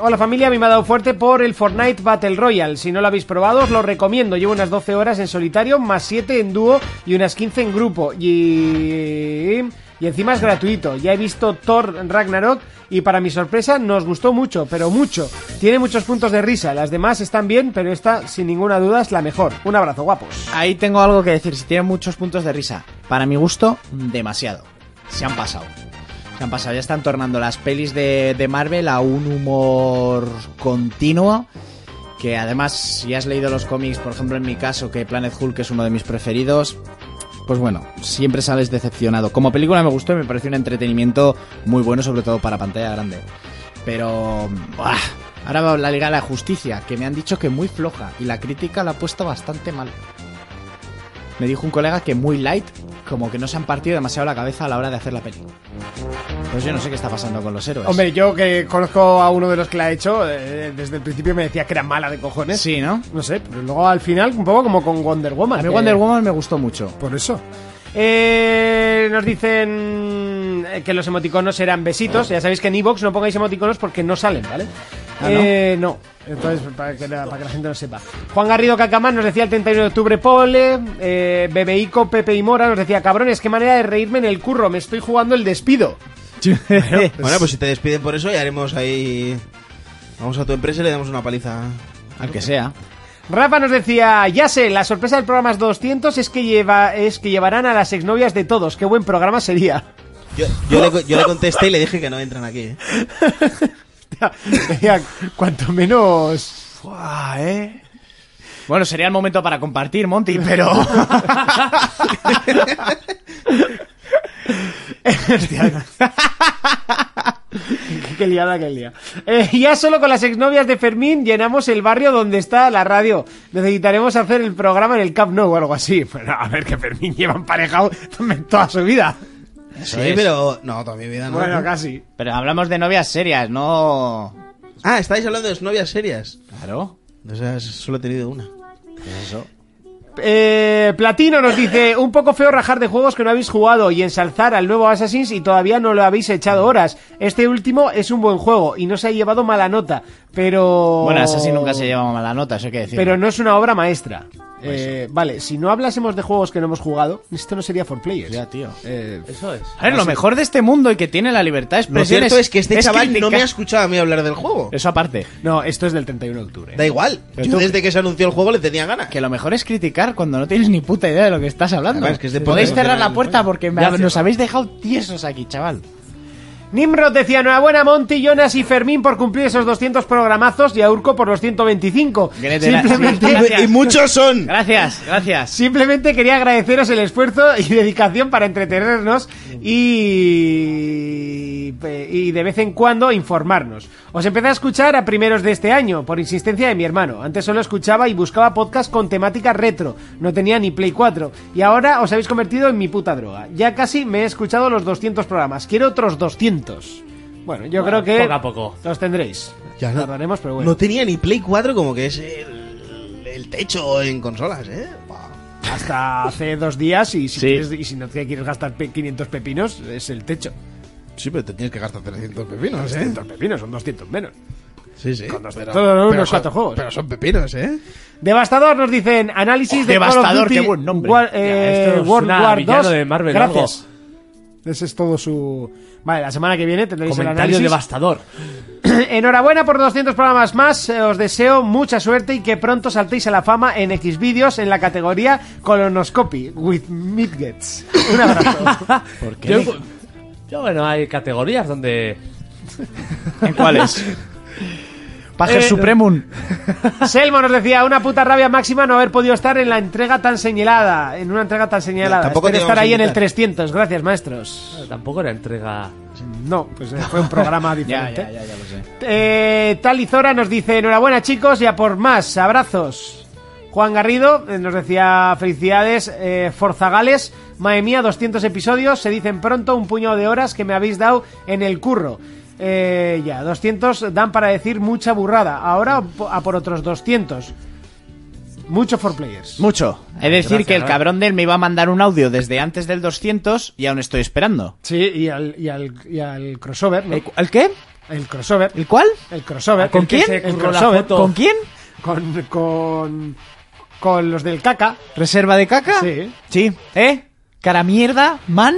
hola familia, a mí me ha dado fuerte por el Fortnite Battle Royale. Si no lo habéis probado, os lo recomiendo. Llevo unas 12 horas en solitario, más 7 en dúo y unas 15 en grupo. Y... Y encima es gratuito. Ya he visto Thor Ragnarok y para mi sorpresa nos gustó mucho, pero mucho. Tiene muchos puntos de risa. Las demás están bien, pero esta sin ninguna duda es la mejor. Un abrazo, guapos. Ahí tengo algo que decir. Si tiene muchos puntos de risa, para mi gusto, demasiado. Se han pasado. Se han pasado. Ya están tornando las pelis de, de Marvel a un humor continuo. Que además, si has leído los cómics, por ejemplo, en mi caso, que Planet Hulk es uno de mis preferidos, pues bueno, siempre sales decepcionado. Como película me gustó y me pareció un entretenimiento muy bueno, sobre todo para pantalla grande. Pero... ¡buah! Ahora va la Liga de la Justicia, que me han dicho que muy floja y la crítica la ha puesto bastante mal. Me dijo un colega que muy light, como que no se han partido demasiado la cabeza a la hora de hacer la peli. Pues yo no sé qué está pasando con los héroes. Hombre, yo que conozco a uno de los que la ha hecho, eh, desde el principio me decía que era mala de cojones. sí, ¿no? No sé, pero luego al final, un poco como con Wonder Woman. A mí que- Wonder Woman me gustó mucho. Por eso. Eh, nos dicen eh, que los emoticonos eran besitos. Ya sabéis que en Evox no pongáis emoticonos porque no salen, ¿vale? Ah, ¿no? Eh, no. Entonces, para que, la, para que la gente lo sepa. Juan Garrido Cacamán nos decía el 31 de octubre, Pole. Eh, Bebeico, Pepe y Mora nos decía, cabrones, qué manera de reírme en el curro. Me estoy jugando el despido. Bueno, pues si te despiden por eso, ya haremos ahí. Vamos a tu empresa y le damos una paliza. Al que sea. Rafa nos decía, ya sé, la sorpresa del programa es 200 es que, lleva, es que llevarán a las exnovias de todos. Qué buen programa sería. Yo, yo le, yo le contesté y le dije que no entran aquí. ¿eh? (laughs) Decía, cuanto menos... ¿eh? Bueno, sería el momento para compartir, Monty, pero... Qué liada que día. Eh, (laughs) ya solo con las exnovias de Fermín llenamos el barrio donde está la radio. Necesitaremos hacer el programa en el Camp Nou o algo así. (laughs) Bueno, a ver, que Fermín lleva emparejado toda su vida. Sí, pero. No, toda mi vida no. Bueno, casi. Pero hablamos de novias serias, no... Ah, estáis hablando de novias serias. Claro. O sea, solo he tenido una. Eh, Platino nos dice, un poco feo rajar de juegos que no habéis jugado y ensalzar al nuevo Assassin's y todavía no lo habéis echado horas. Este último es un buen juego y no se ha llevado mala nota, pero... Bueno, Oh. Assassin nunca se lleva mala nota, eso hay que decir. Pero no es una obra maestra. Eh, vale, si no hablásemos de juegos que no hemos jugado, esto no sería for players. Ya, tío. Eh, Eso es. A ver, lo mejor de este mundo y que tiene la libertad de Lo expresión cierto es que Eh, este chaval no criticar- me ha escuchado a mí hablar del juego. Eso aparte. no, esto es del 31 de octubre. Da igual. Pero Yo tú- desde que se anunció el juego le tenía ganas. (laughs) Que lo mejor es criticar cuando no tienes ni puta idea de lo que estás hablando. Además, que es de Podéis poder no cerrar tener la puerta porque me- Ya, nos habéis dejado tiesos aquí, chaval. Nimrod decía, enhorabuena a Monty, Jonas y Fermín por cumplir esos 200 programazos y a Urco por los 125. Grete, la- (laughs) Simplemente- sí, Y gracias. muchos son. Gracias, gracias. Simplemente quería agradeceros el esfuerzo y (laughs) dedicación para entretenernos y... y de vez en cuando informarnos. Os empecé a escuchar a primeros de este año, por insistencia de mi hermano. Antes solo escuchaba y buscaba podcast con temática retro. No tenía ni Play 4. Y ahora os habéis convertido en mi puta droga. Ya casi me he escuchado los 200 programas. Quiero otros 200. Bueno, yo Bueno, creo que... poco a poco. Los tendréis. Ya no- Tardaremos, pero bueno. No tenía ni Play 4 como que es el, el techo en consolas, ¿eh? Buah. Hasta hace dos días y si, Sí. quieres- y si no te quieres gastar pe- 500 pepinos, es el techo. Sí, pero te tienes que gastar 300 pepinos, ¿eh? 300 pepinos, son 200 menos. Sí, sí. Pero- todos unos son- cuatro juegos. Pero son pepinos, ¿eh? Devastador nos dicen análisis de Call of Devastador, Duty, qué buen nombre. War- Ya, eh, esto es World una War villano 2. de Marvel, Gracias. Ese es todo su. Vale, la semana que viene tendréis el Comentario análisis. devastador. (clears throat) Enhorabuena por 200 programas más. Eh, Os deseo mucha suerte y que pronto saltéis a la fama en X vídeos en la categoría Colonoscopy with Midgets. Un abrazo. ¿Por Yo, yo, bueno, hay categorías donde. ¿En cuáles? Pajer Eh, (laughs) Supremum. Selmo nos decía, una puta rabia máxima no haber podido estar en la entrega tan señalada. En una entrega tan señalada. Ya, tampoco Espero te estar vamos a ahí en el invitar. 300. Gracias, maestros. Tampoco era entrega. No, pues eh, fue un (laughs) programa Ya, diferente. ya, ya, ya lo sé. Eh, Tal y Zora nos dice, enhorabuena chicos y a por más, abrazos. Juan Garrido eh, nos decía, felicidades, eh, Forzagales, madre mía, 200 episodios, se dicen pronto un puñado de horas que me habéis dado en el curro. Eh, ya, 200 dan para decir mucha burrada, ahora po- a por otros 200. Mucho for players. Mucho. He de decir Gracias, que el ¿no? cabrón de él me iba a mandar un audio desde antes del 200 y aún estoy esperando. Sí, y al, y al, y al crossover, ¿no? ¿El, cu- el qué? El crossover. ¿El cuál? El crossover. ¿Con El que quién? se ¿El curró la crossover? foto. ¿Con quién? con, con, con los del caca. ¿Reserva de caca? Sí. Sí. ¿Eh? ¿Cara mierda? ¿Man?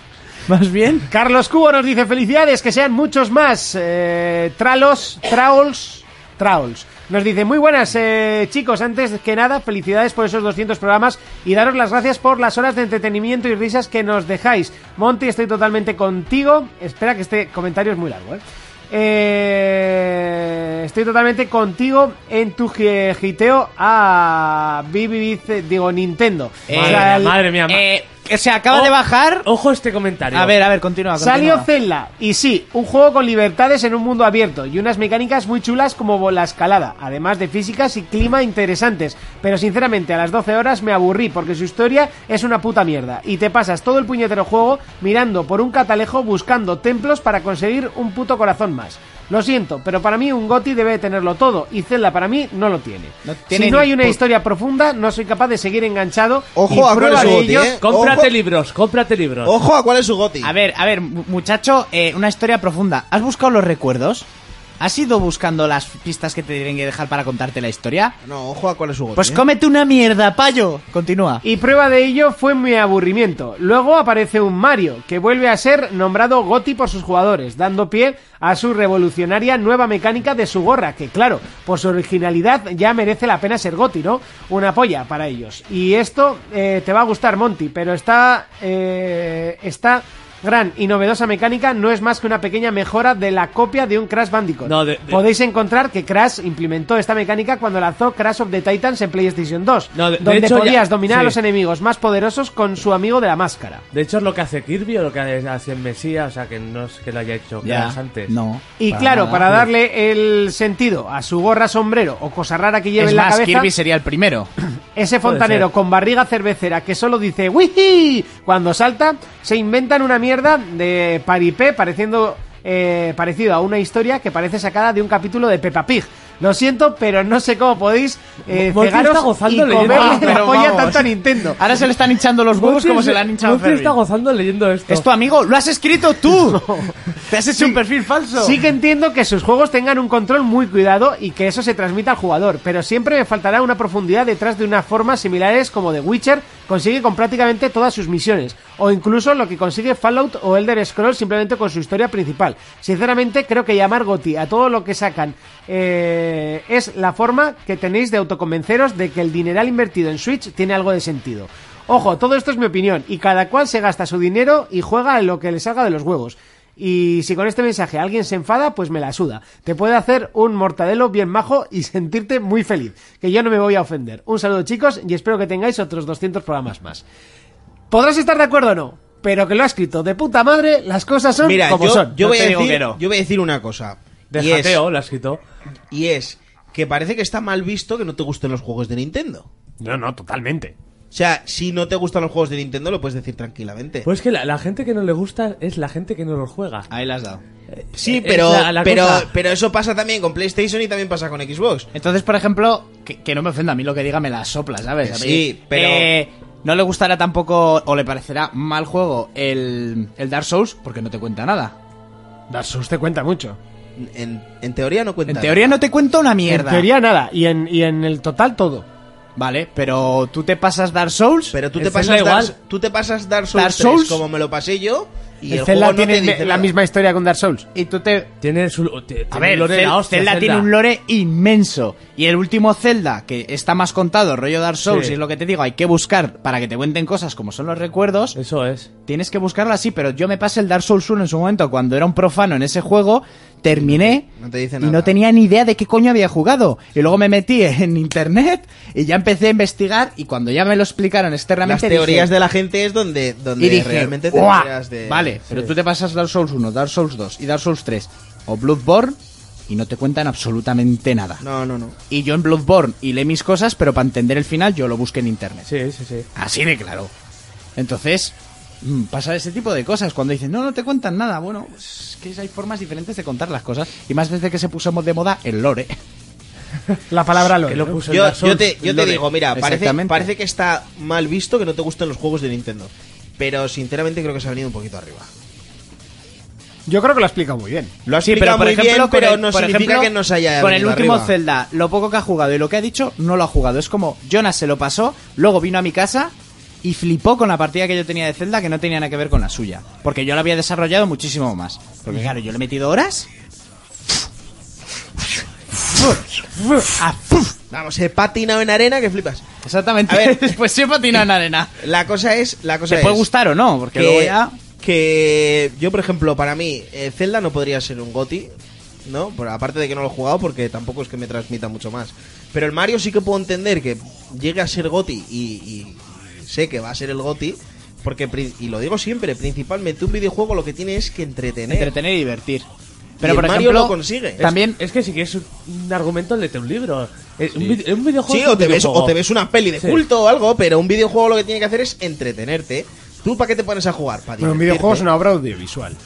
(laughs) Más bien. Carlos Cubo nos dice felicidades, que sean muchos más. Eh, tralos, traols, traols. Nos dice, muy buenas eh, chicos, antes que nada, felicidades por esos 200 programas y daros las gracias por las horas de entretenimiento y risas que nos dejáis. Monty, estoy totalmente contigo. Espera que este comentario es muy largo. ¿eh? Eh, estoy totalmente contigo en tu je- jiteo a BBB, digo Nintendo. Eh, O sea, el- madre mía, ma- Eh, que se acaba Oh, de bajar. Ojo este comentario. A ver, a ver, continúa. Salió continúa. Zelda, y sí, un juego con libertades en un mundo abierto y unas mecánicas muy chulas como la escalada, además de físicas y clima interesantes. Pero sinceramente, a las 12 horas me aburrí porque su historia es una puta mierda. Y te pasas todo el puñetero juego mirando por un catalejo buscando templos para conseguir un puto corazón más. Lo siento, pero para mí un Goti debe tenerlo todo y Zelda para mí no lo tiene. No tiene si no ni hay una pu- historia profunda, no soy capaz de seguir enganchado. Ojo y a cuál prueba es su de GOTY, ello- ¿eh? Cómprate Ojo. libros, cómprate libros. Ojo a cuál es su goti. A ver, a ver, mu- muchacho, eh, una historia profunda. ¿Has buscado los recuerdos? ¿Has ido buscando las pistas que te tienen que dejar para contarte la historia? No, ojo a cuál es su goti. Pues ¿eh? cómete una mierda, payo. Continúa. Y prueba de ello fue mi aburrimiento. Luego aparece un Mario, que vuelve a ser nombrado Goti por sus jugadores, dando pie a su revolucionaria nueva mecánica de su gorra, que claro, por su originalidad ya merece la pena ser Goti, ¿no? Una polla para ellos. Y esto eh, te va a gustar, Monty, pero está... eh, está... Gran y novedosa mecánica no es más que una pequeña mejora de la copia de un Crash Bandicoot. No, de- de- Podéis encontrar que Crash implementó esta mecánica cuando lanzó Crash of the Titans en PlayStation 2, No, de- de donde hecho, ya- podías dominar a los sí. enemigos más poderosos con su amigo de la máscara. De hecho, es lo que hace Kirby o lo que hace en Mesías, o sea, que no es que lo haya hecho Crash antes. No. Y para claro, nada. para darle el sentido a su gorra sombrero o cosa rara que lleve Es en la más, cabeza, Kirby sería (coughs) el primero. ese Puede fontanero ser. con barriga cervecera que solo dice ¡Wihi! cuando salta, se inventan una mierda de paripé pareciendo eh, parecido a una historia que parece sacada de un capítulo de Peppa Pig. Lo siento, pero no sé cómo podéis eh, Monty está cegaros y gozando leyendo. comerle Ah, la pero polla vamos. tanto a Nintendo. Ahora se le están hinchando los huevos como se le han hinchado a Pues Monty está Fermín. gozando leyendo esto. Es tu amigo, lo has escrito tú. (laughs) Te has hecho un perfil falso. Sí que entiendo que sus juegos tengan un control muy cuidado y que eso se transmita al jugador, pero siempre me faltará una profundidad detrás de unas formas similares como The Witcher consigue con prácticamente todas sus misiones, o incluso lo que consigue Fallout o Elder Scrolls simplemente con su historia principal. Sinceramente creo que llamar Goti a todo lo que sacan eh, es la forma que tenéis de autoconvenceros de que el dineral invertido en Switch tiene algo de sentido. Ojo, todo esto es mi opinión y cada cual se gasta su dinero y juega en lo que le salga de los huevos. Y si con este mensaje alguien se enfada, pues me la suda. Te puede hacer un mortadelo bien majo y sentirte muy feliz. Que yo no me voy a ofender. Un saludo chicos y espero que tengáis otros 200 programas más. Podrás estar de acuerdo o no, pero que lo ha escrito de puta madre, las cosas son Mira, como yo, son. yo no voy te a digo decir, que no. yo voy a decir una cosa. De y, es, jateo, la has quitado. y es que parece que está mal visto que no te gusten los juegos de Nintendo. No, no, totalmente. O sea, si no te gustan los juegos de Nintendo, lo puedes decir tranquilamente. Pues que la, la gente que no le gusta es la gente que no los juega. Ahí las has dado. Sí, es pero, la- la pero, cosa. pero eso pasa también con PlayStation y también pasa con Xbox. Entonces, por ejemplo, que, que no me ofenda, a mí lo que diga me la sopla, ¿sabes? A mí, Sí, pero- eh, no le gustará tampoco, o le parecerá mal juego, el, el Dark Souls, porque no te cuenta nada. Dark Souls te cuenta mucho. En, en teoría no cuenta. En teoría no te cuenta una mierda. En teoría nada, y en, y en el total todo. Vale, pero tú te pasas Dark Souls. Pero tú te, El Zelda pasas Dark, igual. tú te pasas Dark Souls, Dark 3 Souls. como me lo pasé yo y el, Zelda juego no tiene te dice la nada. misma historia con Dark Souls. Y tú te. Tiene su. t- A tiene ver, un lore de Zel- la hostia, Zelda, tiene Zelda. un lore inmenso. Y el último Zelda, que está más contado, rollo Dark Souls, Sí. y es lo que te digo, hay que buscar para que te cuenten cosas como son los recuerdos. Eso es. Tienes que buscarla así, pero yo me pasé el Dark Souls 1 en su momento, cuando era un profano en ese juego, terminé No te dice y no nada. tenía ni idea de qué coño había jugado. Y luego me metí (laughs) en internet y ya empecé a investigar y cuando ya me lo explicaron Las externamente... teorías dije- de la gente es donde, donde y dije, realmente te "Buah". enteras de... Vale, pero tú te pasas Dark Souls 1, Dark Souls 2 y Dark Souls 3 o Bloodborne y no te cuentan absolutamente nada. No, no, no. Y yo en Bloodborne hilé mis cosas, pero para entender el final yo lo busqué en internet. Sí, sí, sí. Así de claro. Entonces, mm, pasa ese tipo de cosas. Cuando dicen, no, no te cuentan nada. Bueno, pues, es que hay formas diferentes de contar las cosas. Y más desde que se puso de moda el (laughs) lore. La palabra lo Que lo puso en Yo, Dark Souls, yo te, yo te Lore. digo, mira, parece, Exactamente. parece que está mal visto que no te gusten los juegos de Nintendo. Pero sinceramente creo que se ha venido un poquito arriba. Yo creo que lo ha explicado muy bien. Lo has explicado muy bien, con pero el- no por significa ejemplo, que nos haya Con el venido último arriba. Zelda, lo poco que ha jugado y lo que ha dicho, no lo ha jugado. Es como, Jonas se lo pasó, luego vino a mi casa y flipó con la partida que yo tenía de Zelda que no tenía nada que ver con la suya. Porque yo la había desarrollado muchísimo más. Porque claro, yo le he metido (laughs) horas... Ah, Vamos, he patinado en arena que flipas. Exactamente. A (laughs) ver. Después se patina en arena. La cosa es, la cosa Te es puede gustar o no, porque luego que, ya. que yo, por ejemplo, para mí, eh, Zelda no podría ser un GOTI, ¿no? Por- aparte de que no lo he jugado porque tampoco es que me transmita mucho más. Pero el Mario sí que puedo entender que llegue a ser GOTI y, y sé que va a ser el GOTI. Porque, pri- y lo digo siempre, principalmente un videojuego lo que tiene es que entretener. Entretener y divertir. Pero el por Mario ejemplo, lo consigue. Es- También. Es que si quieres un argumento, léete un libro. Es un, vide- un videojuego. Sí, es un o te, ves, videojuego. o te ves una peli de Sí. culto o algo, pero un videojuego lo que tiene que hacer es entretenerte. ¿Tú para qué te pones a jugar? Para Pero un videojuego es una obra audiovisual.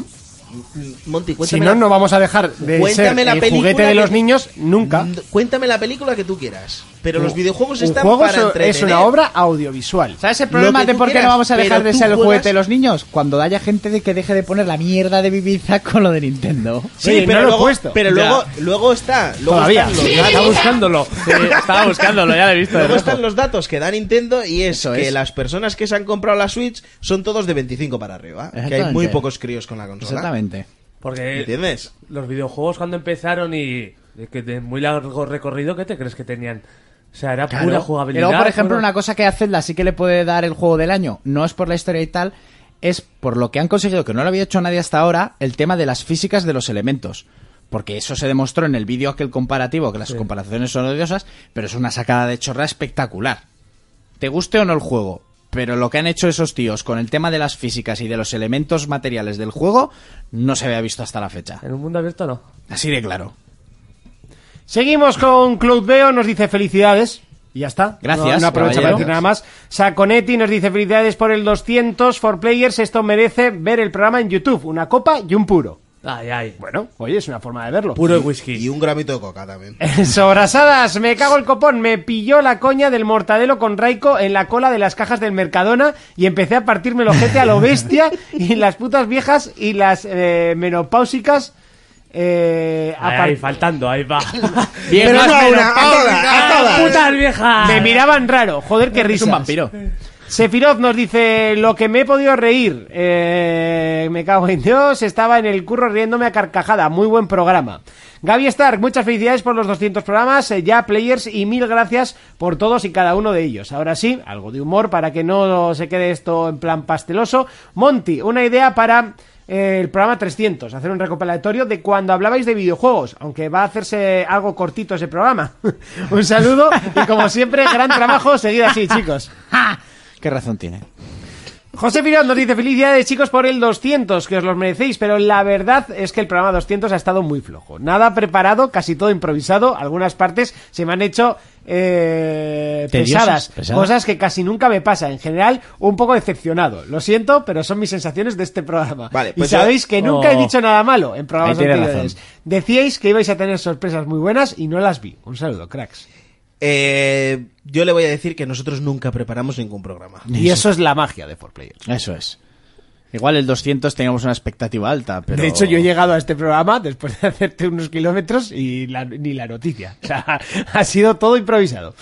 Mm, Monty, Si cuéntame no, la- no vamos a dejar de ser Cuéntame la el película juguete de que- los niños nunca. Mm, Cuéntame la película que tú quieras. Pero los videojuegos Un están juego para so- entretener. es una obra audiovisual. ¿Sabes el problema Lo que de tú por qué quieras, no vamos a dejar pero de tú ser el juegas- juguete de los niños? Cuando haya gente de que deje de poner la mierda de Bibiza con lo de Nintendo. Sí, Oye, pero no lo he luego, puesto. pero Ya. luego, luego está, luego Todavía. están los, Sí. Está buscándolo. estaba buscándolo, ya lo he visto. luego están los datos que da Nintendo y es Eso que es. las personas que se han comprado la Switch son todos de 25 para arriba, que hay Exactamente. muy pocos críos con la consola. Exactamente. Porque ¿Entiendes? los videojuegos cuando empezaron y de, que de muy largo recorrido, ¿qué te crees que tenían? O sea, era pura Y jugabilidad. luego, por ejemplo, puro- una cosa que a Zelda sí que le puede dar el juego del año, no es por la historia y tal, es por lo que han conseguido, que no lo había hecho nadie hasta ahora, el tema de las físicas de los elementos. Porque eso se demostró en el vídeo aquel comparativo, que las comparaciones son odiosas, pero es una sacada de chorra espectacular. Te guste o no el juego, pero lo que han hecho esos tíos con el tema de las físicas y de los elementos materiales del juego no se había visto hasta la fecha. En un mundo abierto no. Así de claro. Seguimos con Cloud Veo, nos dice felicidades. Y ya está. Gracias, No, no aprovecha para caballero. decir nada más. Saconetti nos dice felicidades por el 200 for players. Esto merece ver el programa en YouTube. Una copa y un puro. Ay, ay. Bueno, oye, es una forma de verlo. Puro whisky. Y un gramito de coca también. Eh, (laughs) Sobrasadas, me cago el copón, me pilló la coña del mortadelo con Raico en la cola de las cajas del Mercadona y empecé a partirme el ojete a (laughs) lo bestia y las putas viejas y las eh, menopáusicas eh, a Ay, par- ay, faltando, ahí (laughs) va. Bien, Pero más no a menos. una, a todas, a ¡Ah, todas. putas viejas! me miraban raro, joder, qué Es risas. un vampiro. Sefirov nos dice, lo que me he podido reír, eh, me cago en Dios, estaba en el curro riéndome a carcajada, muy buen programa. Gaby Stark, muchas felicidades por los 200 programas, eh, ya players, y mil gracias por todos y cada uno de ellos. Ahora sí, algo de humor para que no se quede esto en plan pasteloso. Monty, una idea para eh, el programa 300, hacer un recopilatorio de cuando hablabais de videojuegos, aunque va a hacerse algo cortito ese programa. (laughs) un saludo y como siempre, gran trabajo, seguid así, chicos. ¿Qué razón tiene? José Pirón nos dice felicidades chicos por el 200, que os los merecéis, pero la verdad es que el programa 200 ha estado muy flojo. Nada preparado, casi todo improvisado, algunas partes se me han hecho eh, Tediosas, pesadas, pesadas. cosas que casi nunca me pasa. En general, un poco decepcionado. Lo siento, pero son mis sensaciones de este programa. Vale, y pues yo- sabéis que nunca he Oh. dicho nada malo en programas Ahí tiene anteriores. razón. Decíais que ibais a tener sorpresas muy buenas y no las vi. Un saludo, cracks. Eh, yo le voy a decir que nosotros nunca preparamos ningún programa. Y eso es la magia de 4Players. Eso es. Igual el 200 teníamos una expectativa alta, pero... De hecho, yo he llegado a este programa después de (laughs) hacerte unos kilómetros y la- ni la noticia. O sea, (laughs) ha sido todo improvisado.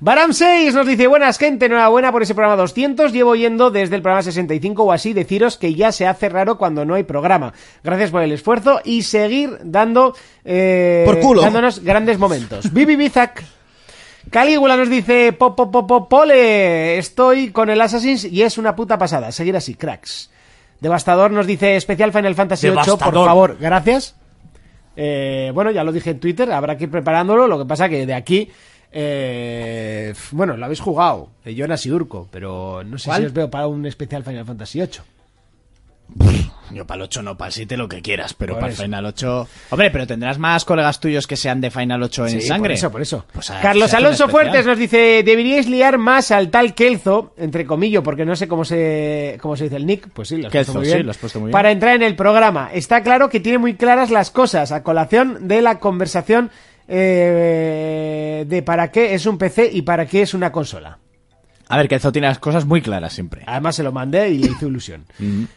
Baram 6 nos dice, buenas gente, enhorabuena por ese programa 200, llevo oyendo desde el programa 65 o así, deciros que ya se hace raro cuando no hay programa. Gracias por el esfuerzo y seguir dando, eh, Por culo. dándonos grandes momentos. (laughs) Bibi Bizak. Calígula nos dice, po, po, po, po, pole, estoy con el Assassin's y es una puta pasada. Seguir así, cracks. Devastador nos dice, especial Final Fantasy VIII, por Devastador. favor, gracias. Eh, bueno, ya lo dije en Twitter, habrá que ir preparándolo, lo que pasa que de aquí... eh, f- bueno, lo habéis jugado, eh, yo nací Urco, pero no sé si os veo para un especial Final Fantasy VIII. Yo para el 8 no, para el 7 lo que quieras, pero Por para el eso. Final 8... Hombre, pero tendrás más colegas tuyos que sean de Final 8 en Sí, sangre. Por eso, por eso. Pues a- Carlos se hace un Alonso especial. Fuertes nos dice: deberíais liar más al tal Kelzo, entre comillas, porque no sé cómo se, cómo se dice el nick. Pues sí, lo has Kelzo, puesto muy sí, bien. lo has puesto muy bien. Para entrar en el programa. Está claro que tiene muy claras las cosas a colación de la conversación eh, de para qué es un PC y para qué es una consola. A ver, que Kelzo tiene las cosas muy claras siempre. Además se lo mandé y le hizo ilusión.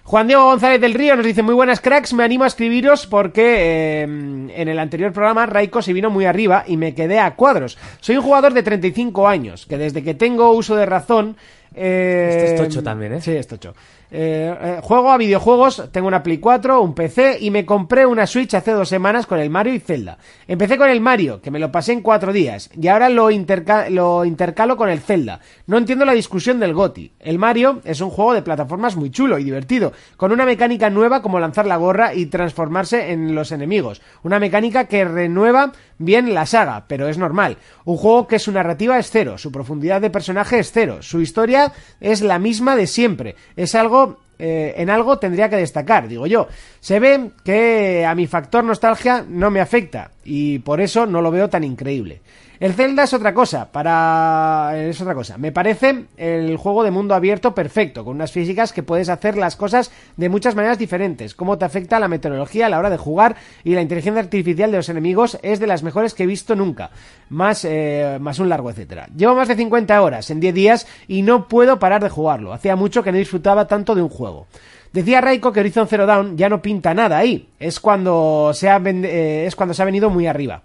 Juan Diego González del Río nos dice, muy buenas cracks, me animo a escribiros porque eh, en el anterior programa Raiko se vino muy arriba y me quedé a cuadros. Soy un jugador de 35 años, que desde que tengo uso de razón... eh, Este es tocho también, ¿eh? Sí, es tocho. Eh, eh, juego a videojuegos, tengo una Play 4, un PC y me compré una Switch hace dos semanas con el Mario y Zelda. Empecé con el Mario, que me lo pasé en cuatro días, y ahora lo, interca- lo intercalo con el Zelda. No entiendo la discusión del GOTI. El Mario es un juego de plataformas muy chulo y divertido, con una mecánica nueva como lanzar la gorra y transformarse en los enemigos. Una mecánica que renueva bien la saga, pero es normal. Un juego que su narrativa es cero, su profundidad de personaje es cero, su historia es la misma de siempre. Es algo eh, en algo tendría que destacar, digo yo. Se ve que a mi factor nostalgia no me afecta y por eso no lo veo tan increíble. El Zelda es otra cosa, para es otra cosa. Me parece el juego de mundo abierto perfecto, con unas físicas que puedes hacer las cosas de muchas maneras diferentes. Cómo te afecta la meteorología a la hora de jugar y la inteligencia artificial de los enemigos es de las mejores que he visto nunca. Más eh, más un largo etcétera. Llevo más de 50 horas en 10 días y no puedo parar de jugarlo. Hacía mucho que no disfrutaba tanto de un juego. Decía Raiko que Horizon Zero Dawn ya no pinta nada ahí. Es cuando se ha, ven- eh, es cuando se ha venido muy arriba.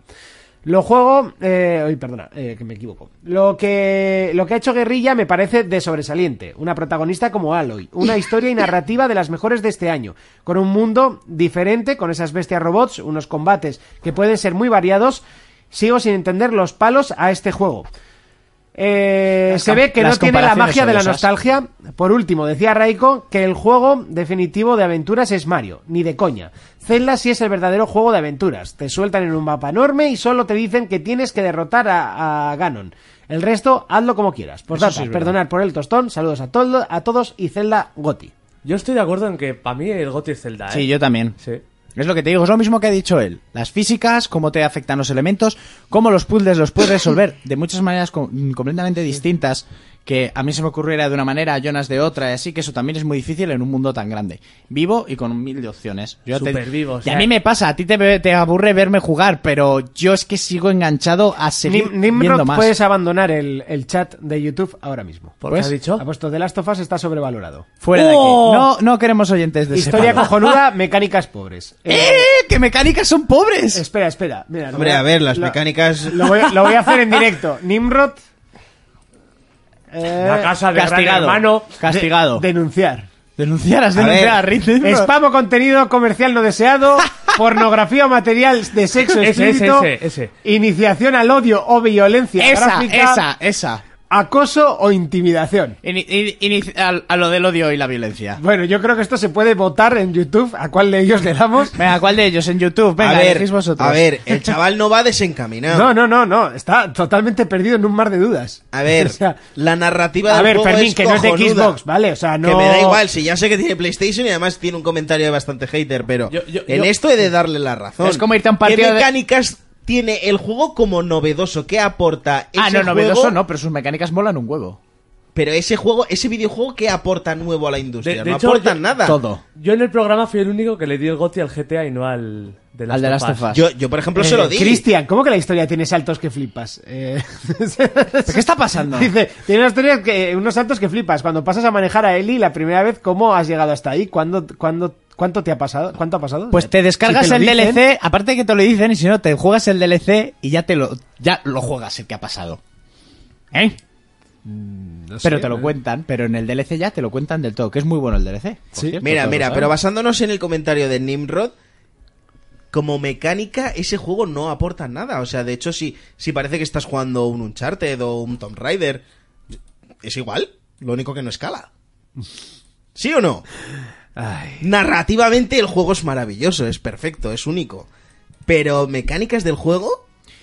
Lo juego. Eh, uy, perdona, eh, que me equivoco. Lo que, lo que ha hecho Guerrilla me parece de sobresaliente. Una protagonista como Aloy. Una historia y narrativa de las mejores de este año. Con un mundo diferente, con esas bestias robots, unos combates que pueden ser muy variados. Sigo sin entender los palos a este juego. Eh, Las se com- ve que no las tiene la magia de la comparaciones nostalgia. Por último, decía Raiko que el juego definitivo de aventuras es Mario, ni de coña. Zelda sí es el verdadero juego de aventuras. Te sueltan en un mapa enorme y solo te dicen que tienes que derrotar a, a Ganon. El resto, hazlo como quieras. Por sí es verdad. perdonar por el tostón. Saludos a, todo- a todos y Zelda Goti. Yo estoy de acuerdo en que para mí el Goti es Zelda, ¿eh? Sí, yo también. Sí. Es lo que te digo, es lo mismo que ha dicho él. Las físicas, cómo te afectan los elementos, cómo los puzzles los puedes resolver de muchas maneras com- completamente distintas, que a mí se me ocurriera de una manera, a Jonas de otra, y así que eso también es muy difícil en un mundo tan grande. Vivo y con mil de opciones. Yo te- Supervivo, o y a sea- mí me pasa, a ti te, te aburre verme jugar, pero yo es que sigo enganchado a seguir Nim- Nimrod, viendo más. puedes abandonar el, el chat de YouTube ahora mismo. ¿Por Pues, qué has dicho? Ha puesto The Last of Us está sobrevalorado. Fuera de ¡Oh! aquí. No, no queremos oyentes de ese Historia palo. cojonuda, mecánicas pobres. ¡Eh! ¡Que mecánicas son pobres! Espera, espera. Mira, lo Hombre, voy a ver, las lo- mecánicas- Lo voy, lo voy a hacer en directo. Nimrod. eh, La casa de gran castigado. hermano. castigado. Denunciar. denunciar, has A ver, denunciado a Rick Nimrod. Spam o contenido comercial no (laughs) deseado, pornografía o material de sexo Ese, explícito, ese, ese, iniciación al odio o violencia Esa, gráfica, esa, esa. acoso o intimidación. Ini- ini- ini- al- a, lo del odio y la violencia. Bueno, yo creo que esto se puede votar en YouTube, a cuál de ellos le damos. Venga, ¿cuál de ellos en YouTube? Venga, a ver, elegís vosotros. a ver, el chaval no va desencaminado. No, no, no, no, está totalmente perdido en un mar de dudas. A (laughs) ver, O sea, la narrativa del a ver, juego Fermín, es que no es de cojonuda. Xbox, ¿vale? O sea, no... Que me da igual, si ya sé que tiene PlayStation y además tiene un comentario de bastante hater, pero Yo- yo- en yo- esto he de darle la razón. Es como irte a un partido ¿Qué de- mecánicas tiene el juego como novedoso? ¿Qué aporta ese Ah, no, juego? novedoso no, pero sus mecánicas molan un huevo. Pero ese juego, ese videojuego, ¿qué aporta nuevo a la industria? De- de no hecho, aportan yo- nada. Todo. Yo en el programa fui el único que le di el goti al GTA y no al de Al de Last of Us. Yo, yo, por ejemplo, Eh, se lo di. Cristian, ¿cómo que la historia tiene saltos que flipas? Eh, ¿Pero qué está pasando? (laughs) Dice, tiene unas teorías que, unos saltos que flipas. Cuando pasas a manejar a Eli la primera vez, ¿cómo has llegado hasta ahí? ¿Cuándo, cuándo, ¿Cuánto te ha pasado? ¿Cuánto ha pasado? Pues te Si descargas lo el dicen- DLC, aparte de que te lo dicen, y si no, te juegas el DLC y ya te lo, ya lo juegas el que ha pasado. ¿Eh? pero te lo cuentan, pero en el DLC ya te lo cuentan del todo, que es muy bueno el DLC. por Sí. cierto, Mira, todos mira, lo pero saben. basándonos en el comentario de Nimrod, como mecánica, ese juego no aporta nada. O sea, de hecho, si, si parece que estás jugando un Uncharted o un Tomb Raider, es igual. Lo único que no escala. ¿Sí o no? Narrativamente el juego es maravilloso, es perfecto, es único. Pero mecánicas del juego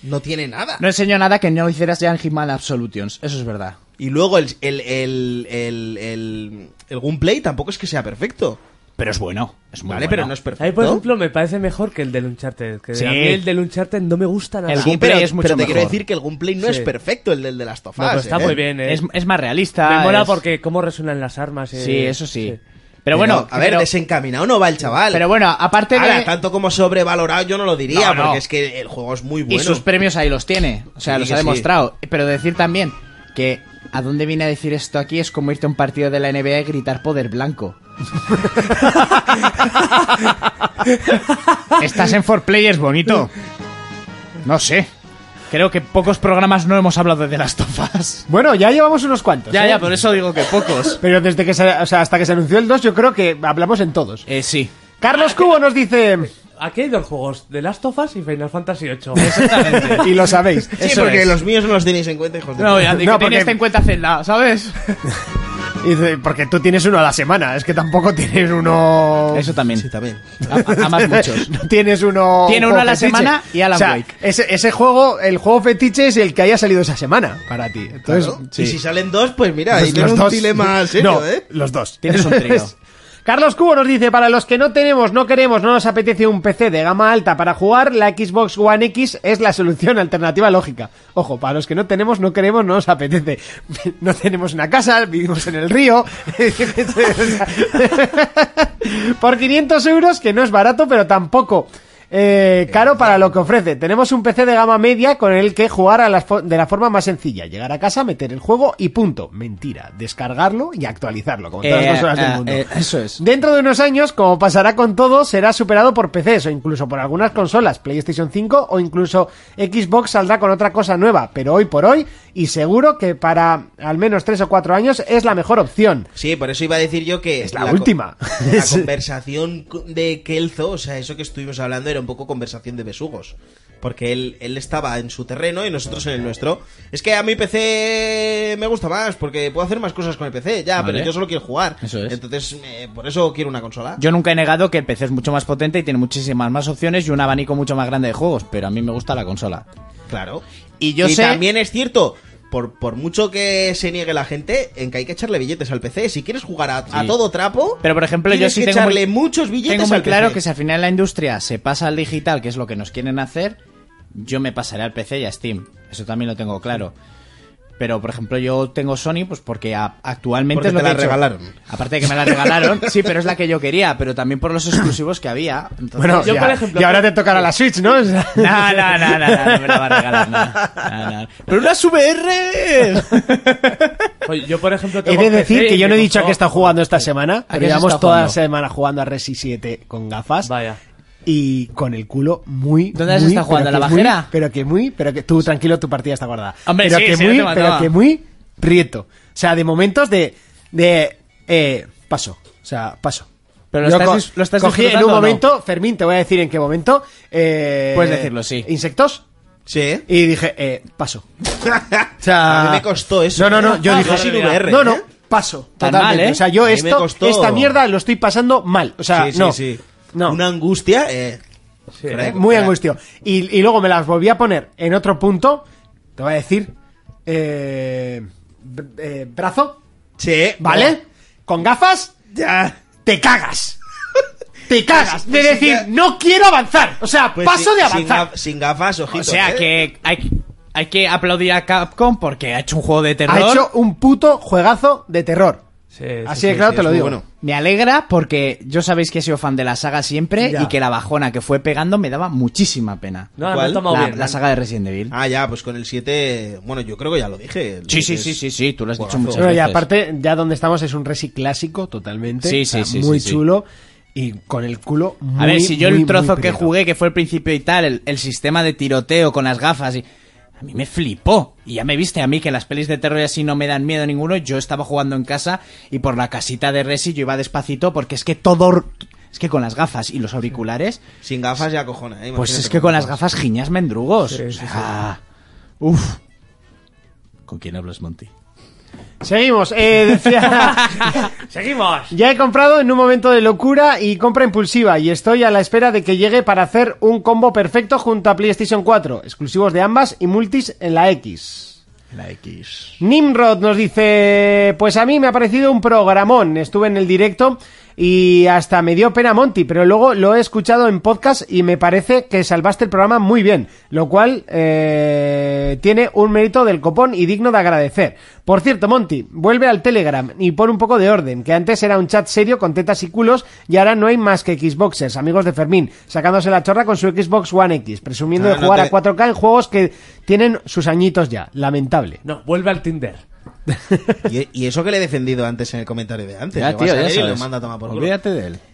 no tiene nada. No enseño nada que no hicieras ya en Hitman Absolutions, eso es verdad. Y luego el, el, el, el, el, el gameplay tampoco es que sea perfecto. Pero es bueno, es muy Vale, bueno. pero no es A mí, perfecto. por ejemplo, me parece mejor que el del Uncharted. Que Sí. a mí el del Uncharted no me gusta nada. El Sí, gameplay pero, es mucho pero te quiero mejor. decir que el gameplay no Sí. es perfecto el del de las tofas. No, pero está muy bien, ¿eh? es, es más realista. me mola es- porque cómo resuenan las armas. eh. Sí, eso sí. Pero bueno, a ver, pero- desencaminado no va el chaval. pero bueno, aparte de... Ahora, tanto como sobrevalorado yo no lo diría, No, no. porque es que el juego es muy Y bueno. sus premios ahí los tiene. O sea, Sí, los que ha sí. demostrado. Pero decir también que a dónde viene a decir esto aquí es como irte a un partido de la NBA y gritar poder (laughs) blanco. Estás en For Players, bonito. No sé. Creo que pocos programas no hemos hablado de las tofas. Bueno, ya llevamos unos cuantos. Ya, ¿eh? ya, por eso digo que pocos. Pero desde que se- o sea, hasta que se anunció el 2, yo creo que hablamos en todos. Eh, sí. Carlos Cubo nos dice... Aquí hay dos juegos, The Last of Us y Final Fantasy (laughs) VIII. y lo sabéis. Sí, Eso porque es. los míos no los tenéis en cuenta, hijos de Pues- No, puta. ya, de No, que tenías porque- en cuenta Zelda, ¿sabes? Y dice, porque tú tienes uno a la semana, es que tampoco tienes uno... Eso también. Sí, también. (laughs) A- Amas muchos. No tienes uno. Tiene un uno juego a la fetiche. semana y Alan o sea, Wake. Ese, ese juego, el juego fetiche es el que haya salido esa semana para ti. Entonces, Claro. sí. Y si salen dos, pues mira, Pues ahí tiene los un dos. dilema serio, (laughs) No, ¿eh? Los dos. Tienes un trío. (laughs) Carlos Cubo nos dice, para los que no tenemos, no queremos, no nos apetece un PC de gama alta para jugar, la Xbox One X es la solución alternativa lógica. Ojo, para los que no tenemos, no queremos, no nos apetece. (laughs) No tenemos una casa, vivimos en el río. (laughs) Por 500 euros, que no es barato, pero tampoco... eh, caro para lo que ofrece. Tenemos un PC de gama media con el que jugar a la fo- de la forma más sencilla. Llegar a casa, meter el juego y punto. Mentira. Descargarlo y actualizarlo, como todas Eh, las consolas del eh, mundo. eh, eso es. Dentro de unos años, como pasará con todo, será superado por PCs o incluso por algunas consolas, PlayStation 5 o incluso Xbox saldrá con otra cosa nueva, pero hoy por hoy, y seguro que para al menos 3 o 4 años es la mejor opción. Sí, por eso iba a decir yo que... Es la co- última. (laughs) (laughs) La conversación co- de Kelzo, o sea, eso que estuvimos hablando era un poco conversación de besugos. Porque él, él estaba en su terreno y nosotros en el nuestro. Es que a mi PC me gusta más, porque puedo hacer más cosas con el PC, ya, Vale. pero yo solo quiero jugar. Eso es. Entonces, eh, por eso quiero una consola. Yo nunca he negado que el PC es mucho más potente y tiene muchísimas más opciones y un abanico mucho más grande de juegos, pero a mí me gusta la consola. Claro. Y yo sé- también es cierto, por, por mucho que se niegue la gente, en que hay que echarle billetes al PC. Si quieres jugar a, a Sí. todo trapo, Pero por ejemplo, yo tienes sí que tengo echarle muy, muchos billetes tengo muy al claro PC. que si al final la industria se pasa al digital, que es lo que nos quieren hacer, yo me pasaré al PC y a Steam. Eso también lo tengo claro. Pero, por ejemplo, yo tengo Sony pues porque a- actualmente... Porque es lo que te la he hecho. regalaron. Aparte de que me la regalaron, sí, pero es la que yo quería, pero también por los exclusivos que había. (laughs) Entonces, Bueno, Yo, ya- por ejemplo, y ahora te tocará la Switch, ¿no? (laughs) O sea, No, no, no, no, no, no me la va a regalar, no. No, no. ¡Pero una VR! Oye, yo, por ejemplo, He tengo de decir PC y que yo no he me dicho a costó- qué está jugando esta semana, ¿A pero qué se llevamos está toda la jugando? semana jugando a Resi 7 con gafas. Vaya. Y con el culo muy. ¿Dónde has muy, estado pero jugando? que ¿La muy- bajera? Pero que muy, pero que tú tranquilo, tu partida está guardada. Hombre, pero sí, que sí, muy, no te pero mataba. que muy prieto. O sea, de momentos de. de eh, paso. O sea, paso. Pero lo Yo estás co- dis- lo estás cogí en disfrutando un o no? momento, Fermín, te voy a decir en qué momento. eh, Puedes decirlo, sí. Insectos. Sí. Y dije, eh, paso. O A sea, mí me costó eso. Ah. No, no, no, yo Ah, dije- ha sido VR, no, no, ¿eh? paso. Tan totalmente. mal, ¿eh? O sea, yo A mí me esto, costó- esta mierda lo estoy pasando mal. O sea, Sí, sí, no. sí. No. Una angustia, eh. Crack, Muy crack. angustio. Y, y luego me las volví a poner en otro punto. Te voy a decir. eh, br- eh, brazo, Sí. ¿vale? Con gafas, Ya. te cagas. (laughs) Te cagas. Pues- de pues sí decir, que- no quiero avanzar. O sea, Pues paso sin- de sin avanzar. gaf- Sin, gafas, o ojitos. sea ¿eh? que hay, hay que aplaudir a Capcom porque ha hecho un juego de terror. Ha hecho un puto juegazo de terror. Sí, sí, Así sí, de claro sí, te es lo muy digo. bueno. Me alegra porque yo sabéis que he sido fan de la saga siempre Ya. y que la bajona que fue pegando me daba muchísima pena. No, no ¿Cuál? he tomado La, bien. ¿eh? la saga de Resident Evil. Ah, ya, pues con el 7. Bueno, yo creo que ya lo dije. el Sí, 7 sí, es- sí, sí, sí, tú lo has dicho Juegazo. muchas Bueno, y veces. aparte, ya donde estamos es un resi clásico totalmente. Sí, O sea, sí, sí, Muy sí, sí. chulo y con el culo muy A ver, si yo muy, el muy trozo que prieto. jugué, que fue el principio y tal, el, el sistema de tiroteo con las gafas y... A mí me flipó. Y ya me viste a mí que las pelis de terror y así no me dan miedo ninguno. Yo estaba jugando en casa y por la casita de Resi yo iba despacito porque es que todo... Es que con las gafas y los auriculares... Sin gafas ya cojona, ¿eh? Pues Imagínate es que con las gafas. gafas giñas mendrugos. Sí, sí, sí. Ah, Uf. ¿Con quién hablas, Monty? Seguimos. eh, (laughs) decía, Seguimos. ya he comprado en un momento de locura y compra impulsiva y estoy a la espera de que llegue para hacer un combo perfecto junto a PlayStation 4, exclusivos de ambas y multis en la X. La X. Nimrod nos dice, pues a mí me ha parecido un programón, estuve en el directo y hasta me dio pena Monty, pero luego lo he escuchado en podcast y me parece que salvaste el programa muy bien, lo cual eh, tiene un mérito del copón y digno de agradecer. Por cierto, Monty, vuelve al Telegram y pon un poco de orden, que antes era un chat serio con tetas y culos y ahora no hay más que Xboxers, amigos de Fermín, sacándose la chorra con su Xbox One X, presumiendo Ah, de no jugar te- a 4K en juegos que tienen sus añitos ya, lamentable. No, vuelve al Tinder. Y, y eso que le he defendido antes en el comentario de antes. Ya, que va a tío, ya salir y lo sabes. manda a tomar por culo. Olvídate de él. (laughs)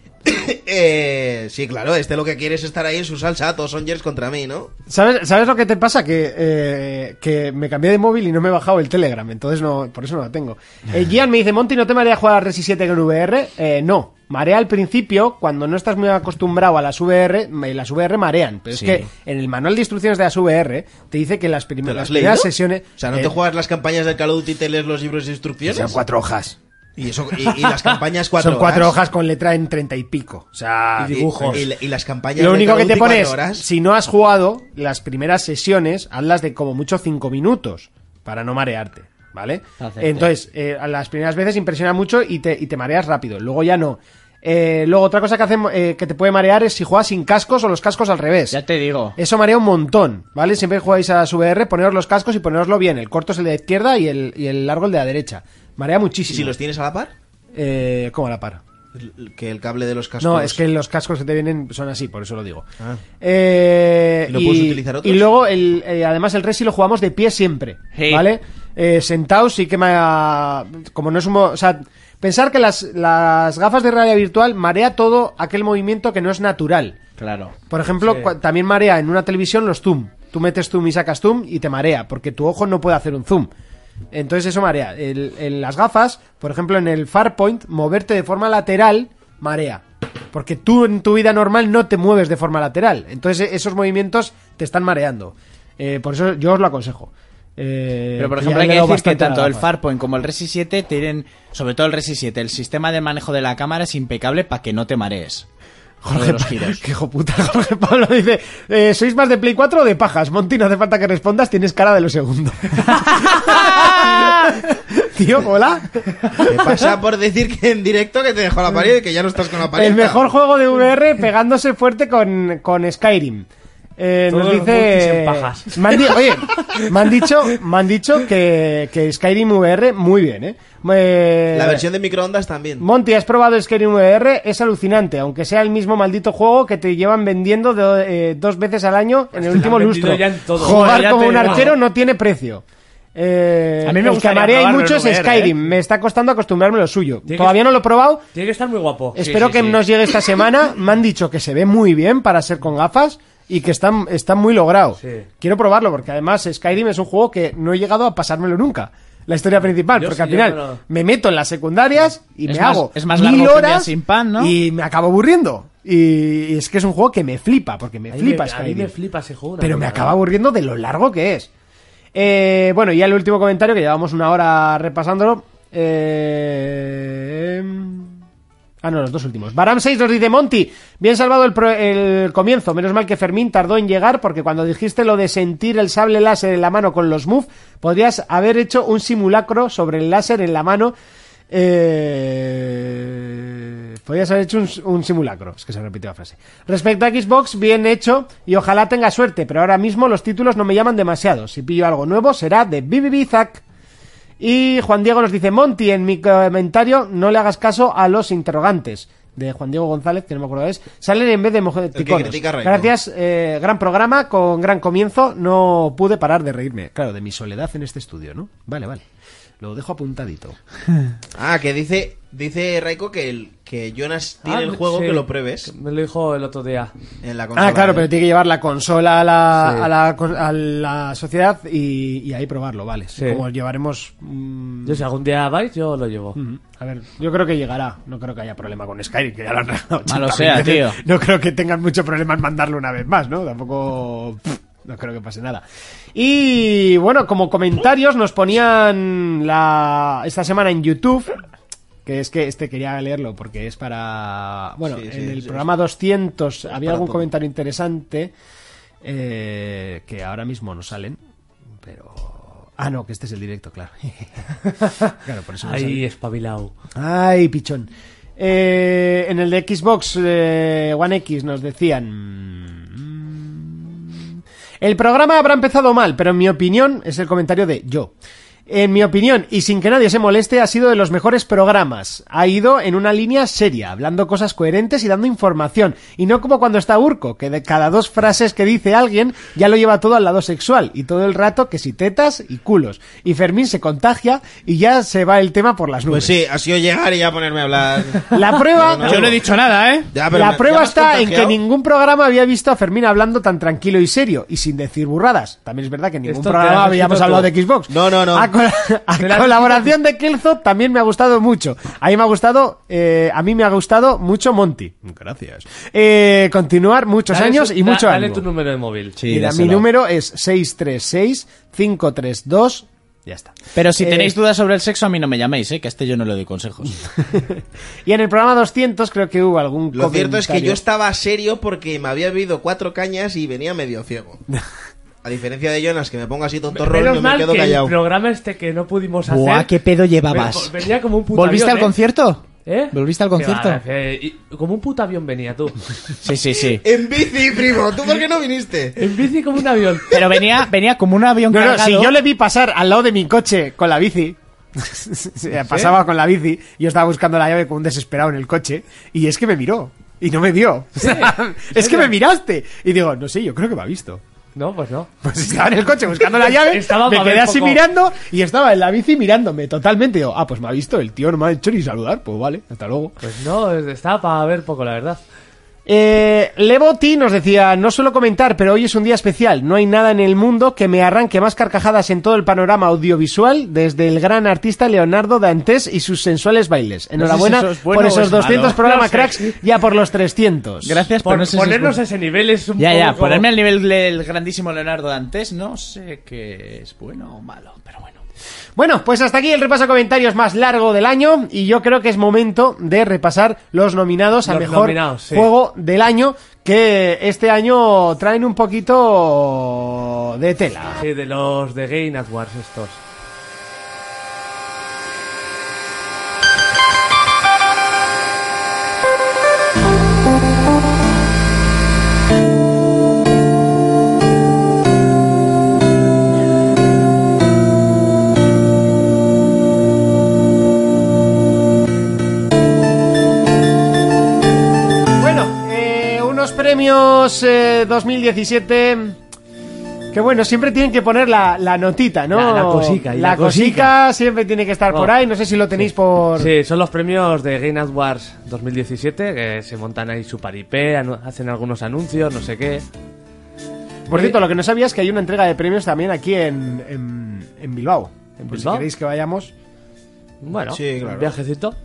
Eh, sí, claro, este lo que quiere es estar ahí en su salsa, todos son Jers contra mí, ¿no? ¿Sabes, ¿Sabes lo que te pasa? Que, eh, que me cambié de móvil y no me he bajado el Telegram, entonces no, por eso no lo tengo. Eh, (laughs) Gian me dice, Monty, ¿no te marea jugar a Resi 7 con VR? Eh, no, marea al principio, cuando no estás muy acostumbrado a las VR, me- las VR marean. Pero Sí. es que en el manual de instrucciones de las VR te dice que las, prim- ¿Te lo las has leído? primeras sesiones... O sea, ¿no eh, te juegas las campañas del Call of Duty y te lees los libros de instrucciones? Son cuatro hojas. Y, eso, y, y las campañas cuatro Son cuatro horas. Ah, hojas con letra en treinta y pico. O sea, Y dibujos. Y, y las campañas Lo del único Call que of te Duty pones, cuatro horas. si no has jugado, las primeras sesiones, hazlas de como mucho 5 minutos para no marearte, ¿vale? Perfecto. Entonces, eh, a las primeras veces impresiona mucho y te, y te mareas rápido, luego ya no. Eh, luego, otra cosa que, hace, eh, que te puede marear es si juegas sin cascos o los cascos al revés. Ya te digo. Eso marea un montón, ¿vale? Siempre que jugáis a las VR, poneros los cascos y poneroslo bien. El corto es el de la izquierda y el, y el largo el de la derecha. Marea ¿Y muchísimo. si los tienes a la par? Eh, ¿Cómo a la par? El- Que el cable de los cascos... No, es que los cascos que te vienen son así, por eso lo digo. Ah. Eh, ¿Y no puedes utilizar otros? y luego, el, eh, además, el Resi lo jugamos de pie siempre, Sí. ¿vale? Eh, sentados sí que me ha- Como no es un... mo- O sea, pensar que las, las gafas de realidad virtual marea todo aquel movimiento que no es natural. Claro. Por ejemplo, cua- también marea en una televisión los zoom. Tú metes zoom y sacas zoom y te marea, porque tu ojo no puede hacer un zoom. Entonces eso marea. El- en las gafas, por ejemplo, en el Farpoint, moverte de forma lateral marea. Porque tú en tu vida normal no te mueves de forma lateral. Entonces e- esos movimientos te están mareando. Eh, por eso yo os lo aconsejo. Eh, Pero por que ejemplo ya hay le he que dado decir que bastante a la tanto el gafa. Farpoint como el Resi 7 tienen, sobre todo el Resi 7, el sistema de manejo de la cámara es impecable para que no te marees. Jorge (laughs) los giros. Qué hijo puta, Jorge Pablo dice, eh, ¿sois más de Play 4 o de pajas? Monty, no hace falta que respondas, tienes cara de lo (laughs) segundo. Tío, hola. Te pasa por decir que en directo que te dejó la pared y que ya no estás con la pared. El mejor juego de VR pegándose fuerte con, con Skyrim. Eh, Todos nos los multis dice. en pajas. Me han di- oye, me han dicho, me han dicho que, que Skyrim VR muy bien, ¿eh? Eh, La versión de microondas también. Monty, ¿has probado Skyrim VR? Es alucinante, aunque sea el mismo maldito juego que te llevan vendiendo do- eh, dos veces al año en Te el la último han vendido lustro. ya en todo. Jugar Joder, ya como te un digo. arquero no tiene precio. Eh, A mí me el que gustaría amaré hay probarlo mucho en es VR, Skyrim. ¿eh? Me está costando acostumbrarme a lo suyo. que- Todavía no lo he probado. Tiene que estar muy guapo. Espero sí, que sí. nos llegue esta (laughs) semana. Me han dicho que se ve muy bien para ser con gafas y que está, está muy logrado. Sí. Quiero probarlo porque además Skyrim es un juego que no he llegado a pasármelo nunca. La historia principal, Yo porque sí, al yo final no lo- me meto en las secundarias y Es me más- hago es más mil largo que un día horas sin pan, ¿no? y me acabo aburriendo. Y, y es que es un juego que me flipa, porque me A mí flipa me- a mí Skyrim. me flipa ese juego. una Pero me puta acaba aburriendo de lo largo que es. Eh, bueno, y ya el último comentario, que llevamos una hora repasándolo. Eh, Ah, no, los dos últimos. Baram 6 nos dice Monty, bien salvado el, pro- el comienzo. Menos mal que Fermín tardó en llegar porque cuando dijiste lo de sentir el sable láser en la mano con los move, podrías haber hecho un simulacro sobre el láser en la mano. Eh... Podrías haber hecho un, un simulacro. Es que se repite la frase. Respecto a Xbox, bien hecho y ojalá tenga suerte, pero ahora mismo los títulos no me llaman demasiado. Si pillo algo nuevo será de Bibibizac. Y Juan Diego nos dice, Monty, en mi comentario no le hagas caso a los interrogantes. De Juan Diego González, que no me acuerdo es. Salen en vez de mojoticones. critica a Raiko. Gracias, eh, gran programa, con gran comienzo. No pude parar de reírme. Claro, de mi soledad en este estudio, ¿no? Vale, vale. Lo dejo apuntadito. Ah, que dice dice Raiko que el que Jonas tiene Ah, el juego sí. que lo pruebes Me lo dijo el otro día. en la consola. Ah, claro, ¿eh? pero tiene que llevar la consola a la, Sí. a la con- a la sociedad y, y ahí probarlo, vale. Sí. Como llevaremos... mm, Yo si algún día vais, yo lo llevo. Mm, A ver, yo creo que llegará. No creo que haya problema con Skyrim, que ya lo han arreglado 80.000 Malo sea, veces. tío. No creo que tengan mucho problema en mandarlo una vez más, ¿no? Tampoco. pff, No creo que pase nada. Y bueno, como comentarios nos ponían la esta semana en YouTube, que es que este quería leerlo porque es para... Bueno, Sí, sí, en el es- programa 200 había para algún todo. comentario interesante eh, que ahora mismo no salen, pero... Ah, no, que este es el directo, claro. (laughs) claro, por eso no sale. Ahí espabilado. Ay, pichón. Eh, en el de Xbox eh, One X nos decían... mm, El programa habrá empezado mal, pero en mi opinión, es el comentario de yo. En mi opinión, y sin que nadie se moleste, ha sido de los mejores programas. Ha ido en una línea seria, hablando cosas coherentes y dando información. Y no como cuando está Urco, que de cada dos frases que dice alguien ya lo lleva todo al lado sexual. Y todo el rato que si tetas y culos. Y Fermín se contagia y ya se va el tema por las nubes. Pues sí, ha sido llegar y ya ponerme (laughs) a hablar. La prueba, No, no. Yo no he dicho nada, ¿eh? Ya, pero la me- ¿ya prueba me has está en que contagiado? ningún programa había visto a Fermín hablando tan tranquilo y serio y sin decir burradas. También es verdad que en ningún Esto te lo programa has habíamos escrito hablado tú. de Xbox. No, no, no. A, col- a Te lo has colaboración de Kelzo también me ha gustado mucho. A mí me ha gustado, eh, a mí me ha gustado mucho Monty. Gracias. Eh, continuar muchos Dale años su- y mucho da- Dale ánimo. tu número de móvil. Sí, Mira, mi dáselo. número es 636 532 ya está. Pero si tenéis Eh, dudas sobre el sexo, a mí no me llaméis, ¿eh? Que a este yo no le doy consejos. Y en el programa 200 creo que hubo algún Lo cierto es que comentario. yo estaba serio porque me había bebido cuatro cañas y venía medio (laughs) ciego. A diferencia de Jonas, que me pongo así tonto rol, Menos yo me mal quedo que el callado. programa este que no pudimos hacer... Buah, qué pedo llevabas. Ven- Venía como un puto ¿Volviste al avión, ¿eh? concierto? ¿Eh? ¿Volviste al Qué concierto? va, eh, y- como un puto avión venía (laughs) tú. Sí, sí, sí. En bici, primo, ¿tú por qué no viniste? En bici como (laughs) un avión. Pero venía, venía como un avión No, no, cargado. si yo le vi pasar al lado de mi coche con la bici. (laughs) Sí, Pasaba con la bici, yo estaba buscando la llave como un desesperado en el coche y es que me miró y no me vio. O sea, (laughs) es que me miraste y digo, no sé, yo creo que me ha visto. No, pues no. Pues estaba en el coche buscando (laughs) la llave, Estaba me pa' ver quedé así poco. mirando y estaba en la bici mirándome totalmente. Digo, ah, pues me ha visto, el tío no me ha hecho ni saludar, pues vale, hasta luego. Pues no, estaba para ver poco, la verdad. Eh, Leboti nos decía, no suelo comentar, pero hoy es un día especial. No hay nada en el mundo que me arranque más carcajadas en todo el panorama audiovisual desde el gran artista Leonardo Dantes y sus sensuales bailes. Enhorabuena eso es bueno por o esos es 200 malo. programas No sé. cracks, ya por los 300. Gracias por Por no sé si es ponernos bueno. a ese nivel es un Ya, poco ya, como- ponerme al nivel del grandísimo Leonardo Dantes, no sé qué es bueno o malo, pero bueno. Bueno, pues hasta aquí el repaso de comentarios más largo del año y yo creo que es momento de repasar los nominados a Los mejor nominados, sí. juego del año que este año traen un poquito de tela. Sí, de los de Game Awards estos. eh, premios eh, 2017. Que bueno, siempre tienen que poner la, la notita, ¿no? La- la cosica, y La, la cosica siempre tiene que estar No. por ahí. No sé si lo tenéis por. Sí, son los premios de Game Awards 2017, que se montan ahí su paripé, anu- hacen algunos anuncios, no sé qué. Por cierto, lo que no sabía es que hay una entrega de premios también aquí en, en, en Bilbao. Pues Bilbao? Si queréis que vayamos. Bueno, Sí, claro. un viajecito.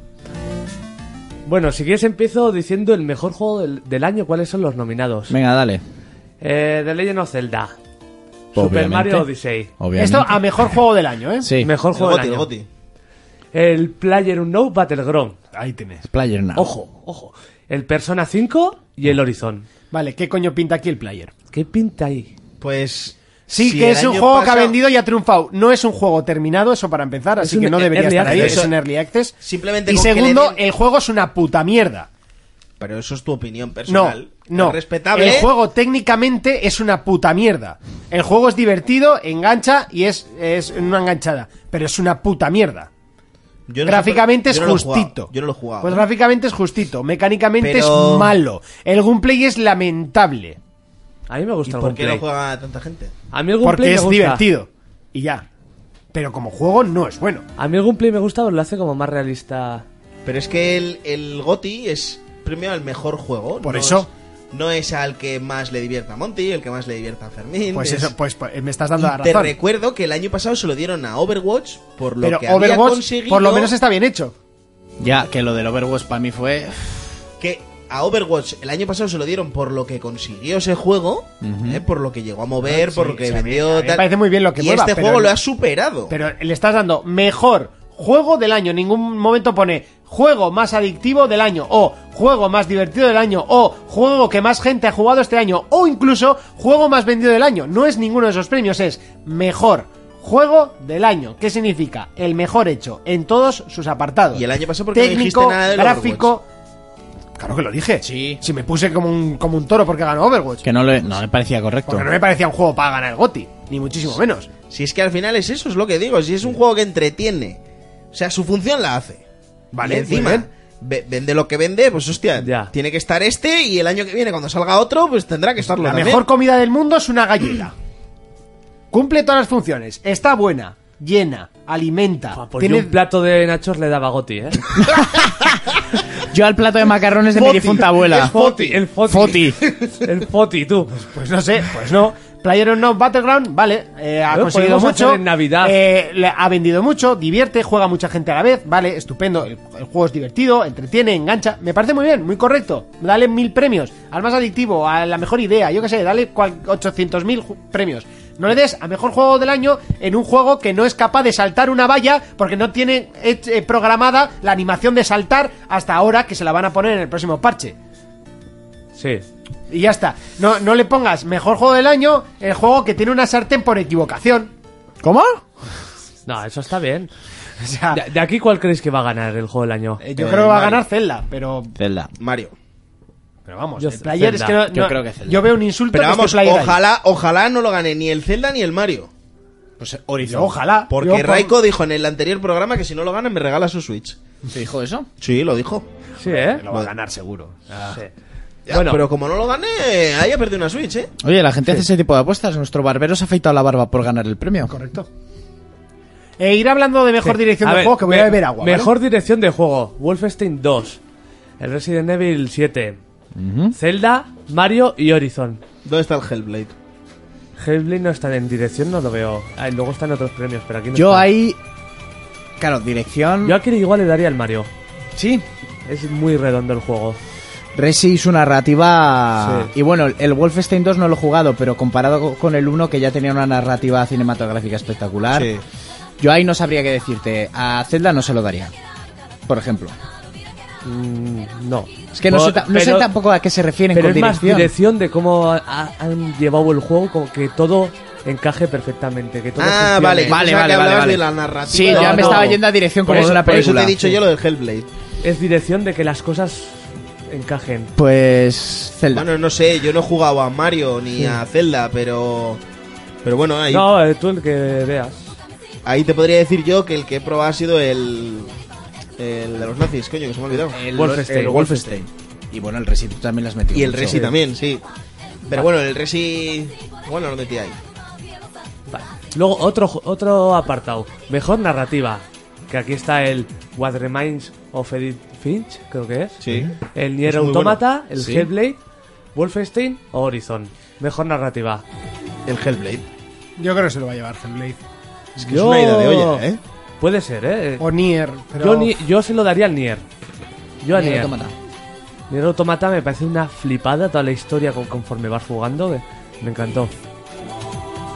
Bueno, si quieres empiezo diciendo el mejor juego del, del año, cuáles son los nominados. Venga, dale. Eh, The Legend of Zelda. Super Obviamente. Mario Odyssey. Obviamente. Esto a mejor juego del año, ¿eh? Sí. Mejor El juego Goti, del el año. Goti. El Player No Battleground. Ahí tenés. Player Ah. Now. Ojo, ojo. El Persona 5 y el Horizon. Vale, ¿qué coño pinta aquí el player? ¿Qué pinta ahí? Pues. Sí, si que el es un año juego que pasado- ha vendido y ha triunfado. No es un juego terminado, eso para empezar, así un que no debería early estar ahí. access. Es un early access. Simplemente y con que segundo, le den- el juego es una puta mierda. Pero eso es tu opinión No, personal. no. Es Respetable. El juego técnicamente es una puta mierda. El juego es divertido, engancha y es, es una enganchada. Pero es una puta mierda. Yo no sé gráficamente por- es yo no lo he jugado, justito. Yo no lo he jugado. ¿eh? Pues gráficamente es justito. Mecánicamente Pero- es malo. El gameplay es lamentable. A mí me ¿Y gusta el por qué lo gameplay. juega tanta gente? A mí el gameplay Porque me es gusta. divertido. Y ya. Pero como juego no es bueno. A mí el gameplay me gusta, pero lo hace como más realista. Pero es que el, el GOTI es premio al mejor juego. Por no eso. es- no es al que más le divierta a Monty, el que más le divierta a Fermín. Pues es- eso, pues, pues, me estás dando la Te razón. recuerdo que el año pasado se lo dieron a Overwatch por lo Pero que había Overwatch conseguido. por lo menos está bien hecho. Ya, que lo del Overwatch para mí fue. que a Overwatch el año pasado se lo dieron por lo que consiguió ese juego, ¿eh? por lo que llegó a mover, por lo que Ah, sí, a mí- vendió. a mí me tal. parece muy bien lo que Y mueva, este pero juego el- lo ha superado. Pero le estás dando mejor juego del año. En ningún momento pone juego más adictivo del año. O juego más divertido del año. O juego que más gente ha jugado este año. O incluso juego más vendido del año. No es ninguno de esos premios. Es mejor juego del año. ¿Qué significa? El mejor hecho en todos sus apartados. Y el año pasado, ¿por qué no dijiste Técnico, nada del gráfico. Claro que lo dije. Sí. Si me puse como un, como un toro porque ganó Overwatch. Que no, le- no me parecía correcto. Porque no me parecía un juego para ganar el GOTI. Ni muchísimo menos. Si es que al final es eso, es lo que digo. Si es un juego que entretiene, o sea, su función la hace. Vale, Y muy encima. bien. ve- Vende lo que vende, pues hostia, Ya. tiene que estar este y el año que viene cuando salga otro, pues tendrá que estarlo La también. mejor comida del mundo es una galleta. (clears throat) Cumple todas las funciones. Está buena, llena, alimenta. Ah, Pues yo tiene un plato de nachos le daba goti, ¿eh? Yo al plato de macarrones de mi difunta abuela. El foti. Foti. El foti, tú. Pues no sé, pues no. Player no Battleground, vale, eh, ha Lo conseguido podemos mucho. hacer en Navidad. eh, le- ha vendido mucho, divierte, juega mucha gente a la vez, vale, estupendo. El, el juego es divertido, entretiene, engancha. Me parece muy bien, muy correcto. Dale mil premios al más adictivo, a la mejor idea, yo qué sé, dale 800 mil premios. No le des a mejor juego del año en un juego que no es capaz de saltar una valla porque no tiene eh, eh, programada la animación de saltar hasta ahora que se la van a poner en el próximo parche. Sí. Y ya está. No, no le pongas mejor juego del año el juego que tiene una sartén por equivocación. ¿Cómo? No, eso está bien. (laughs) O sea, ¿De, de aquí cuál creéis que va a ganar el juego del año? Ah. eh, yo Eh, creo que va a Mario. ganar Zelda, pero, (laughs) Zelda. Mario. pero vamos, Yo el player es Zelda. que no- Yo no- creo que Zelda. Yo veo un insulto Pero que este vamos, esté Player ahí. ojalá, ojalá no lo gane ni el Zelda ni el Mario. Pues Yo, ojalá. Porque Yo por- Raiko dijo en el anterior programa que si no lo gana me regala su Switch. ¿Te dijo eso? Sí, lo dijo. Sí, ¿eh? Lo va a ganar seguro. Sí. Ya, Bueno. Pero como no lo gane, ahí ha perdido una Switch, ¿eh? Oye, la gente hace ese tipo de apuestas. Nuestro barbero se ha afeitado la barba por ganar el premio. Correcto. E ir hablando de mejor dirección A de ver, juego, que voy me- a beber agua. ¿vale? Mejor dirección de juego: Wolfenstein 2, el Resident Evil 7, Zelda, Mario y Horizon. ¿Dónde está el Hellblade? Hellblade no está en dirección, no lo veo. Ah, y luego están otros premios, pero aquí no Yo está. ahí. Claro, dirección. Yo aquí igual le daría al Mario. Sí. Es muy redondo el juego. Resi y su narrativa. Sí. Y bueno, el Wolfenstein 2 no lo he jugado, pero comparado co- con el 1, que ya tenía una narrativa cinematográfica espectacular, Sí. yo ahí no sabría qué decirte. A Zelda no se lo daría. Por ejemplo. Mm, no. Es que no, Por- sé, ta- no sé pero- tampoco a qué se refieren Pero con es más dirección. dirección de cómo ha- han llevado el juego, como que todo encaje perfectamente. Que todo Ah, funcione. Vale, vale. Pensaba vale, que vale, hablabas vale. de la narrativa. Sí, No, ya me no. estaba yendo a dirección Por como eso, de una por eso película. te he dicho yo lo del Hellblade. Es dirección de que las cosas encajen. Pues Zelda. Bueno, no sé, yo no he jugado a Mario ni a Zelda, pero. Pero bueno, ahí, No, eh, tú el que veas. ahí te podría decir yo que el que he probado ha sido el. El de los nazis, coño, que se me ha olvidado. El- Wolfenstein. el Wolfenstein. Y bueno, el Resi tú también las metió. Y el mucho. Resi también, sí. Pero bueno, el Resi. Bueno, lo metí ahí. Vale. Luego otro, ju- otro apartado. Mejor narrativa. Que aquí está el What Remains of Edith Finch, creo que es. Sí. El Nier Es muy Automata, bueno. el Sí. Hellblade, Wolfenstein o Horizon. Mejor narrativa. El Hellblade. Yo creo que se lo va a llevar Hellblade. Es que es una ida de olla, ¿eh? Puede ser, ¿eh? O Nier, pero... Yo, ni- yo se lo daría al Nier. Yo a Nier Nier. Automata. Nier Automata me parece una flipada toda la historia con- conforme vas jugando. que Me encantó.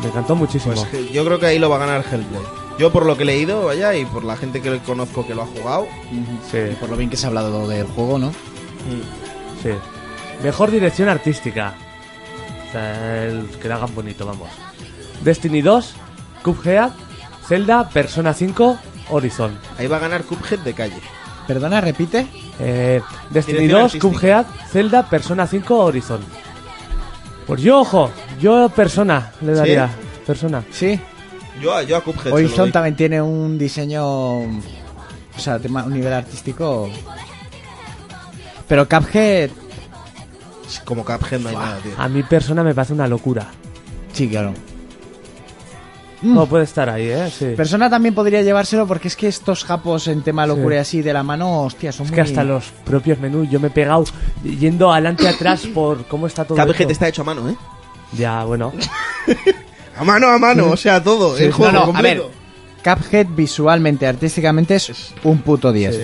Me encantó muchísimo. Pues que yo creo que ahí lo va a ganar Hellblade. Yo por lo que he leído, vaya, y por la gente que conozco que lo ha jugado, sí. Por lo bien que se ha hablado del juego, ¿no? Sí. Mejor dirección artística. O sea, el que lo hagan bonito, vamos. Destiny 2, Cuphead, Zelda, Persona 5, Horizon. ahí va a ganar Cuphead de calle. Perdona, repite. Eh, Destiny Dirección 2, artística. Cuphead, Zelda, Persona 5, Horizon. Pues yo, ojo, yo Persona le ¿Sí? daría. Persona. Sí. Yo, a- yo a Cuphead. se lo Horizon doy. también tiene un diseño. O sea, tema, un nivel artístico. Pero Cuphead. Como Cuphead no hay nada, tío. A mi Persona me parece una locura. Sí, claro. Mm. No puede estar ahí, ¿eh? Sí. Persona también podría llevárselo porque es que estos japos en tema locura Sí. y así de la mano, hostia, son Es muy... que hasta los propios menús yo me he pegado yendo adelante y atrás por cómo está todo. Cuphead hecho. está hecho a mano, ¿eh? Ya, bueno. A mano a mano, o sea, todo. el juego no, no, completo. a ver, Cuphead visualmente, artísticamente es un puto 10. Sí.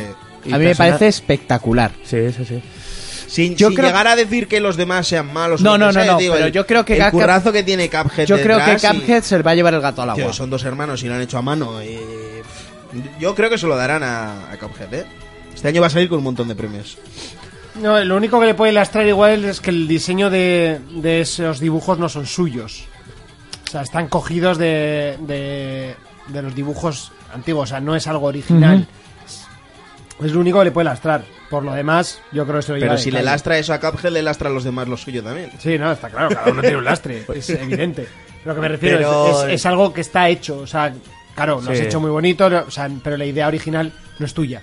A mí me Persona- parece espectacular. Sí, sí, sí. Sin, Yo sin creo- llegar a decir que los demás sean malos. No, o lo no, que no, sea, no, digo, pero el- yo creo que El Cup- currazo que tiene Cuphead. Yo creo que detrás y- Cuphead se le va a llevar el gato al agua. Tío, son dos hermanos y lo han hecho a mano. eh, pff, yo creo que se lo darán a, a Cuphead, ¿eh? Este año va a salir con un montón de premios. No, lo único que le puede lastrar igual es que el diseño de, de esos dibujos no son suyos. O sea, están cogidos de, de, de los dibujos antiguos. O sea, no es algo original. Es lo único que le puede lastrar. Por lo demás, yo creo que se lo lleva Pero de si le calle. lastra eso a Cuphead, le lastra a los demás lo suyo también. Sí, no, está claro, cada uno tiene un (laughs) lastre, es evidente. Lo que me refiero es- Pues Pero- es, es algo que está hecho, o sea, claro, lo has Sí. hecho muy bonito, no- o sea, pero la idea original no es tuya.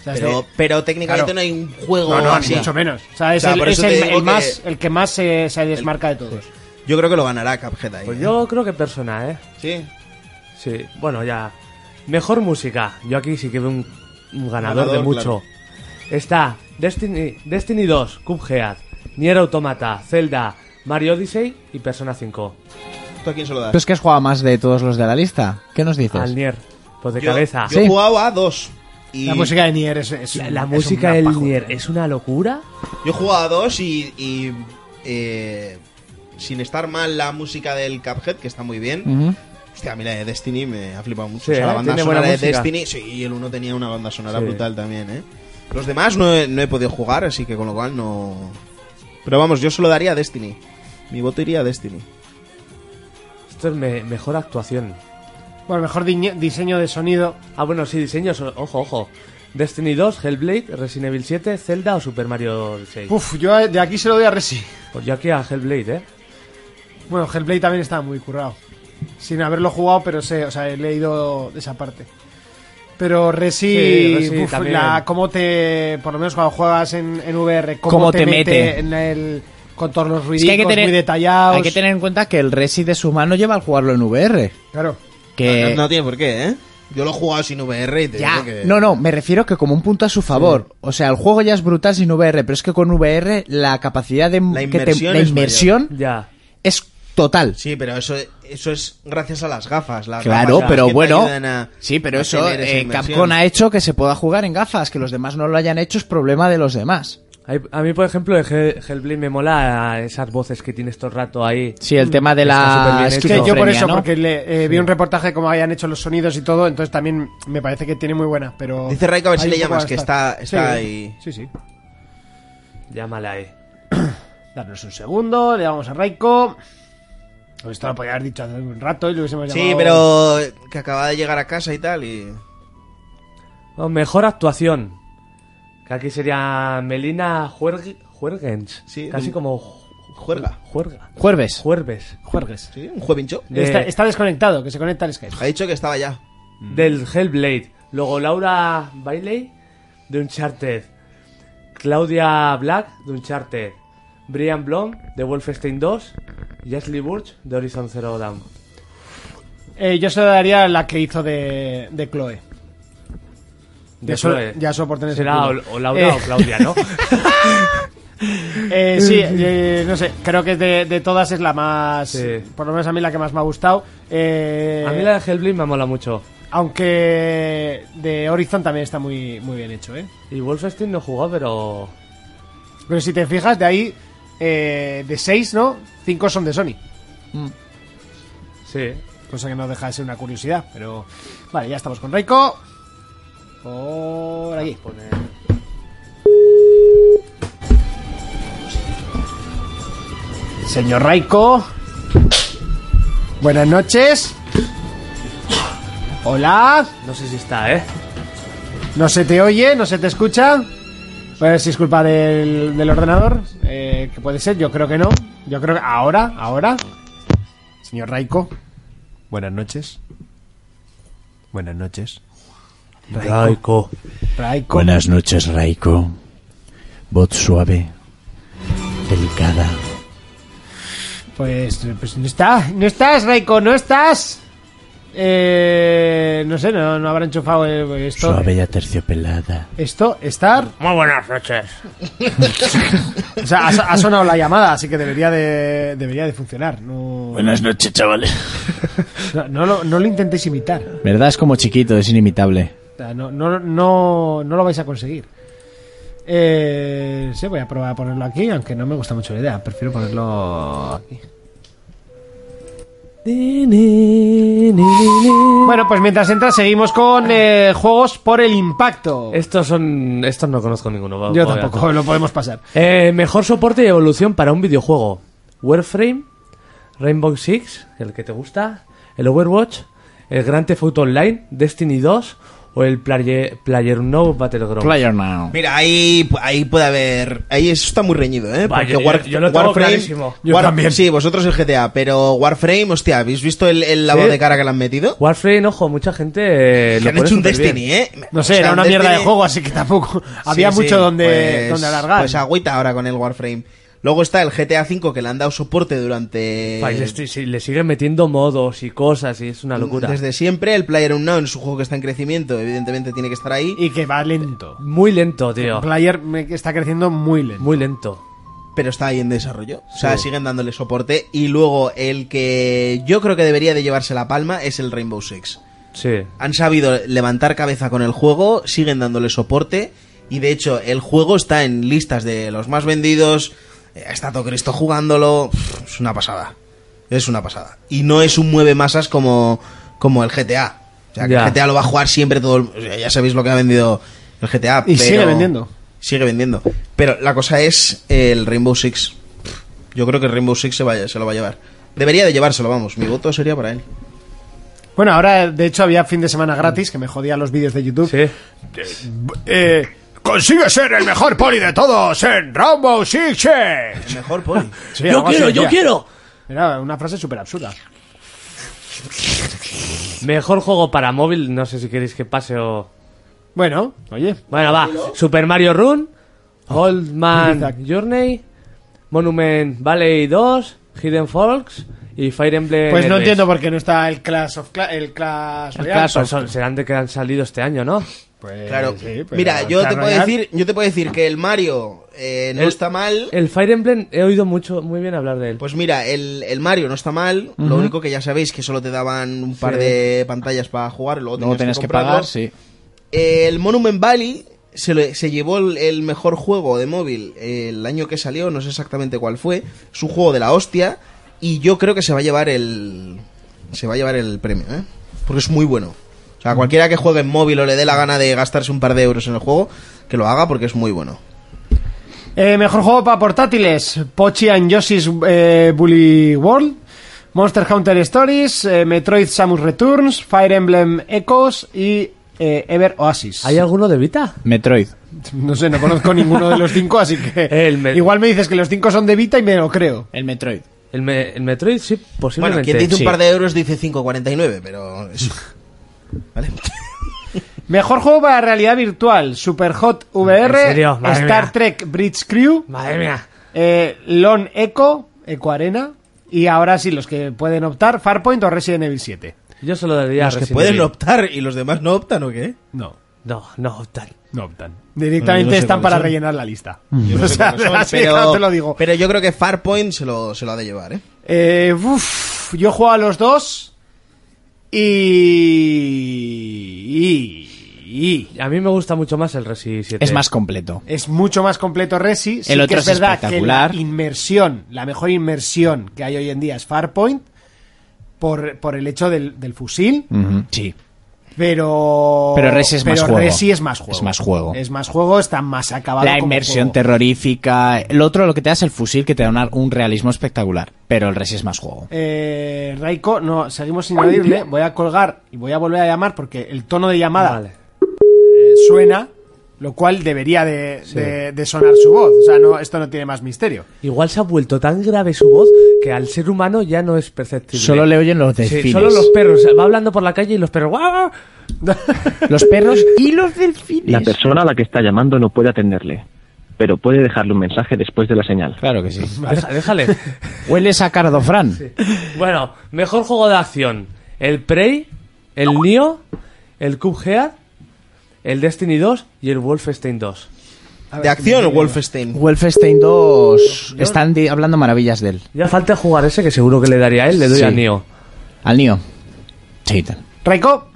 O sea, es Pero, de- pero técnicamente Claro. no hay un juego no, no, ni así. mucho menos. O sea, es, O sea, el, por es eso el- te el digo que- más, el que más se, se desmarca de todos. Yo creo que lo ganará Cuphead ahí. Pues ¿eh? yo creo que Persona, ¿eh? Sí. Sí, bueno, ya. Mejor música. Yo aquí sí que veo un, un ganador, Ganador, de mucho. Está Destiny, Destiny 2, Cuphead, Nier Automata, Zelda, Mario Odyssey y Persona 5. ¿Tú a quién se lo das? Pero es que has jugado más de todos los de la lista. ¿qué nos dices? Al Nier, pues de yo, cabeza. Yo Sí. jugaba a dos. Y La música de Nier es, es La, un- la es un música gran del pajo. Nier es una locura. Yo jugaba a dos y. y, eh, sin estar mal la música del Cuphead, que está muy bien. Ujú. Hostia, a mí la de Destiny me ha flipado mucho. Sí, o sea, la ¿eh? banda Tiene sonora buena de música. Destiny, sí, y el uno tenía una banda sonora Sí. brutal también, ¿eh? Los demás no he, no he podido jugar, así que con lo cual no. Pero vamos, yo se lo daría a Destiny. Mi voto iría a Destiny. Esto es me- mejor actuación. Bueno, mejor diñe- diseño de sonido. Ah, bueno, sí, diseños, ojo, ojo. Destiny 2, Hellblade, Resident Evil 7, Zelda o Super Mario Odyssey. Uf, yo de aquí se lo doy a Resi. Pues yo aquí a Hellblade, ¿eh? Bueno, Hellblade también estaba muy currado. Sin haberlo jugado, pero sé, o sea, he leído esa parte. Pero Resi, Sí, Resi uf, también. la, cómo te, por lo menos cuando juegas en, en VR, cómo, Cómo te, te mete, mete. en el contornos Es que ruiditos, hay que tener, muy detallados. hay que tener en cuenta que el Resi de su mano lleva al jugarlo en VR. Claro. Que... No, no tiene por qué, ¿eh? Yo lo he jugado sin VR y te Ya, digo que. no, no, me refiero que como un punto a su favor. O sea, el juego ya es brutal sin VR, pero es que con VR la capacidad de La que te- inmersión de es inmersión Ya. es total. Sí, pero eso, eso es gracias a las gafas. Las Claro, gafas pero que te bueno. ayudan a- Sí, pero a eso tener esa eh, inmersión. Capcom ha hecho que se pueda jugar en gafas, que los demás no lo hayan hecho es problema de los demás. Ahí- A mí, por ejemplo, de Hell- Hellblade me mola eh, esas voces que tienes todo el rato ahí. Sí, el tema de Está la superbién hecho. Es que yo por esquizofrenia, eso, ¿no? porque le, eh, vi un reportaje cómo habían hecho los sonidos y todo, entonces también me parece que tiene muy buena, pero... Dice Raiko a ver si hay le un poco llamas, a que gastar. está- está Sí, ahí. Sí, sí. Llámale ahí. Darnos un segundo, le damos a Raiko. Pues Esto lo podía haber dicho hace un rato y lo hubiésemos Sí, llamado- pero que acaba de llegar a casa y tal y... O Oh, mejor actuación. Que aquí sería Melina Juerg- Juergens. Sí, Casi de- como ju- Juerga. Juerga. Jueves. Juerves. Juergues. Sí, un juevincho. De- Está, está desconectado, que se conecta al Skype. Ha dicho que estaba ya. Mm. Del Hellblade. Luego Laura Bailey de Uncharted. Claudia Black de Uncharted, Brian Blom de Wolfenstein 2 y Ashley Burch de Horizon Zero Dawn. Eh, yo se la daría la que hizo de, de Chloe. De Ya so- Chloe. ya solo por tener ese Será o, culo. o Laura Eh. o (laughs) Claudia, ¿no? Eh, sí, eh, no sé, creo que de, de todas es la más, Sí. por lo menos a mí la que más me ha gustado. Eh, A mí la de Hellblade me mola mucho. Aunque de Horizon también está muy, muy bien hecho, ¿eh? Y Wolfenstein no jugó, pero. Pero si te fijas, de ahí, eh, de seis, ¿no? Cinco son de Sony. Sí. Cosa que no deja de ser una curiosidad, pero... Vale, ya estamos con Reiko. Por aquí. Señor Raiko. Buenas noches. Hola. No sé si está, ¿eh? No se te oye, no se te escucha. Pues si es culpa del, del ordenador, eh, que puede ser, yo creo que no. Yo creo que ahora, ahora. Señor Raiko. Buenas noches. Buenas noches. Raico. Raiko. Buenas noches, Raiko. Voz suave, delicada. Pues, pues no está, no estás, Raiko, no estás. Eh, no sé, no, no habrá enchufado eh, esto. Suave y aterciopelada. Esto, estar. Muy buenas noches. (laughs) O sea, ha, ha sonado la llamada, así que debería de, debería de funcionar. No, Buenas noches, chavales. no, no lo, no lo intentéis imitar. Verdad es como chiquito, es inimitable. O sea, no, no, no, no lo vais a conseguir. Eh, sí, voy a probar a ponerlo aquí, aunque no me gusta mucho la idea. Prefiero ponerlo aquí. Bueno, pues mientras entra, seguimos con eh, juegos por el impacto. Eh, Estos son. Estos no conozco ninguno. va- Yo voy a- tampoco, lo podemos pasar. Eh, mejor soporte y evolución para un videojuego. Warframe, Rainbow Six, el que te gusta, el Overwatch, el Grand Theft Auto Online, Destiny 2 o el Player, No Battleground. Player now. Mira, ahí, ahí puede haber. Ahí eso está muy reñido, ¿eh? Vaya, Porque yo- yo lo tengo clarísimo. Yo también. Sí, vosotros el GTA, pero Warframe, hostia, ¿habéis visto el, el lavado Sí. de cara que le han metido? Warframe, ojo, mucha gente. eh, Que lo han pone hecho un superbién. Destiny, ¿eh? No sé, O sea, era un una mierda de Destiny- juego, así que tampoco había Sí, mucho sí, donde, pues- donde alargar. Pues agüita ahora con el Warframe. Luego está el GTA V que le han dado soporte durante. Pues, este, sí, le siguen metiendo modos y cosas y es una locura. Desde siempre, el Player Unknown es un juego que está en crecimiento, evidentemente tiene que estar ahí. y que va lento. Muy lento, tío. El player me- está creciendo muy lento. Muy lento. pero está ahí en desarrollo. O sea, Sí. siguen dándole soporte. Y luego el que yo creo que debería de llevarse la palma es el Rainbow Six. Sí. Han sabido levantar cabeza con el juego, siguen dándole soporte. Y de hecho, el juego está en listas de los más vendidos. eh, Ha estado Cristo jugándolo. Pff, Es una pasada. Es una pasada. Y no es un mueve masas como, como el GTA. O sea, que Ya. el GTA lo va a jugar siempre todo el- o sea, ya sabéis lo que ha vendido el GTA. Y pero- sigue vendiendo. Sigue vendiendo. Pero la cosa es el Rainbow Six. Yo creo que el Rainbow Six se, vaya, se lo va a llevar. Debería de llevárselo, vamos. Mi voto sería para él. Bueno, ahora de hecho había fin de semana gratis que me jodía los vídeos de YouTube. Sí. Eh, consigue ser el mejor poli de todos en Rainbow Six Siege. Mejor poli. (laughs) Sí, algo así decía. quiero. Era una frase súper absurda. Mejor juego para móvil, no sé si queréis que pase o. Bueno, oye. Bueno, va. Super Mario Run, Old Man Isaac. Journey, Monument Valley 2, Hidden Folks y Fire Emblem. Pues no Heroes. entiendo por qué no está el Clash of Cla- el Clash Pues Royale. son- son- serán de que han salido este año, ¿no? Pues Claro. sí, pero Mira, el yo Clash te, puedo Royale- decir, yo te puedo decir que el Mario eh, no El- está mal. El Fire Emblem he oído mucho, muy bien hablar de él. Pues mira, el, el Mario no está mal. Lo único que ya sabéis que solo te daban un par Sí. de pantallas para jugar. y Luego Luego tenías tenías que comprarlo. pagar, sí. El Monument Valley se, lo- se llevó el, el mejor juego de móvil eh, el año que salió, no sé exactamente cuál fue. Es un juego de la hostia. Y yo creo que se va a llevar el. Se va a llevar el premio, ¿eh? Porque es muy bueno. O sea, cualquiera que juegue en móvil o le dé la gana de gastarse un par de euros en el juego, que lo haga porque es muy bueno. Eh, mejor juego para portátiles: Pochi and Yoshi's eh, Bully World, Monster Hunter Stories, eh, Metroid Samus Returns, Fire Emblem Echoes y eh, Ever Oasis. ¿Hay alguno de Vita? Metroid. No sé, no conozco ninguno de los cinco, así que (laughs) El me- igual me dices que los cinco son de Vita y me lo creo. El Metroid. El, me- el Metroid, sí, Bueno, posiblemente. quien dice un (laughs) Sí. par de euros dice 5,49, pero. es- ¿Vale? Mejor juego para realidad virtual: Superhot VR, ¿En serio? Madre Star mía. Trek Bridge Crew, Madre mía. eh, Lon Echo, Eco Arena. Y ahora sí, los que pueden optar: Farpoint o Resident Evil 7. Yo solo daría Los a que Resident pueden Evil. optar y los demás no optan o qué? No, No, no optan. no optan. Directamente No, yo no sé están para cuáles son. Mm. rellenar la lista. Yo (laughs) no O (laughs) sé sea, cuáles son, así de pero- claro te lo digo. Pero yo creo que Farpoint se lo, se lo ha de llevar, ¿eh? Eh, uf, yo juego a los dos. Y. y- y- A mí me gusta mucho más el Resi 7. Es más completo. Es mucho más completo Resi. Sí El otro que es, es verdad espectacular. que la inmersión, la mejor inmersión que hay hoy en día es Farpoint. Por, por el hecho del, del fusil. Ujú, Sí. Pero. Mm. Pero Resi es más pero juego. Resi es más juego. Es más juego. Es más juego, está más acabado. La como inmersión juego. terrorífica. El otro lo que te da es el fusil que te da una- un realismo espectacular. Pero el Resi es más juego. Eh, Raiko, no, seguimos sin oírle. Voy a colgar y voy a volver a llamar porque el tono de llamada Vale. eh, suena, lo cual debería de, de- de sonar su voz. O sea, no, esto no tiene más misterio. Igual se ha vuelto tan grave su voz que al ser humano ya no es perceptible. Solo le oyen los Sí, delfines. solo los perros. Va hablando por la calle y los perros. ¡guau, guau! Los perros y los delfines. La persona a la que está llamando no puede atenderle, pero puede dejarle un mensaje después de la señal. Claro que sí. Deja- déjale. Hueles a cardofrán. bueno, mejor juego de acción. El Prey, el Nio, el Cuphead, el Destiny 2 y el Wolfenstein 2. ¿De acción o Wolfenstein? Wolfenstein 2. Están di- hablando maravillas de él. Ya falta jugar ese que seguro que le daría a él, le doy Sí. a Nio. Al Nio. Sí. Raiko,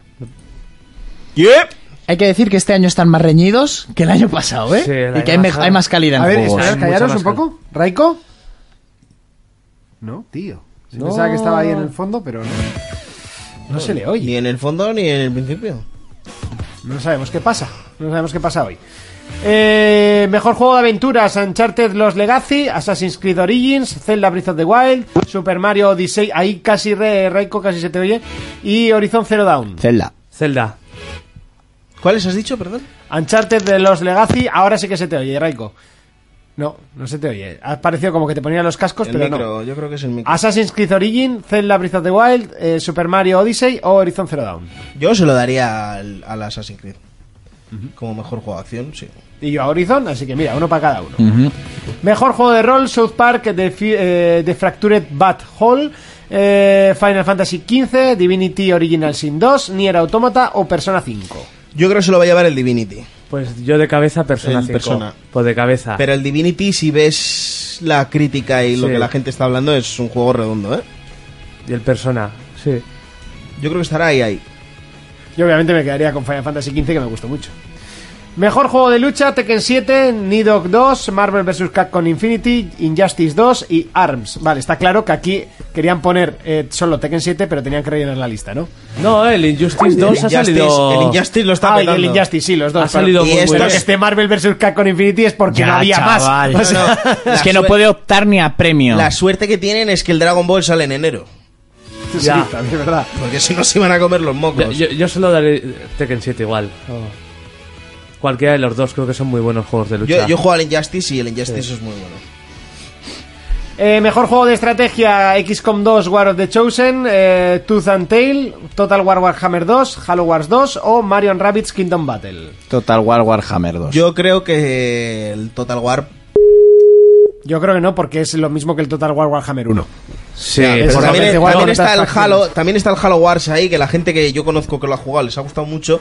Hay que decir que este año están más reñidos que el año pasado, ¿eh? Sí, el y año que hay, me- pasado. hay más calidad en a ver, juegos. esperad, Hay callaros mucha un más poco. ¿Raiko? No, tío. Se Pensaba que estaba ahí en el fondo, pero no. No se le oye. Ni en el fondo ni en el principio. No sabemos qué pasa. No sabemos qué pasa hoy. Eh, mejor juego de aventuras: Uncharted Los Legacy, Assassin's Creed Origins, Zelda Breath of the Wild, Super Mario Odyssey. Ahí casi re, Raiko, casi se te oye. Y Horizon Zero Dawn. Zelda. Zelda. ¿Cuáles has dicho, perdón? Uncharted de Los Legacy, ahora sí que se te oye, Raiko. No, no se te oye. Ha parecido como que te ponían los cascos, El Pues, pero micro, no. Ah. yo creo que es el micro. Assassin's Creed Origin, Zelda Breath of the Wild, eh, Super Mario Odyssey o Horizon Zero Dawn. Yo se lo daría al, al Assassin's Creed. Como mejor juego de acción, sí. Y yo a Horizon, así que mira, uno para cada uno. Mejor juego de rol, South Park, The, Fi- eh, The Fractured Bat Hole, eh, Final Fantasy XV, Divinity Original Sin 2, Nier Automata o Persona 5. Yo creo que se lo va a llevar el Divinity. Pues yo de cabeza Persona El 5. Persona. Pues de Ah. cabeza. Pero el Divinity, si ves la crítica y lo Sí. que la gente está hablando, es un juego redondo, ¿eh? Y el Persona. Sí. Yo creo que estará ahí, ahí. Yo obviamente me quedaría con Final Fantasy XV que me gustó mucho. Mejor juego de lucha, Tekken 7, Nidok 2, Marvel vs. Capcom Infinity, Injustice 2 y ARMS. Vale, está claro que aquí querían poner eh, solo Tekken 7, pero tenían que rellenar la lista, ¿no? No, el Injustice 2 ha Injustice- salido. el Injustice lo está Ah, y petando. el Injustice, sí, los dos. Ha salido pero, muy y esto bueno. que esté Marvel vs. Capcom Infinity es porque Ya, no había chaval. más. O sea, (laughs) es que no suerte- puede optar ni a premio. La suerte que tienen es que el Dragon Ball sale en enero. sí, Ya. también, verdad. Porque si no se iban a comer los Yo, mocos. yo, yo se lo daré Tekken 7 igual. Cualquiera de los dos creo que son muy buenos juegos de lucha. Oh. Yo, yo juego al Injustice y el Injustice es muy bueno. Eh, mejor juego de estrategia, XCOM 2, War of the Chosen, eh, Tooth and Tail, Total War Warhammer 2, Halo Wars 2 o Marion Rabbits Kingdom Battle. Total War Warhammer 2. Yo creo que el Total War. Yo creo que no, porque es lo mismo que el Total War Warhammer 1. sí, Ya, pero por lo también, menos- igual también con está el otras facciones. Halo, también está el Halo Wars ahí, que la gente que yo conozco que lo ha jugado les ha gustado mucho.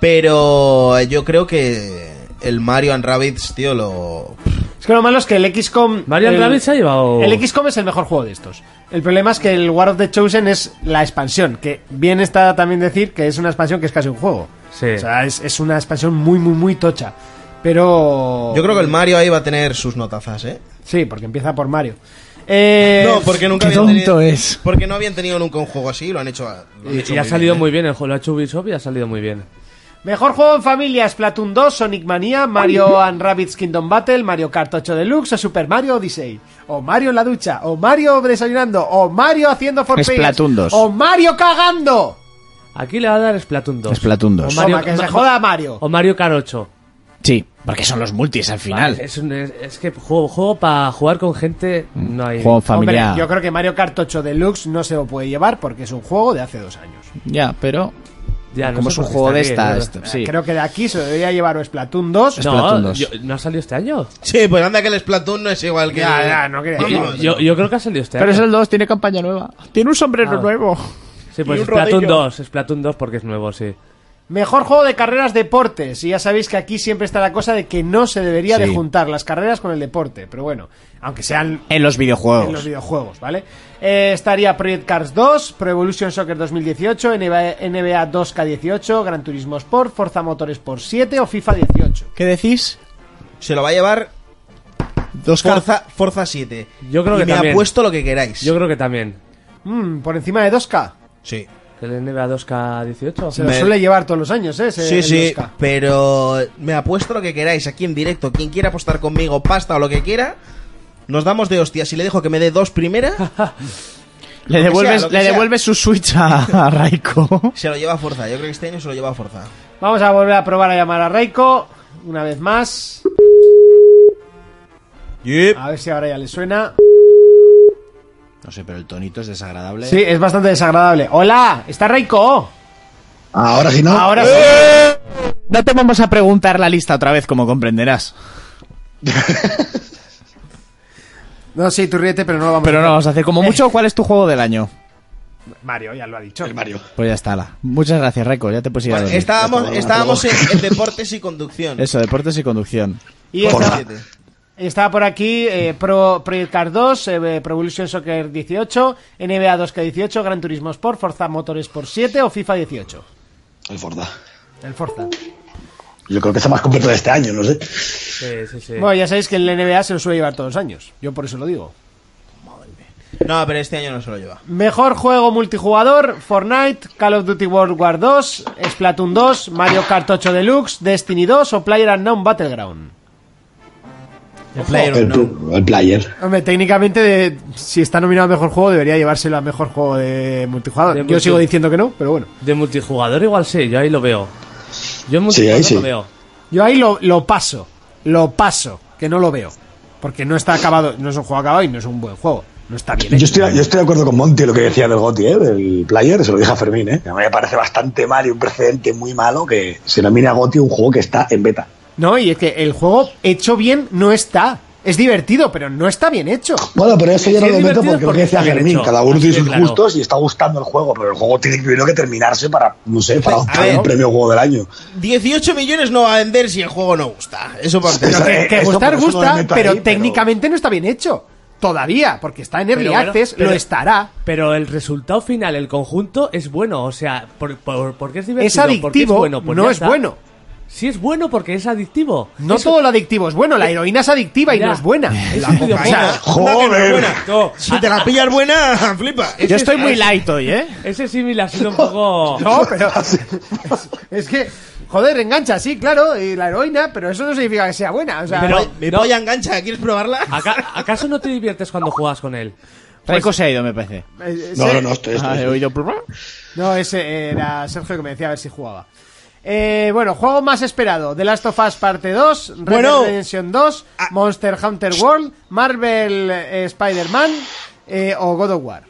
Pero yo creo que el Mario and Rabbids, tío, lo. Es que lo malo es que el XCOM. Marian el- Rabbit se ha llevado. El XCOM es el mejor juego de estos. El problema es que el War of the Chosen es la expansión, que bien está también decir que es una expansión que es casi un juego. Sí. O sea, es, es una expansión muy, muy, muy tocha. Pero. Yo creo que el Mario ahí va a tener sus notazas, ¿eh? Sí, porque empieza por Mario. Eh, No, porque nunca qué habían tonto tenido, es. Porque no habían tenido nunca un juego así, lo han hecho. lo han hecho Y, y ha muy salido bien, ¿eh? muy bien el juego. Lo ha hecho Ubisoft y ha salido muy bien. Mejor juego en familia: Splatoon 2, Sonic Mania, Mario and Rabbids Kingdom Battle, Mario Kart 8 Deluxe o Super Mario Odyssey. O Mario en la ducha, o Mario desayunando, o Mario haciendo for players, Splatoon 2. O Mario cagando. Aquí le va a dar Splatoon 2. Splatoon 2. O Mario, que Ma- se ma- joda a Mario. O Mario Kart 8. Sí, porque son los multis al final. Es, un- es- es que juego, juego para jugar con gente no hay. Juego familiar. Hombre, yo creo que Mario Kart 8 Deluxe no se lo puede llevar porque es un juego de hace dos años. Ya, pero Ya, no como sé es un por qué juego está de aquí, esta, ¿no? esto, sí. Creo que de aquí se debería llevar o Splatoon 2. Splatoon No, 2. yo- ¿no ha salido este año? Sí, pues anda que el Splatoon no es igual que. Ya, ya, no quería Vamos. decirlo. Yo, yo creo que ha salido este Pero es año. el 2, tiene campaña nueva. Tiene un sombrero Ah. nuevo. Sí, pues y un Splatoon rodillo. 2, Splatoon 2 porque es nuevo, sí. Mejor juego de carreras deportes. Y ya sabéis que aquí siempre está la cosa de que no se debería de Sí. juntar las carreras con el deporte. Pero bueno, aunque sean En los videojuegos. en los videojuegos, ¿vale? Eh, estaría Project Cars 2, Pro Evolution Soccer 2018, NBA, 2K18, Gran Turismo Sport, Forza Motorsport 7 o FIFA 18. ¿Qué decís? Se lo va a llevar Dos Forza, Forza 7. Yo creo y que me también. apuesto lo que queráis. Yo creo que también. Mm, por encima de 2K. Sí. ¿Que el NBA 2K18? Se lo Me- suele llevar todos los años, ¿eh? Ese- Sí, el sí, 2K. pero me apuesto lo que queráis aquí en directo. Quien quiera apostar conmigo, pasta o lo que quiera, nos damos de hostia. Si le dejo que me dé dos primera, Le Lo que devuelves, sea, lo que le sea. devuelves su Switch a, a Raiko. se lo lleva a fuerza. Yo creo que este año se lo lleva a fuerza. Vamos a volver a probar a llamar a Reiko una vez más. A ver si ahora ya le suena. No sé, pero el tonito es desagradable. Sí, es bastante desagradable. ¡Hola! ¿Está Reiko? Ahora sí no. Ahora sí. (laughs) No te vamos a preguntar la lista otra vez, como comprenderás. No, sí, tú ríete, pero no lo vamos Pero a no vamos a hacer como mucho. ¿Cuál es tu juego del año? Mario, ya lo ha dicho. El Mario. Pues ya está. la. Muchas gracias, Raiko. Ya te puedes ir a dormir. estábamos Hasta luego, estábamos en, hasta luego. en deportes y conducción. este Eso, deportes y conducción. Y Forza. está, Siete. está por aquí eh, Pro, Project Cars 2, eh, Pro Evolution Soccer 18, NBA 2K18, Gran Turismo Sport, Forza Motorsport 7 o FIFA 18. El Forza. El Forza. Yo creo que es el más completo de este año, no sé. Sí, sí, sí. Bueno, ya sabéis que el NBA se lo suele llevar todos los años. Yo por eso lo digo. No, pero este año no se lo lleva. Mejor juego multijugador, Fortnite, Call of Duty World War 2, Splatoon 2, Mario Kart 8 Deluxe, Destiny 2 o PlayerUnknown Battleground. El player el, no. pl- el player. Hombre, técnicamente, de- si está nominado a mejor juego, debería llevárselo a mejor juego de multijugador. De Yo multi- sigo diciendo que no, pero bueno. De multijugador igual sí, yo ahí lo veo. Yo en Sí, ahí multijugador sí. lo veo. Yo ahí lo, lo paso, lo paso, que no lo veo. Porque no está acabado, no es un juego acabado y no es un buen juego. No está bien. Yo hecho. estoy, yo estoy de acuerdo con Monty lo que decía del Goti, ¿eh? del player, se lo dije a Fermín. ¿eh? A mí me parece bastante mal y un precedente muy malo que se nomine a Goti un juego que está en beta. No, y es que el juego hecho bien no está. Es divertido, pero no está bien hecho. Bueno, pero eso Sí, yo no es lo meto divertido porque lo porque que decía está bien Fermín, hecho. cada uno tiene Así de sus claro. gustos y está gustando el juego, pero el juego tiene primero que terminarse para, no sé, para optar ver. el premio juego del año. 18 millones no va a vender si el juego no gusta. Eso para Pero Eso, que, eh, que eso gustar por eso no gusta, lo meto ahí, pero pero- técnicamente no está bien hecho. Todavía, porque está en Early Pero bueno, Access, pero- lo estará. Pero el resultado final, el conjunto, es bueno. O sea, por, por- porque es divertido. Es porque adictivo, bueno, pues no ya es está. bueno. Sí es bueno porque es adictivo. No Es- todo lo adictivo es bueno, la heroína es adictiva y Eh, Ya. no es (laughs) buena. Es un videojuego. Anda, que no es Joder. buena. No, Si te la pillas buena, (laughs) flipa. Yo estoy muy light hoy, ¿eh? Ese símil ha sido un poco... No, pero. (laughs) (laughs) es, (laughs) es que, joder, engancha, sí, claro, y la heroína, pero eso no significa que sea buena. O sea, eh, Pero- Mi No. polla engancha, ¿quieres probarla? ¿Aca- ¿Acaso no te diviertes cuando juegas con él? Raiko se ha ido, me parece. eh, No, se- no, no, este, estoy, estoy- Ah, he estoy. oído. No, ese era Sergio que me decía a ver si jugaba. Eh, bueno, juego más esperado: The Last of Us Parte 2, Red Bueno. Dead Redemption 2, Ah. Monster Hunter World, Marvel eh, Spider-Man eh, o God of War.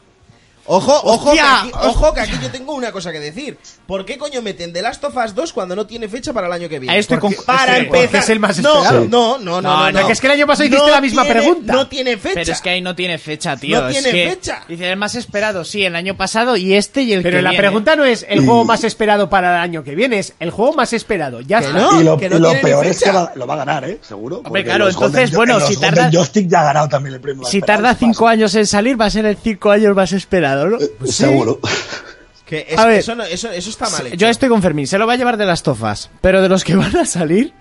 Ojo, ojo, que Hostia, aquí, ojo, que aquí yo tengo una cosa que decir. ¿Por qué coño meten The Last of Us 2 cuando no tiene fecha para el año que viene? Ahí estoy Porque- con- para estoy- empezar. porque es el más no, esperado. no, no, no, no, no, que es que el año pasado hiciste la misma tiene- pregunta. No tiene fecha. Pero es que ahí no tiene fecha, tío. No es tiene que- fecha. Dice, el más esperado, sí, el año pasado y este y el Pero que la viene. pregunta no es el juego más esperado para el año que viene, es el juego más esperado. Ya Que está. no, y lo, que no y lo tiene ni peor es que fecha. va- lo va a ganar, ¿eh? Seguro. porque claro, los entonces, Golden- bueno, los si Golden tarda- eh, Joystick ya ha ganado también el premio. Si Esperanza, tarda cinco pasa. años pues en salir, va a ser el cinco años más esperado, ¿no? Eh, Seguro. Que es A que ver. eso, no- eso, eso está mal. hecho. Yo estoy con Fermín, se lo va a llevar de las tofas, pero de los que van a salir...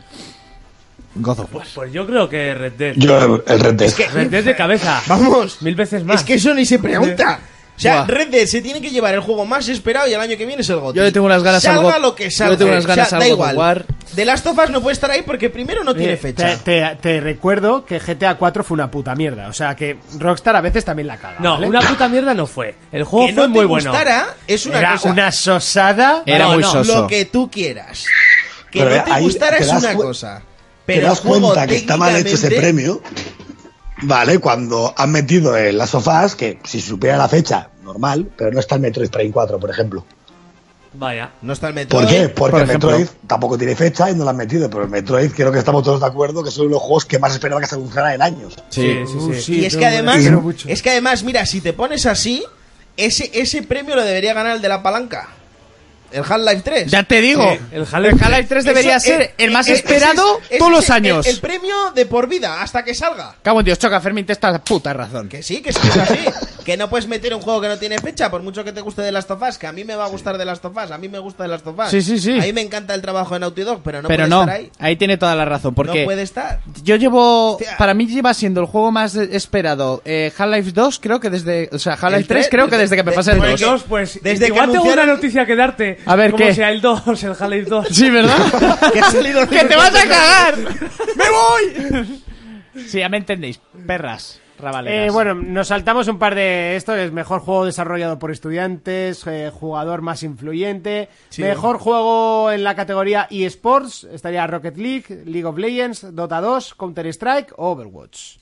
God of War. Pues yo creo que Red Dead. Yo el Red Dead. Red Dead de cabeza. Vamos. Mil veces más. Es que eso ni se pregunta. O sea, Buah. Red Dead se tiene que llevar el juego más esperado y el año que viene es el GOTY. Yo le tengo unas ganas al salga GOT. lo que Yo salga. le tengo unas ganas o sea, al da God of igual. War. The Last of Us no puede estar ahí porque primero no tiene Eh, fecha. Te, te- te recuerdo que GTA 4 fue una puta mierda. O sea que Rockstar a veces también la caga. No, ¿vale? una puta mierda no fue. El juego que fue no muy te bueno. gustara es una Era cosa. una sosada. Era No, muy no, soso. Lo que tú quieras. Que Pero no te ahí gustara te es das una cu- cosa. te Pero das el juego cuenta que está mal hecho ese técnicamente- premio, ¿vale? Cuando han metido en las sofás, que si supiera la fecha, normal, pero no está el Metroid Prime 4, por ejemplo. Vaya. No está el Metroid. ¿Por qué? Porque por ejemplo. Metroid tampoco tiene fecha y no la han metido, pero el Metroid creo que estamos todos de acuerdo que son los juegos que más esperaba que se anunciaran en años. Sí, sí, sí. y es que además, es que además, mira, si te pones así, ese, ese premio lo debería ganar el de la palanca. El Half-Life 3. Ya te digo, Sí, el el Half-Life Half-Life 3 debería Eso, ser eh, el más eh, esperado ese es- ese todos es los el- años. El, premio de por vida hasta que salga. Cago en Dios, choca, Fermín, te estás puta razón. Que sí, que sí, (laughs) que es así. que no puedes meter un juego que no tiene fecha, por mucho que te guste de Last of Us, que a mí me va a gustar de Last of Us, a mí me gusta de Last of Us. Sí, sí, sí. A mí me encanta el trabajo de Naughty Dog, pero no Pero puede no, estar ahí. ahí. tiene toda la razón, porque No puede (laughs) estar. yo llevo, Hostia. para mí lleva siendo el juego más esperado eh, Half-Life 2, creo que desde, o sea, El Half-Life 3, tres, creo que desde que me de- pasé el de- Pues 2. Porque- Dios, pues desde que igual tengo una anunciaron- noticia que darte. A ver, como ¿qué? sea el 2, el Half-Life 2. Sí, ¿verdad? (laughs) que ha salido (laughs) el ¡Que te libro vas de- a cagar! ¡Me voy! Sí, ya me entendéis. Perras, rabaleras. Eh, bueno, nos saltamos un par de esto es mejor juego desarrollado por estudiantes, eh, jugador más influyente, mejor juego en la categoría eSports, estaría Rocket League, League of Legends, Dota 2, Counter Strike o Overwatch.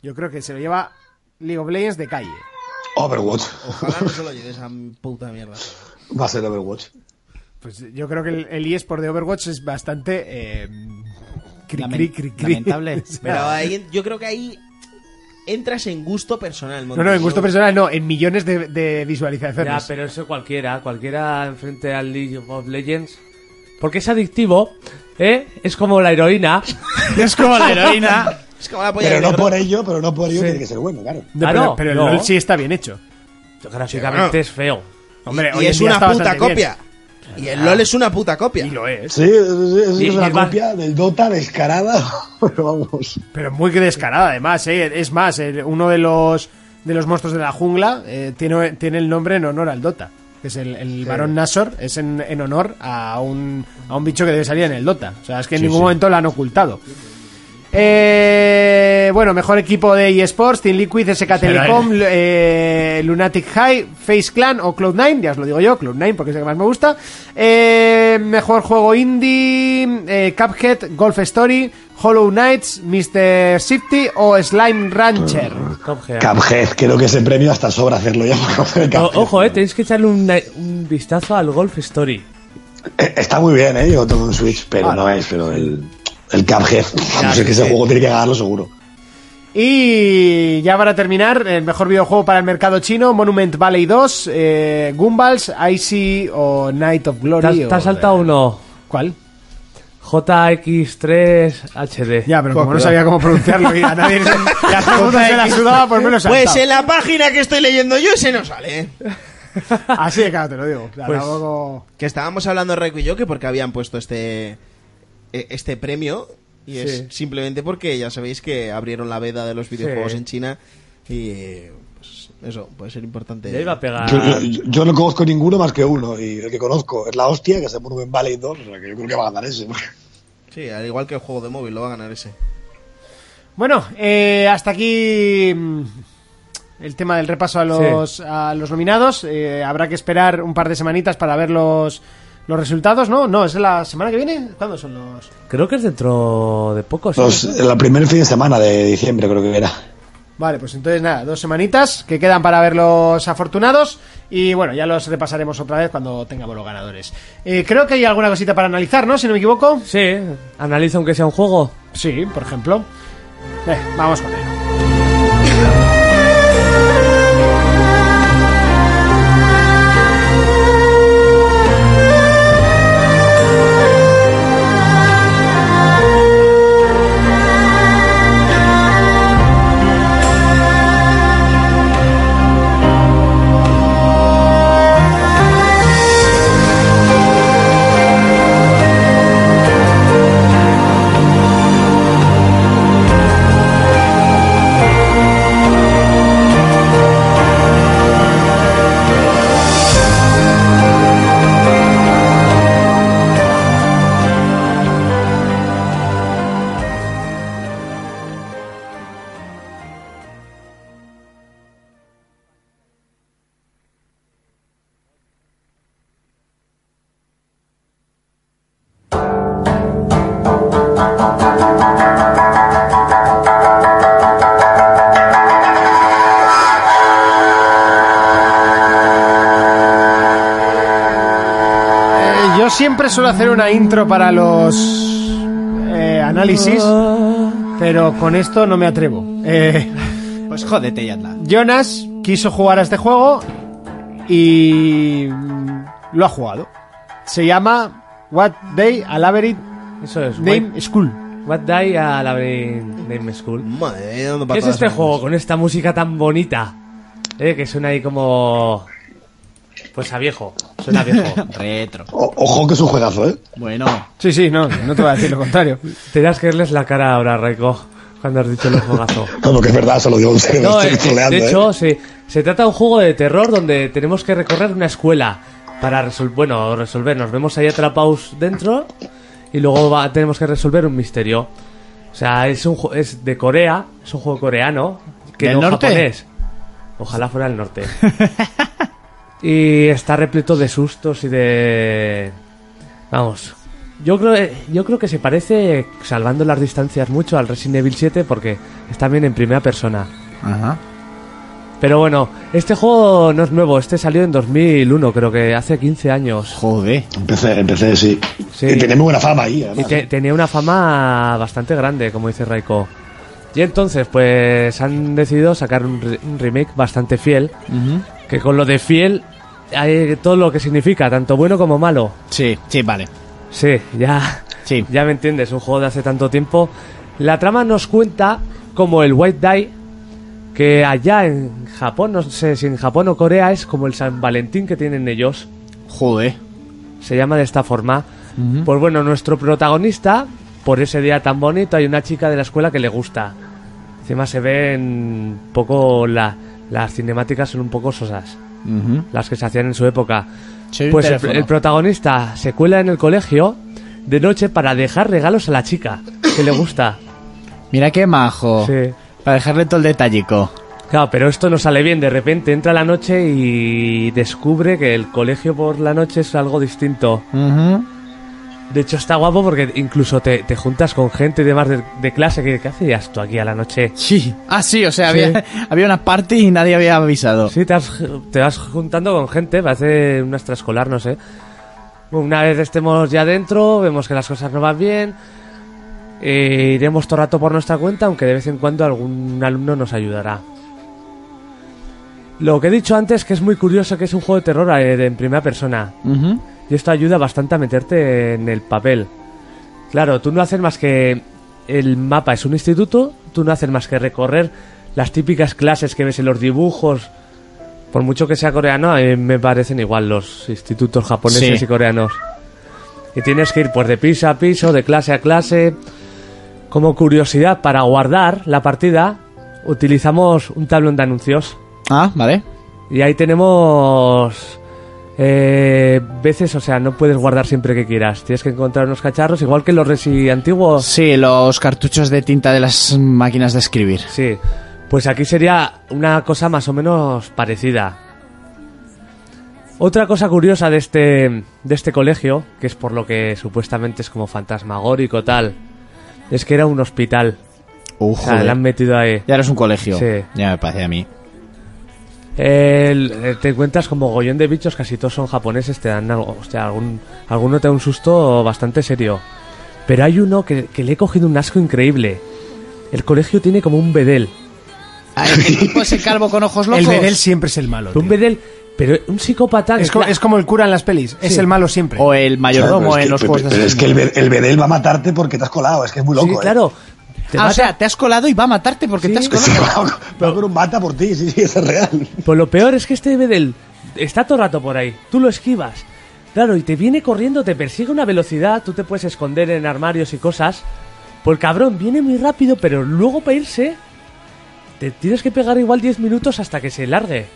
Yo creo que se lo lleva League of Legends de calle. Overwatch. Ojalá no se lo lleve esa puta mierda. Va a ser Overwatch. Pues yo creo que el, el eSport de Overwatch es bastante eh, cri, Lamen- cri, cri, cri. (laughs) lamentable. Pero ahí, yo creo que ahí entras en gusto (laughs) personal. No, no, en gusto personal no, en millones de, de Ya, visualizaciones. pero eso cualquiera, cualquiera enfrente al League of Legends. Porque es adictivo, ¿eh? Es como la heroína. (laughs) es como la heroína. Es como la polla Pero de no negro. por ello, pero no por ello tiene que ser bueno, claro. No, Ah, pero, no, pero el no. LoL sí está bien hecho. Gráficamente es feo. Hombre, Y hoy en es día una está puta bastante bien. Ah. copia. Y el LOL es una puta copia. Y lo es. Sí, es, es- Y- es y una va- copia del Dota descarada, (laughs) pero vamos. Pero muy descarada, además, ¿eh? Es más, el- uno de los de los monstruos de la jungla eh, tiene, tiene el nombre en honor al Dota. que Es el, el varón Nasor, es en, en honor a un, a un bicho que debe salir en el Dota. O sea, es que en ningún momento lo han ocultado. Eh, bueno, mejor equipo de eSports, Team Liquid, SK Telecom, eh, Lunatic High, Face Clan o Cloud9, ya os lo digo yo, Cloud9 porque es el que más me gusta. Eh, mejor juego indie, eh, Cuphead, Golf Story, Hollow Knights, Mr. Shifty o Slime Rancher. Cuphead. Cuphead, creo que ese premio hasta sobra hacerlo ya. porque vamos a ver O- Cuphead. ojo, eh, tenéis que echarle un, un vistazo al Golf Story. Eh, Está muy bien, ¿eh? Yo tengo un Switch, pero no es, pero el, el Cuphead. (laughs) Vamos, es que ese juego tiene que ganarlo seguro. Y ya para terminar, el mejor videojuego para el mercado chino, Monument Valley 2, eh, Gumbals, Icy o Night of ¿Te has, Glory. te has o- saltado uno? ¿Cuál? JX3HD. Ya, pero como no sabía cómo pronunciarlo y a nadie se- la pregunta se la sudaba, por menos Pues en la página que estoy leyendo yo ese no sale. ¿eh? Así de claro, te lo digo. O sea, Pues- tampoco- Que estábamos hablando Reiko y yo que porque habían puesto este e- este premio y es Sí. simplemente porque ya sabéis que abrieron la veda de los videojuegos Sí. en China y eh, pues, eso puede ser importante. Ya iba a pegar. Yo, yo- yo no conozco ninguno más que uno, y el que conozco es la hostia, que es el Monument Valley 2, o sea que yo creo que va a ganar ese. Sí, al igual que el juego de móvil lo va a ganar ese. Bueno, eh, hasta aquí mm, el tema del repaso a los, a los nominados. Eh, habrá que esperar un par de semanitas para ver los, los resultados, ¿no? No, es la semana que viene. ¿Cuándo son los...? Creo que es dentro de poco. ¿sí? (laughs) Los, eh, el primer fin de semana de diciembre creo que era. Vale, pues entonces nada, dos semanitas que quedan para ver los afortunados y bueno, ya los repasaremos otra vez cuando tengamos los ganadores. Eh, creo que hay alguna cosita para analizar, ¿no? Si no me equivoco. Sí, analiza aunque sea un juego. Sí, por ejemplo. Eh, vamos con ello. Eh, siempre suelo hacer una intro para los eh, análisis, pero con esto no me atrevo. Eh, Pues jódete, Yatla. Jonas quiso jugar a este juego y mm, lo ha jugado. Se llama What Day Alaverit Eso es. Name School. What- What Die a la Name School. Madre mía, dando ¿Qué es patadas este a las juego con esta música tan bonita? Eh, que suena ahí como. Pues a viejo. Suena a viejo. Retro. O- ojo que es un juegazo, ¿eh? Bueno, Sí, sí, no, no te voy a decir lo contrario. Tenías que verles la cara ahora, Raiko, cuando has dicho el juegazo. No, porque es verdad, se lo digo en serio, No, me eh, estoy troleando, de ¿eh? hecho, se, se trata de un juego de terror donde tenemos que recorrer una escuela para resol- bueno, resolver. Nos vemos ahí atrapados dentro y luego va- tenemos que resolver un misterio. O sea, es, un, ju- es de Corea, es un juego coreano. Que ¿Del no norte? japonés. Ojalá fuera el (laughs) norte. y está repleto de sustos y de... Vamos. Yo creo, eh, yo creo que se parece, salvando las distancias mucho, al Resident Evil 7 porque está bien en primera persona. Pero bueno, este juego no es nuevo, este salió en 2001, creo que hace 15 años. (laughs) joder. Empecé, empecé, sí. Sí. Y tenía muy buena fama ahí, Y además. te- tenía una fama bastante grande, como dice Raiko. Y entonces, pues han decidido sacar un, re- un remake bastante fiel, que con lo de fiel hay todo lo que significa, tanto bueno como malo. Sí, sí, vale. Sí, ya, Sí. ya me entiendes, un juego de hace tanto tiempo. La trama nos cuenta como el White Die, que allá en Japón, no sé si en Japón o Corea, es como el San Valentín que tienen ellos. Joder. Se llama de esta forma. Pues bueno, nuestro protagonista, por ese día tan bonito, hay una chica de la escuela que le gusta. Encima se ven un poco la- las cinemáticas son un poco sosas, las que se hacían en su época. Sí, Pues el, teléfono. el protagonista se cuela en el colegio de noche para dejar regalos a la chica que le gusta. Mira qué majo. Sí. Para dejarle todo el detallico. Claro, pero esto no sale bien. De repente entra la noche y descubre que el colegio por la noche es algo distinto. De hecho, está guapo porque incluso te, te juntas con gente y demás de, de clase. que ¿Qué hacías tú aquí a la noche? Sí. Ah, sí, o sea, había, (laughs) había una party y nadie había avisado. Sí, te, has- te vas juntando con gente, parece un extraescolar, no sé. Una vez estemos ya dentro, vemos que las cosas no van bien. e iremos todo el rato por nuestra cuenta, aunque de vez en cuando algún alumno nos ayudará. Lo que he dicho antes, que es muy curioso que es un juego de terror eh, de- en primera persona. Ujú. Y esto ayuda bastante a meterte en el papel. Claro, tú no haces más que... El mapa es un instituto, tú no haces más que recorrer las típicas clases que ves en los dibujos. Por mucho que sea coreano, a mí me parecen igual los institutos japoneses Sí. y coreanos. Y tienes que ir pues de piso a piso, de clase a clase. Como curiosidad, para guardar la partida, utilizamos un tablón de anuncios. Ah, vale. Y ahí tenemos eh, veces, o sea, no puedes guardar siempre que quieras. Tienes que encontrar unos cacharros, igual que los Resi antiguos. Sí, los cartuchos de tinta de las máquinas de escribir. Sí, pues aquí sería una cosa más o menos parecida. Otra cosa curiosa de este, de este colegio, que es por lo que supuestamente es como fantasmagórico tal, es que era un hospital. Uh, O sea, joder. le han metido ahí. Ya eres un colegio. Sí. Ya me parece a mí. El- eh, te encuentras como gollón de bichos, casi todos son japoneses, te dan algo, hostia, algún, alguno te da un susto bastante serio. Pero hay uno que, que le he cogido un asco increíble. El colegio tiene como un bedel. Ah, ¿El tipo ese calvo con ojos locos? El Bedel siempre es el malo. tío. Un bedel, pero un psicópata... que Es, co- cla- es como el cura en las pelis, es Sí. el malo siempre. O el Claro, mayordomo pero es en que- los pero- juegos de Pero es que el, Be- el Bedel va a matarte porque te has colado, es que es muy loco. sí, ¿eh? claro. Te Ah, o mata- sea, te has colado y va a matarte porque te has (laughs) Sí, colado. va- va con un mata por ti, sí, sí, eso es real. Pues lo peor es que este Bedel está todo el rato por ahí. Tú lo esquivas. Claro, y te viene corriendo, te persigue a una velocidad. Tú te puedes esconder en armarios y cosas. Pues cabrón, viene muy rápido, pero luego para irse. Te tienes que pegar igual 10 minutos hasta que se largue.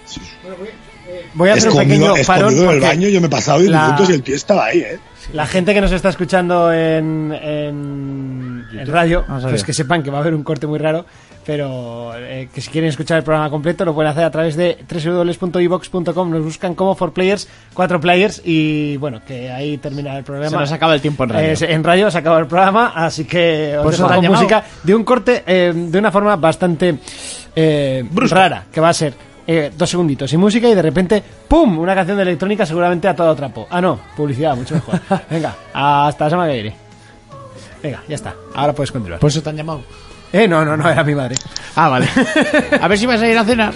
Voy a hacer un pequeño Escondido, parón escondido en el porque baño, yo me he pasado 10 la- minutos y el tío estaba ahí, ¿eh? la gente que nos está escuchando en, en, en radio, Ah, sabía. pues que sepan que va a haber un corte muy raro, pero eh, que si quieren escuchar el programa completo lo pueden hacer a través de www.evox.com, nos buscan como 4players, 4players y bueno, que ahí termina el programa. Se nos acaba el tiempo en radio. Eh, se- en radio se acaba el programa, así que Pues os Por eso dejo te han con llamado. música de un corte eh, de una forma bastante eh, rara, que va a ser eh, dos segunditos sin música y de repente, ¡pum! Una canción de electrónica seguramente a todo trapo. Ah, no, publicidad, mucho (laughs) mejor. Venga, hasta la semana que viene. Venga, ya está. Ahora puedes continuar. Por eso te han llamado. Eh, no, no, no, era mi madre. (laughs) Ah, vale. A ver si vas a ir a cenar.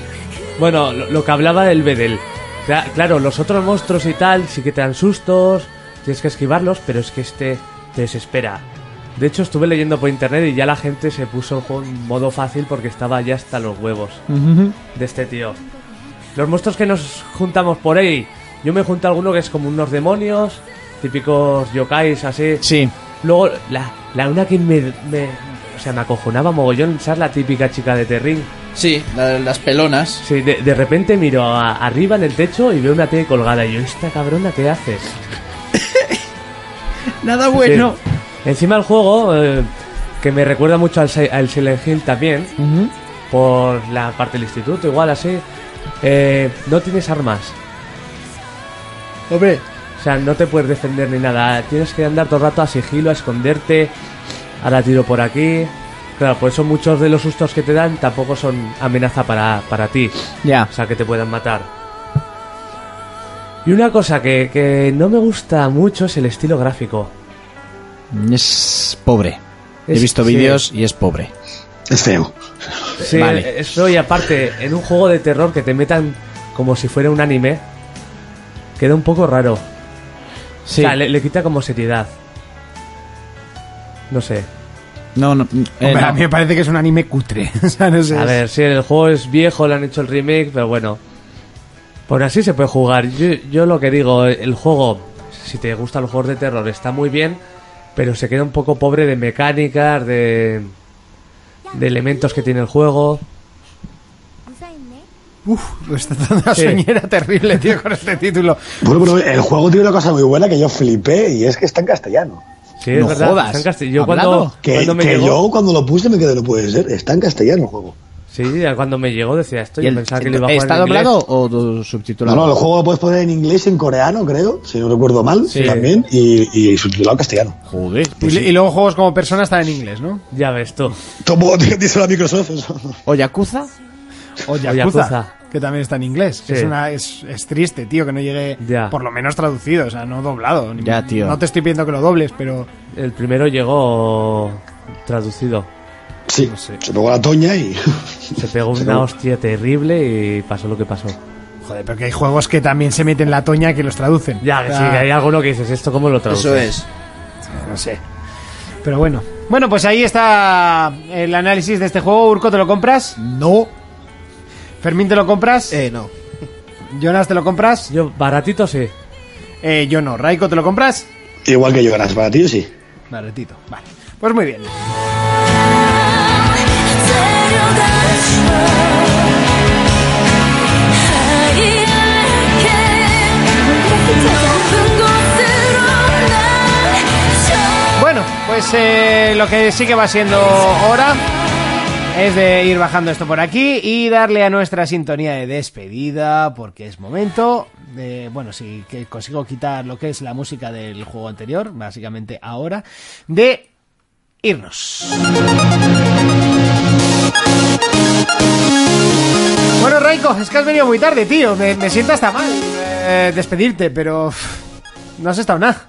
Bueno, lo, lo que hablaba del Bedel. Cla- claro, los otros monstruos y tal sí que te dan sustos, tienes que esquivarlos, pero es que este te desespera. De hecho, estuve leyendo por internet y ya la gente se puso el juego en modo fácil porque estaba ya hasta los huevos de este tío. Los monstruos que nos juntamos por ahí, yo me junté a alguno que es como unos demonios, típicos yokais así. Sí. Luego, la, la una que me, me- O sea, me acojonaba mogollón, ¿sabes? La típica chica de Terrín. Sí, la- las pelonas. Sí, de, de repente miro a- arriba en el techo y veo una tele colgada. Y yo, esta cabrona, ¿qué haces? Nada bueno. Encima el juego, eh, que me recuerda mucho al, Si- al Silent Hill también, por la parte del instituto, igual así, eh, no tienes armas. Hombre. Eh, O sea, no te puedes defender ni nada. Tienes que andar todo el rato a sigilo, a esconderte. Ahora tiro por aquí. Claro, por eso muchos de los sustos que te dan tampoco son amenaza para, para ti. Ya. O sea, que te puedan matar. Y una cosa que, que no me gusta mucho es el estilo gráfico. Es pobre. He Es- visto sí. vídeos y es pobre. Es feo. Sí, Vale. es feo y aparte, en un juego de terror que te metan como si fuera un anime, queda un poco raro. Sí. O sea, le, le quita como seriedad. No sé. No, no. eh, Hombre, a no. mí me parece que es un anime cutre. (laughs) o sea, no sé. A ver, sí, el juego es viejo, le han hecho el remake, pero bueno. Por así se puede jugar. Yo, yo lo que digo, el juego, si te gustan los juegos de terror, está muy bien, pero se queda un poco pobre de mecánicas, de, de elementos que tiene el juego. Está dando una Sí. soñera terrible, tío, con este título. Bueno, bueno, el juego tiene una cosa muy buena que yo flipé y es que está en castellano. Sí, es No verdad, jodas. está en castellano. Yo ¿Hablado? cuando, Que, cuando me que llegó, yo cuando lo puse me quedé, no puede ser. Está en castellano el juego. sí, cuando me llegó decía esto, ¿Y yo el- pensaba que le iba a jugar ¿Está en inglés. doblado o do- No, subtitulado? no, el juego lo puedes poner en inglés, en coreano, creo, si no recuerdo mal, también, y, y subtitulado en castellano. Joder. Y, y luego juegos como Persona están en inglés, ¿no? Ya ves tú. Tomo, (laughs) dice la Microsoft. eso. ¿O Yakuza? O Yakuza, Yakuza. que también está en inglés. Sí. Es, una, es, es triste, tío, que no llegue Ya. por lo menos traducido, o sea, no doblado. Ni- Ya, tío. No te estoy pidiendo que lo dobles, pero El primero llegó traducido. Sí, se pegó la toña y... (laughs) Se (laughs) pegó una hostia terrible y pasó lo que pasó. joder, porque hay juegos que también se meten la toña que los traducen. Ya, O que sea, sí, que hay alguno que dices, ¿esto cómo lo traduces? Eso es. No sé. Pero bueno. Bueno, pues ahí está el análisis de este juego. Urco, ¿te lo compras? No. Fermín, ¿te lo compras? Eh, no. Jonas, ¿te lo compras? Yo, baratito sí. Eh, yo no. Raiko, ¿te lo compras? Igual que yo, ganas para ti, sí. Baratito. Vale. Pues muy bien. Bueno, pues eh, lo que sí que va siendo hora es de ir bajando esto por aquí y darle a nuestra sintonía de despedida, porque es momento. de- bueno, si que consigo quitar lo que es la música del juego anterior, básicamente ahora, de irnos. Bueno, Raiko, es que has venido muy tarde, tío. Me, me siento hasta mal eh, despedirte, pero uf, no has estado nada.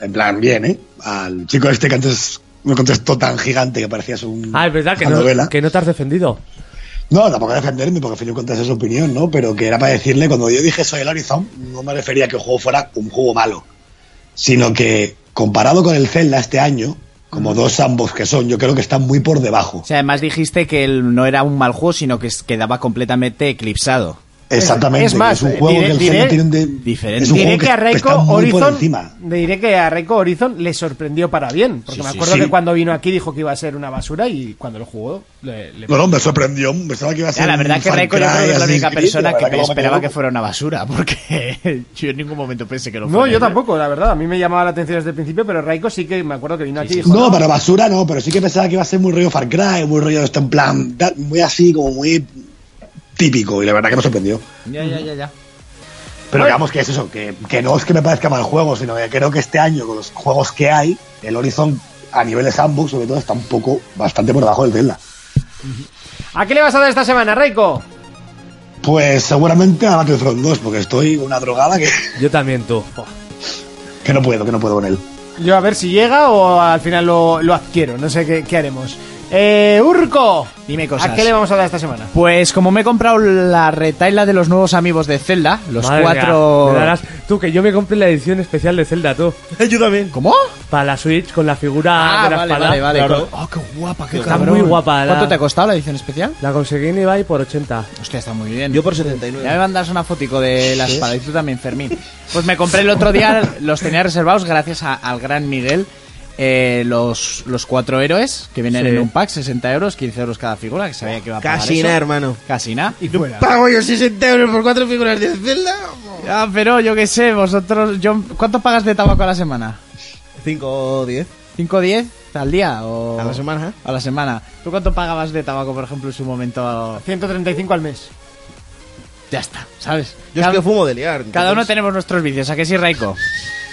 En plan, bien, ¿eh? Al chico este que antes me contestó tan gigante que parecías un... Ah, es verdad que una novela. no, que no te has defendido. No, tampoco defenderme, porque al final contaste su opinión, ¿no? Pero que era para decirle, cuando yo dije soy el Horizon, no me refería a que el juego fuera un juego malo, sino que comparado con el Zelda este año, como dos ambos que son, yo creo que están muy por debajo. O sea, además dijiste que el- no era un mal juego, sino que es- quedaba completamente eclipsado. Exactamente, es más, que es un juego diré- que el diré- Zelda tiene un de- eh, diferente. es un Diré juego que, que a Raiko está muy por Horizon encima. diré que a Raiko Horizon le sorprendió para bien, porque Sí, me sí, acuerdo sí. que cuando vino aquí dijo que iba a ser una basura y cuando lo jugó le, le- No, no, me sorprendió, me pensaba que iba a ser Ya, la un verdad que Far Reiko yo Cry creo que es la así única escrito, persona la que verdad me lo me esperaba quedó que fuera una basura, porque (laughs) yo en ningún momento pensé que lo fuera. No, yo tampoco, la verdad, a mí me llamaba la atención desde el principio, pero Raiko sí que me acuerdo que vino aquí y dijo, No, pero basura no, pero sí que pensaba que iba a ser muy rollo Far Cry, muy rollo esto en plan, da- muy así, como muy típico, y la verdad que me sorprendió. Ya, ya, ya, ya. Pero digamos que es eso, que, que no es que me parezca mal juego, sino que creo que este año, con los juegos que hay, el Horizon a niveles ambos, sobre todo, está un poco bastante por debajo del Zelda. ¿A qué le vas a dar esta semana, Reiko? Pues seguramente a Battlefront 2, porque estoy una drogada que, Yo también, tú. Buah. que no puedo, que no puedo con él. Yo a ver si llega o al final lo, lo adquiero. No sé qué, qué haremos. Eh, Urco, Dime cosas. ¿a qué le vamos a dar esta semana? Pues como me he comprado la retaila de los nuevos amigos de Zelda, los Madre mía, cuatro... me (laughs) darás- Tú, que yo me compré la edición especial de Zelda, tú. Yo también. ¿Cómo? Para la Switch, con la figura Ah, de la vale, espada. vale, vale. Claro. Oh, qué guapa, qué Está cabrón. muy guapa, la- ¿Cuánto te ha costado la edición especial? La conseguí en Ibai por 80. Hostia, está muy bien. Yo por Ya me 79. mandas una fotico de la espada y tú también, Fermín. Pues me compré el otro día, los tenía reservados gracias a- al gran Miguel. eh, los, los cuatro héroes que vienen Sí. en un pack, 60 euros, 15 euros cada figura, que sabía que iba a pagar Casi eso. nada, hermano. Casi nada. Y fuera. Pago yo 60 euros por cuatro figuras de Zelda. Ah, pero yo qué sé, vosotros... Yo, ¿Cuánto pagas de tabaco a la semana? 5 o 10 ¿5 o 10 al día? O... a la semana. A la semana. ¿Tú cuánto pagabas de tabaco, por ejemplo, en su momento? 135 al mes. Ya está, ¿sabes? Yo cada, es que fumo de liar. cada uno entonces- tenemos nuestros vicios, ¿a que sí, Raiko?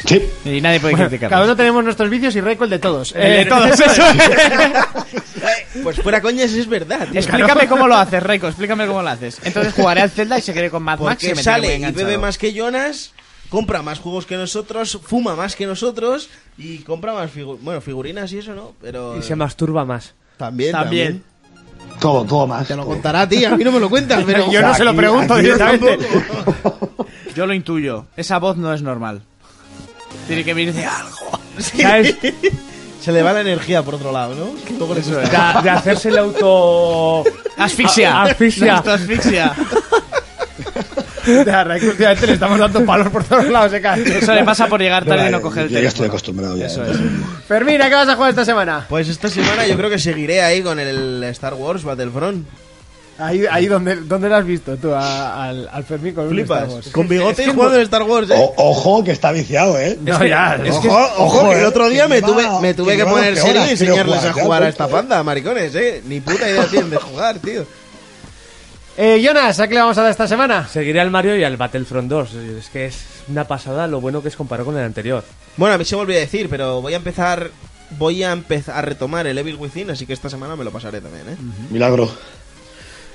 Sí, Y nadie puede criticarlo. Cada uno tenemos nuestros vicios y Reiko el de todos. El de Eh, (laughs) todos, eso es. Eh, Pues fuera coñas, es verdad. tío. Explícame cómo lo haces, Reiko, explícame cómo lo haces. Entonces jugaré al Zelda y se quede con Mad Max y Porque me sale tiene muy y bebe enganchado. más que Jonas, compra más juegos que nosotros, fuma más que nosotros y compra más figu- bueno, figurinas y eso, ¿no? Pero Y se masturba más. también, También. todo, todo más. Te lo contará a ti, a mí no me (laughs) lo cuentas, pero Yo no se lo Aquí- pregunto aquí directamente. Yo lo intuyo. Esa voz no es normal. Tiene que venir de algo. ¿Sabes? se le va la energía por otro lado, ¿no? Luego le Eso gusta. es. De, de hacerse el auto. Asfixia. A- asfixia. Nuestra (laughs) asfixia. A Reiko últimamente le estamos dando palos por todos lados. eh, cara. ah, Eso le pasa por llegar tarde y no Ya, coger el yo ya estoy teléfono. acostumbrado ya. Eso es. Fermín, ¿a qué vas a jugar esta semana? Pues esta semana yo creo que seguiré ahí con el Star Wars Battlefront. Ahí, ahí donde, donde lo has visto tú, a- al, al Fermín con un Star Flipas. Wars. Con bigote y jugando en Star Wars, ¿eh? O- ojo que está viciado, ¿eh? No, ya, Es no. que, Ojo, Oh, ojo, ojo, que el eh, otro día que me va- tuve, me tuve que que va poner peor, serio y quiero enseñarles jugar, a ya, jugar a punto. esta panda, maricones, eh. Ni puta idea tienen de jugar, tío. Eh, Jonas, ¿a qué le vamos a dar esta semana? Seguiré al Mario y al Battlefront 2. Es que es una pasada lo bueno que es comparado con el anterior. Bueno, a mí se me olvidó decir, pero voy a empezar. Voy a empezar a retomar el Evil Within, así que esta semana me lo pasaré también, ¿eh? Milagro.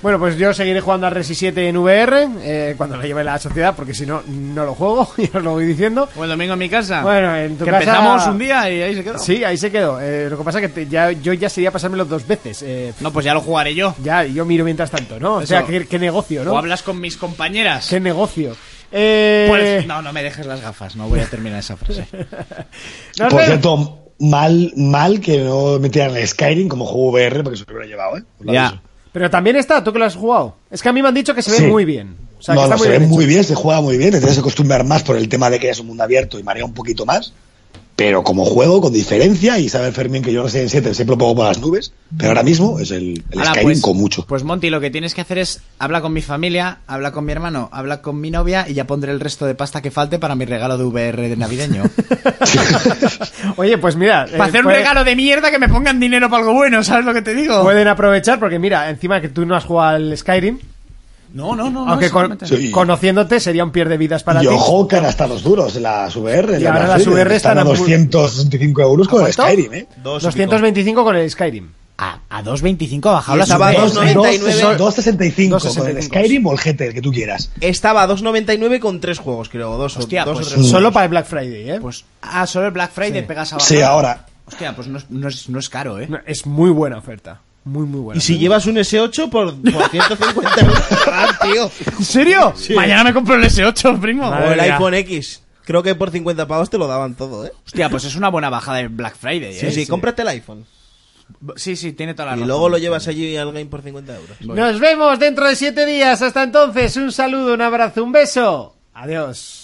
Bueno, pues yo seguiré jugando al Resi 7 en VR eh, cuando lo lleve la sociedad, porque si no, no lo juego, (laughs) ya os lo voy diciendo. O el domingo en mi casa. Bueno, en tu que casa- empezamos un día y ahí se quedó. Sí, ahí se quedó. Eh, lo que pasa es que te- ya, yo ya sería pasármelo dos veces. eh, No, pues ya lo jugaré yo. ya, yo miro mientras tanto, ¿no? O sea, Eso. qué, qué negocio, O ¿no? hablas con mis compañeras. Qué negocio. Eh, Pues, no, no me dejes las gafas, no voy a terminar esa frase. no Por sé. cierto, mal, mal que no metieran el Skyrim como juego VR, porque se lo hubiera llevado, ¿eh? Os lo aviso. Pero también está, tú que lo has jugado. Es que a mí me han dicho que se ve Sí. muy bien. O sea, que no, está no, muy se ve bien hecho. muy bien, se juega muy bien, te tienes que acostumbrar más por el tema de que es un mundo abierto y marea un poquito más. Pero como juego, con diferencia, y sabe Fermín que yo Resident 7 siempre lo pongo por las nubes, pero ahora mismo es el, el Ahora, Skyrim pues, con mucho. Pues Monty, lo que tienes que hacer es habla con mi familia, habla con mi hermano, habla con mi novia y ya pondré el resto de pasta que falte para mi regalo de VR de (laughs) navideño. (laughs) Oye, pues mira. eh, para hacer un puede- regalo de mierda que me pongan dinero para algo bueno, ¿sabes lo que te digo? Pueden aprovechar, porque mira, encima que tú no has jugado al Skyrim, No, no, no. aunque no, con- simplemente- Sí. conociéndote sería un pierde vidas para y ti. ojo que ahora están los duros, las VR. Y ahora las Brasil, VR están a a pu- 265 euros con el ¿Cuánto? Skyrim, ¿eh? Dos y 225 con el Skyrim. A, a 2.25 ha bajado la estaba Ah, subvención. dos, ¿no? 2,99. 265 con el 2,65. Skyrim o el GT, el que tú quieras. pico. Estaba a 2.99 con tres juegos, creo. Dos, o- Hostia, dos pues, o tres. Solo para el Black Friday, ¿eh? Pues, ah, solo el Black Friday pegas a Sí, ahora. Hostia, pues no es, no es- no es caro, ¿eh? No, es muy buena oferta. Muy, muy buena. Y si llevas un S8 por, por 150 euros, Ah, (laughs) tío. ¿En serio? Mañana me compro el S8, primo. O el iPhone X. Creo que por 50 pavos te lo daban todo, ¿eh? Hostia, pues es una buena bajada de Black Friday, Sí, ¿eh? sí, cómprate el iPhone. Sí, sí, tiene toda la Y razón. luego lo llevas allí al game por 50 euros. Nos vemos dentro de siete días. Hasta entonces, un saludo, un abrazo, un beso. Adiós.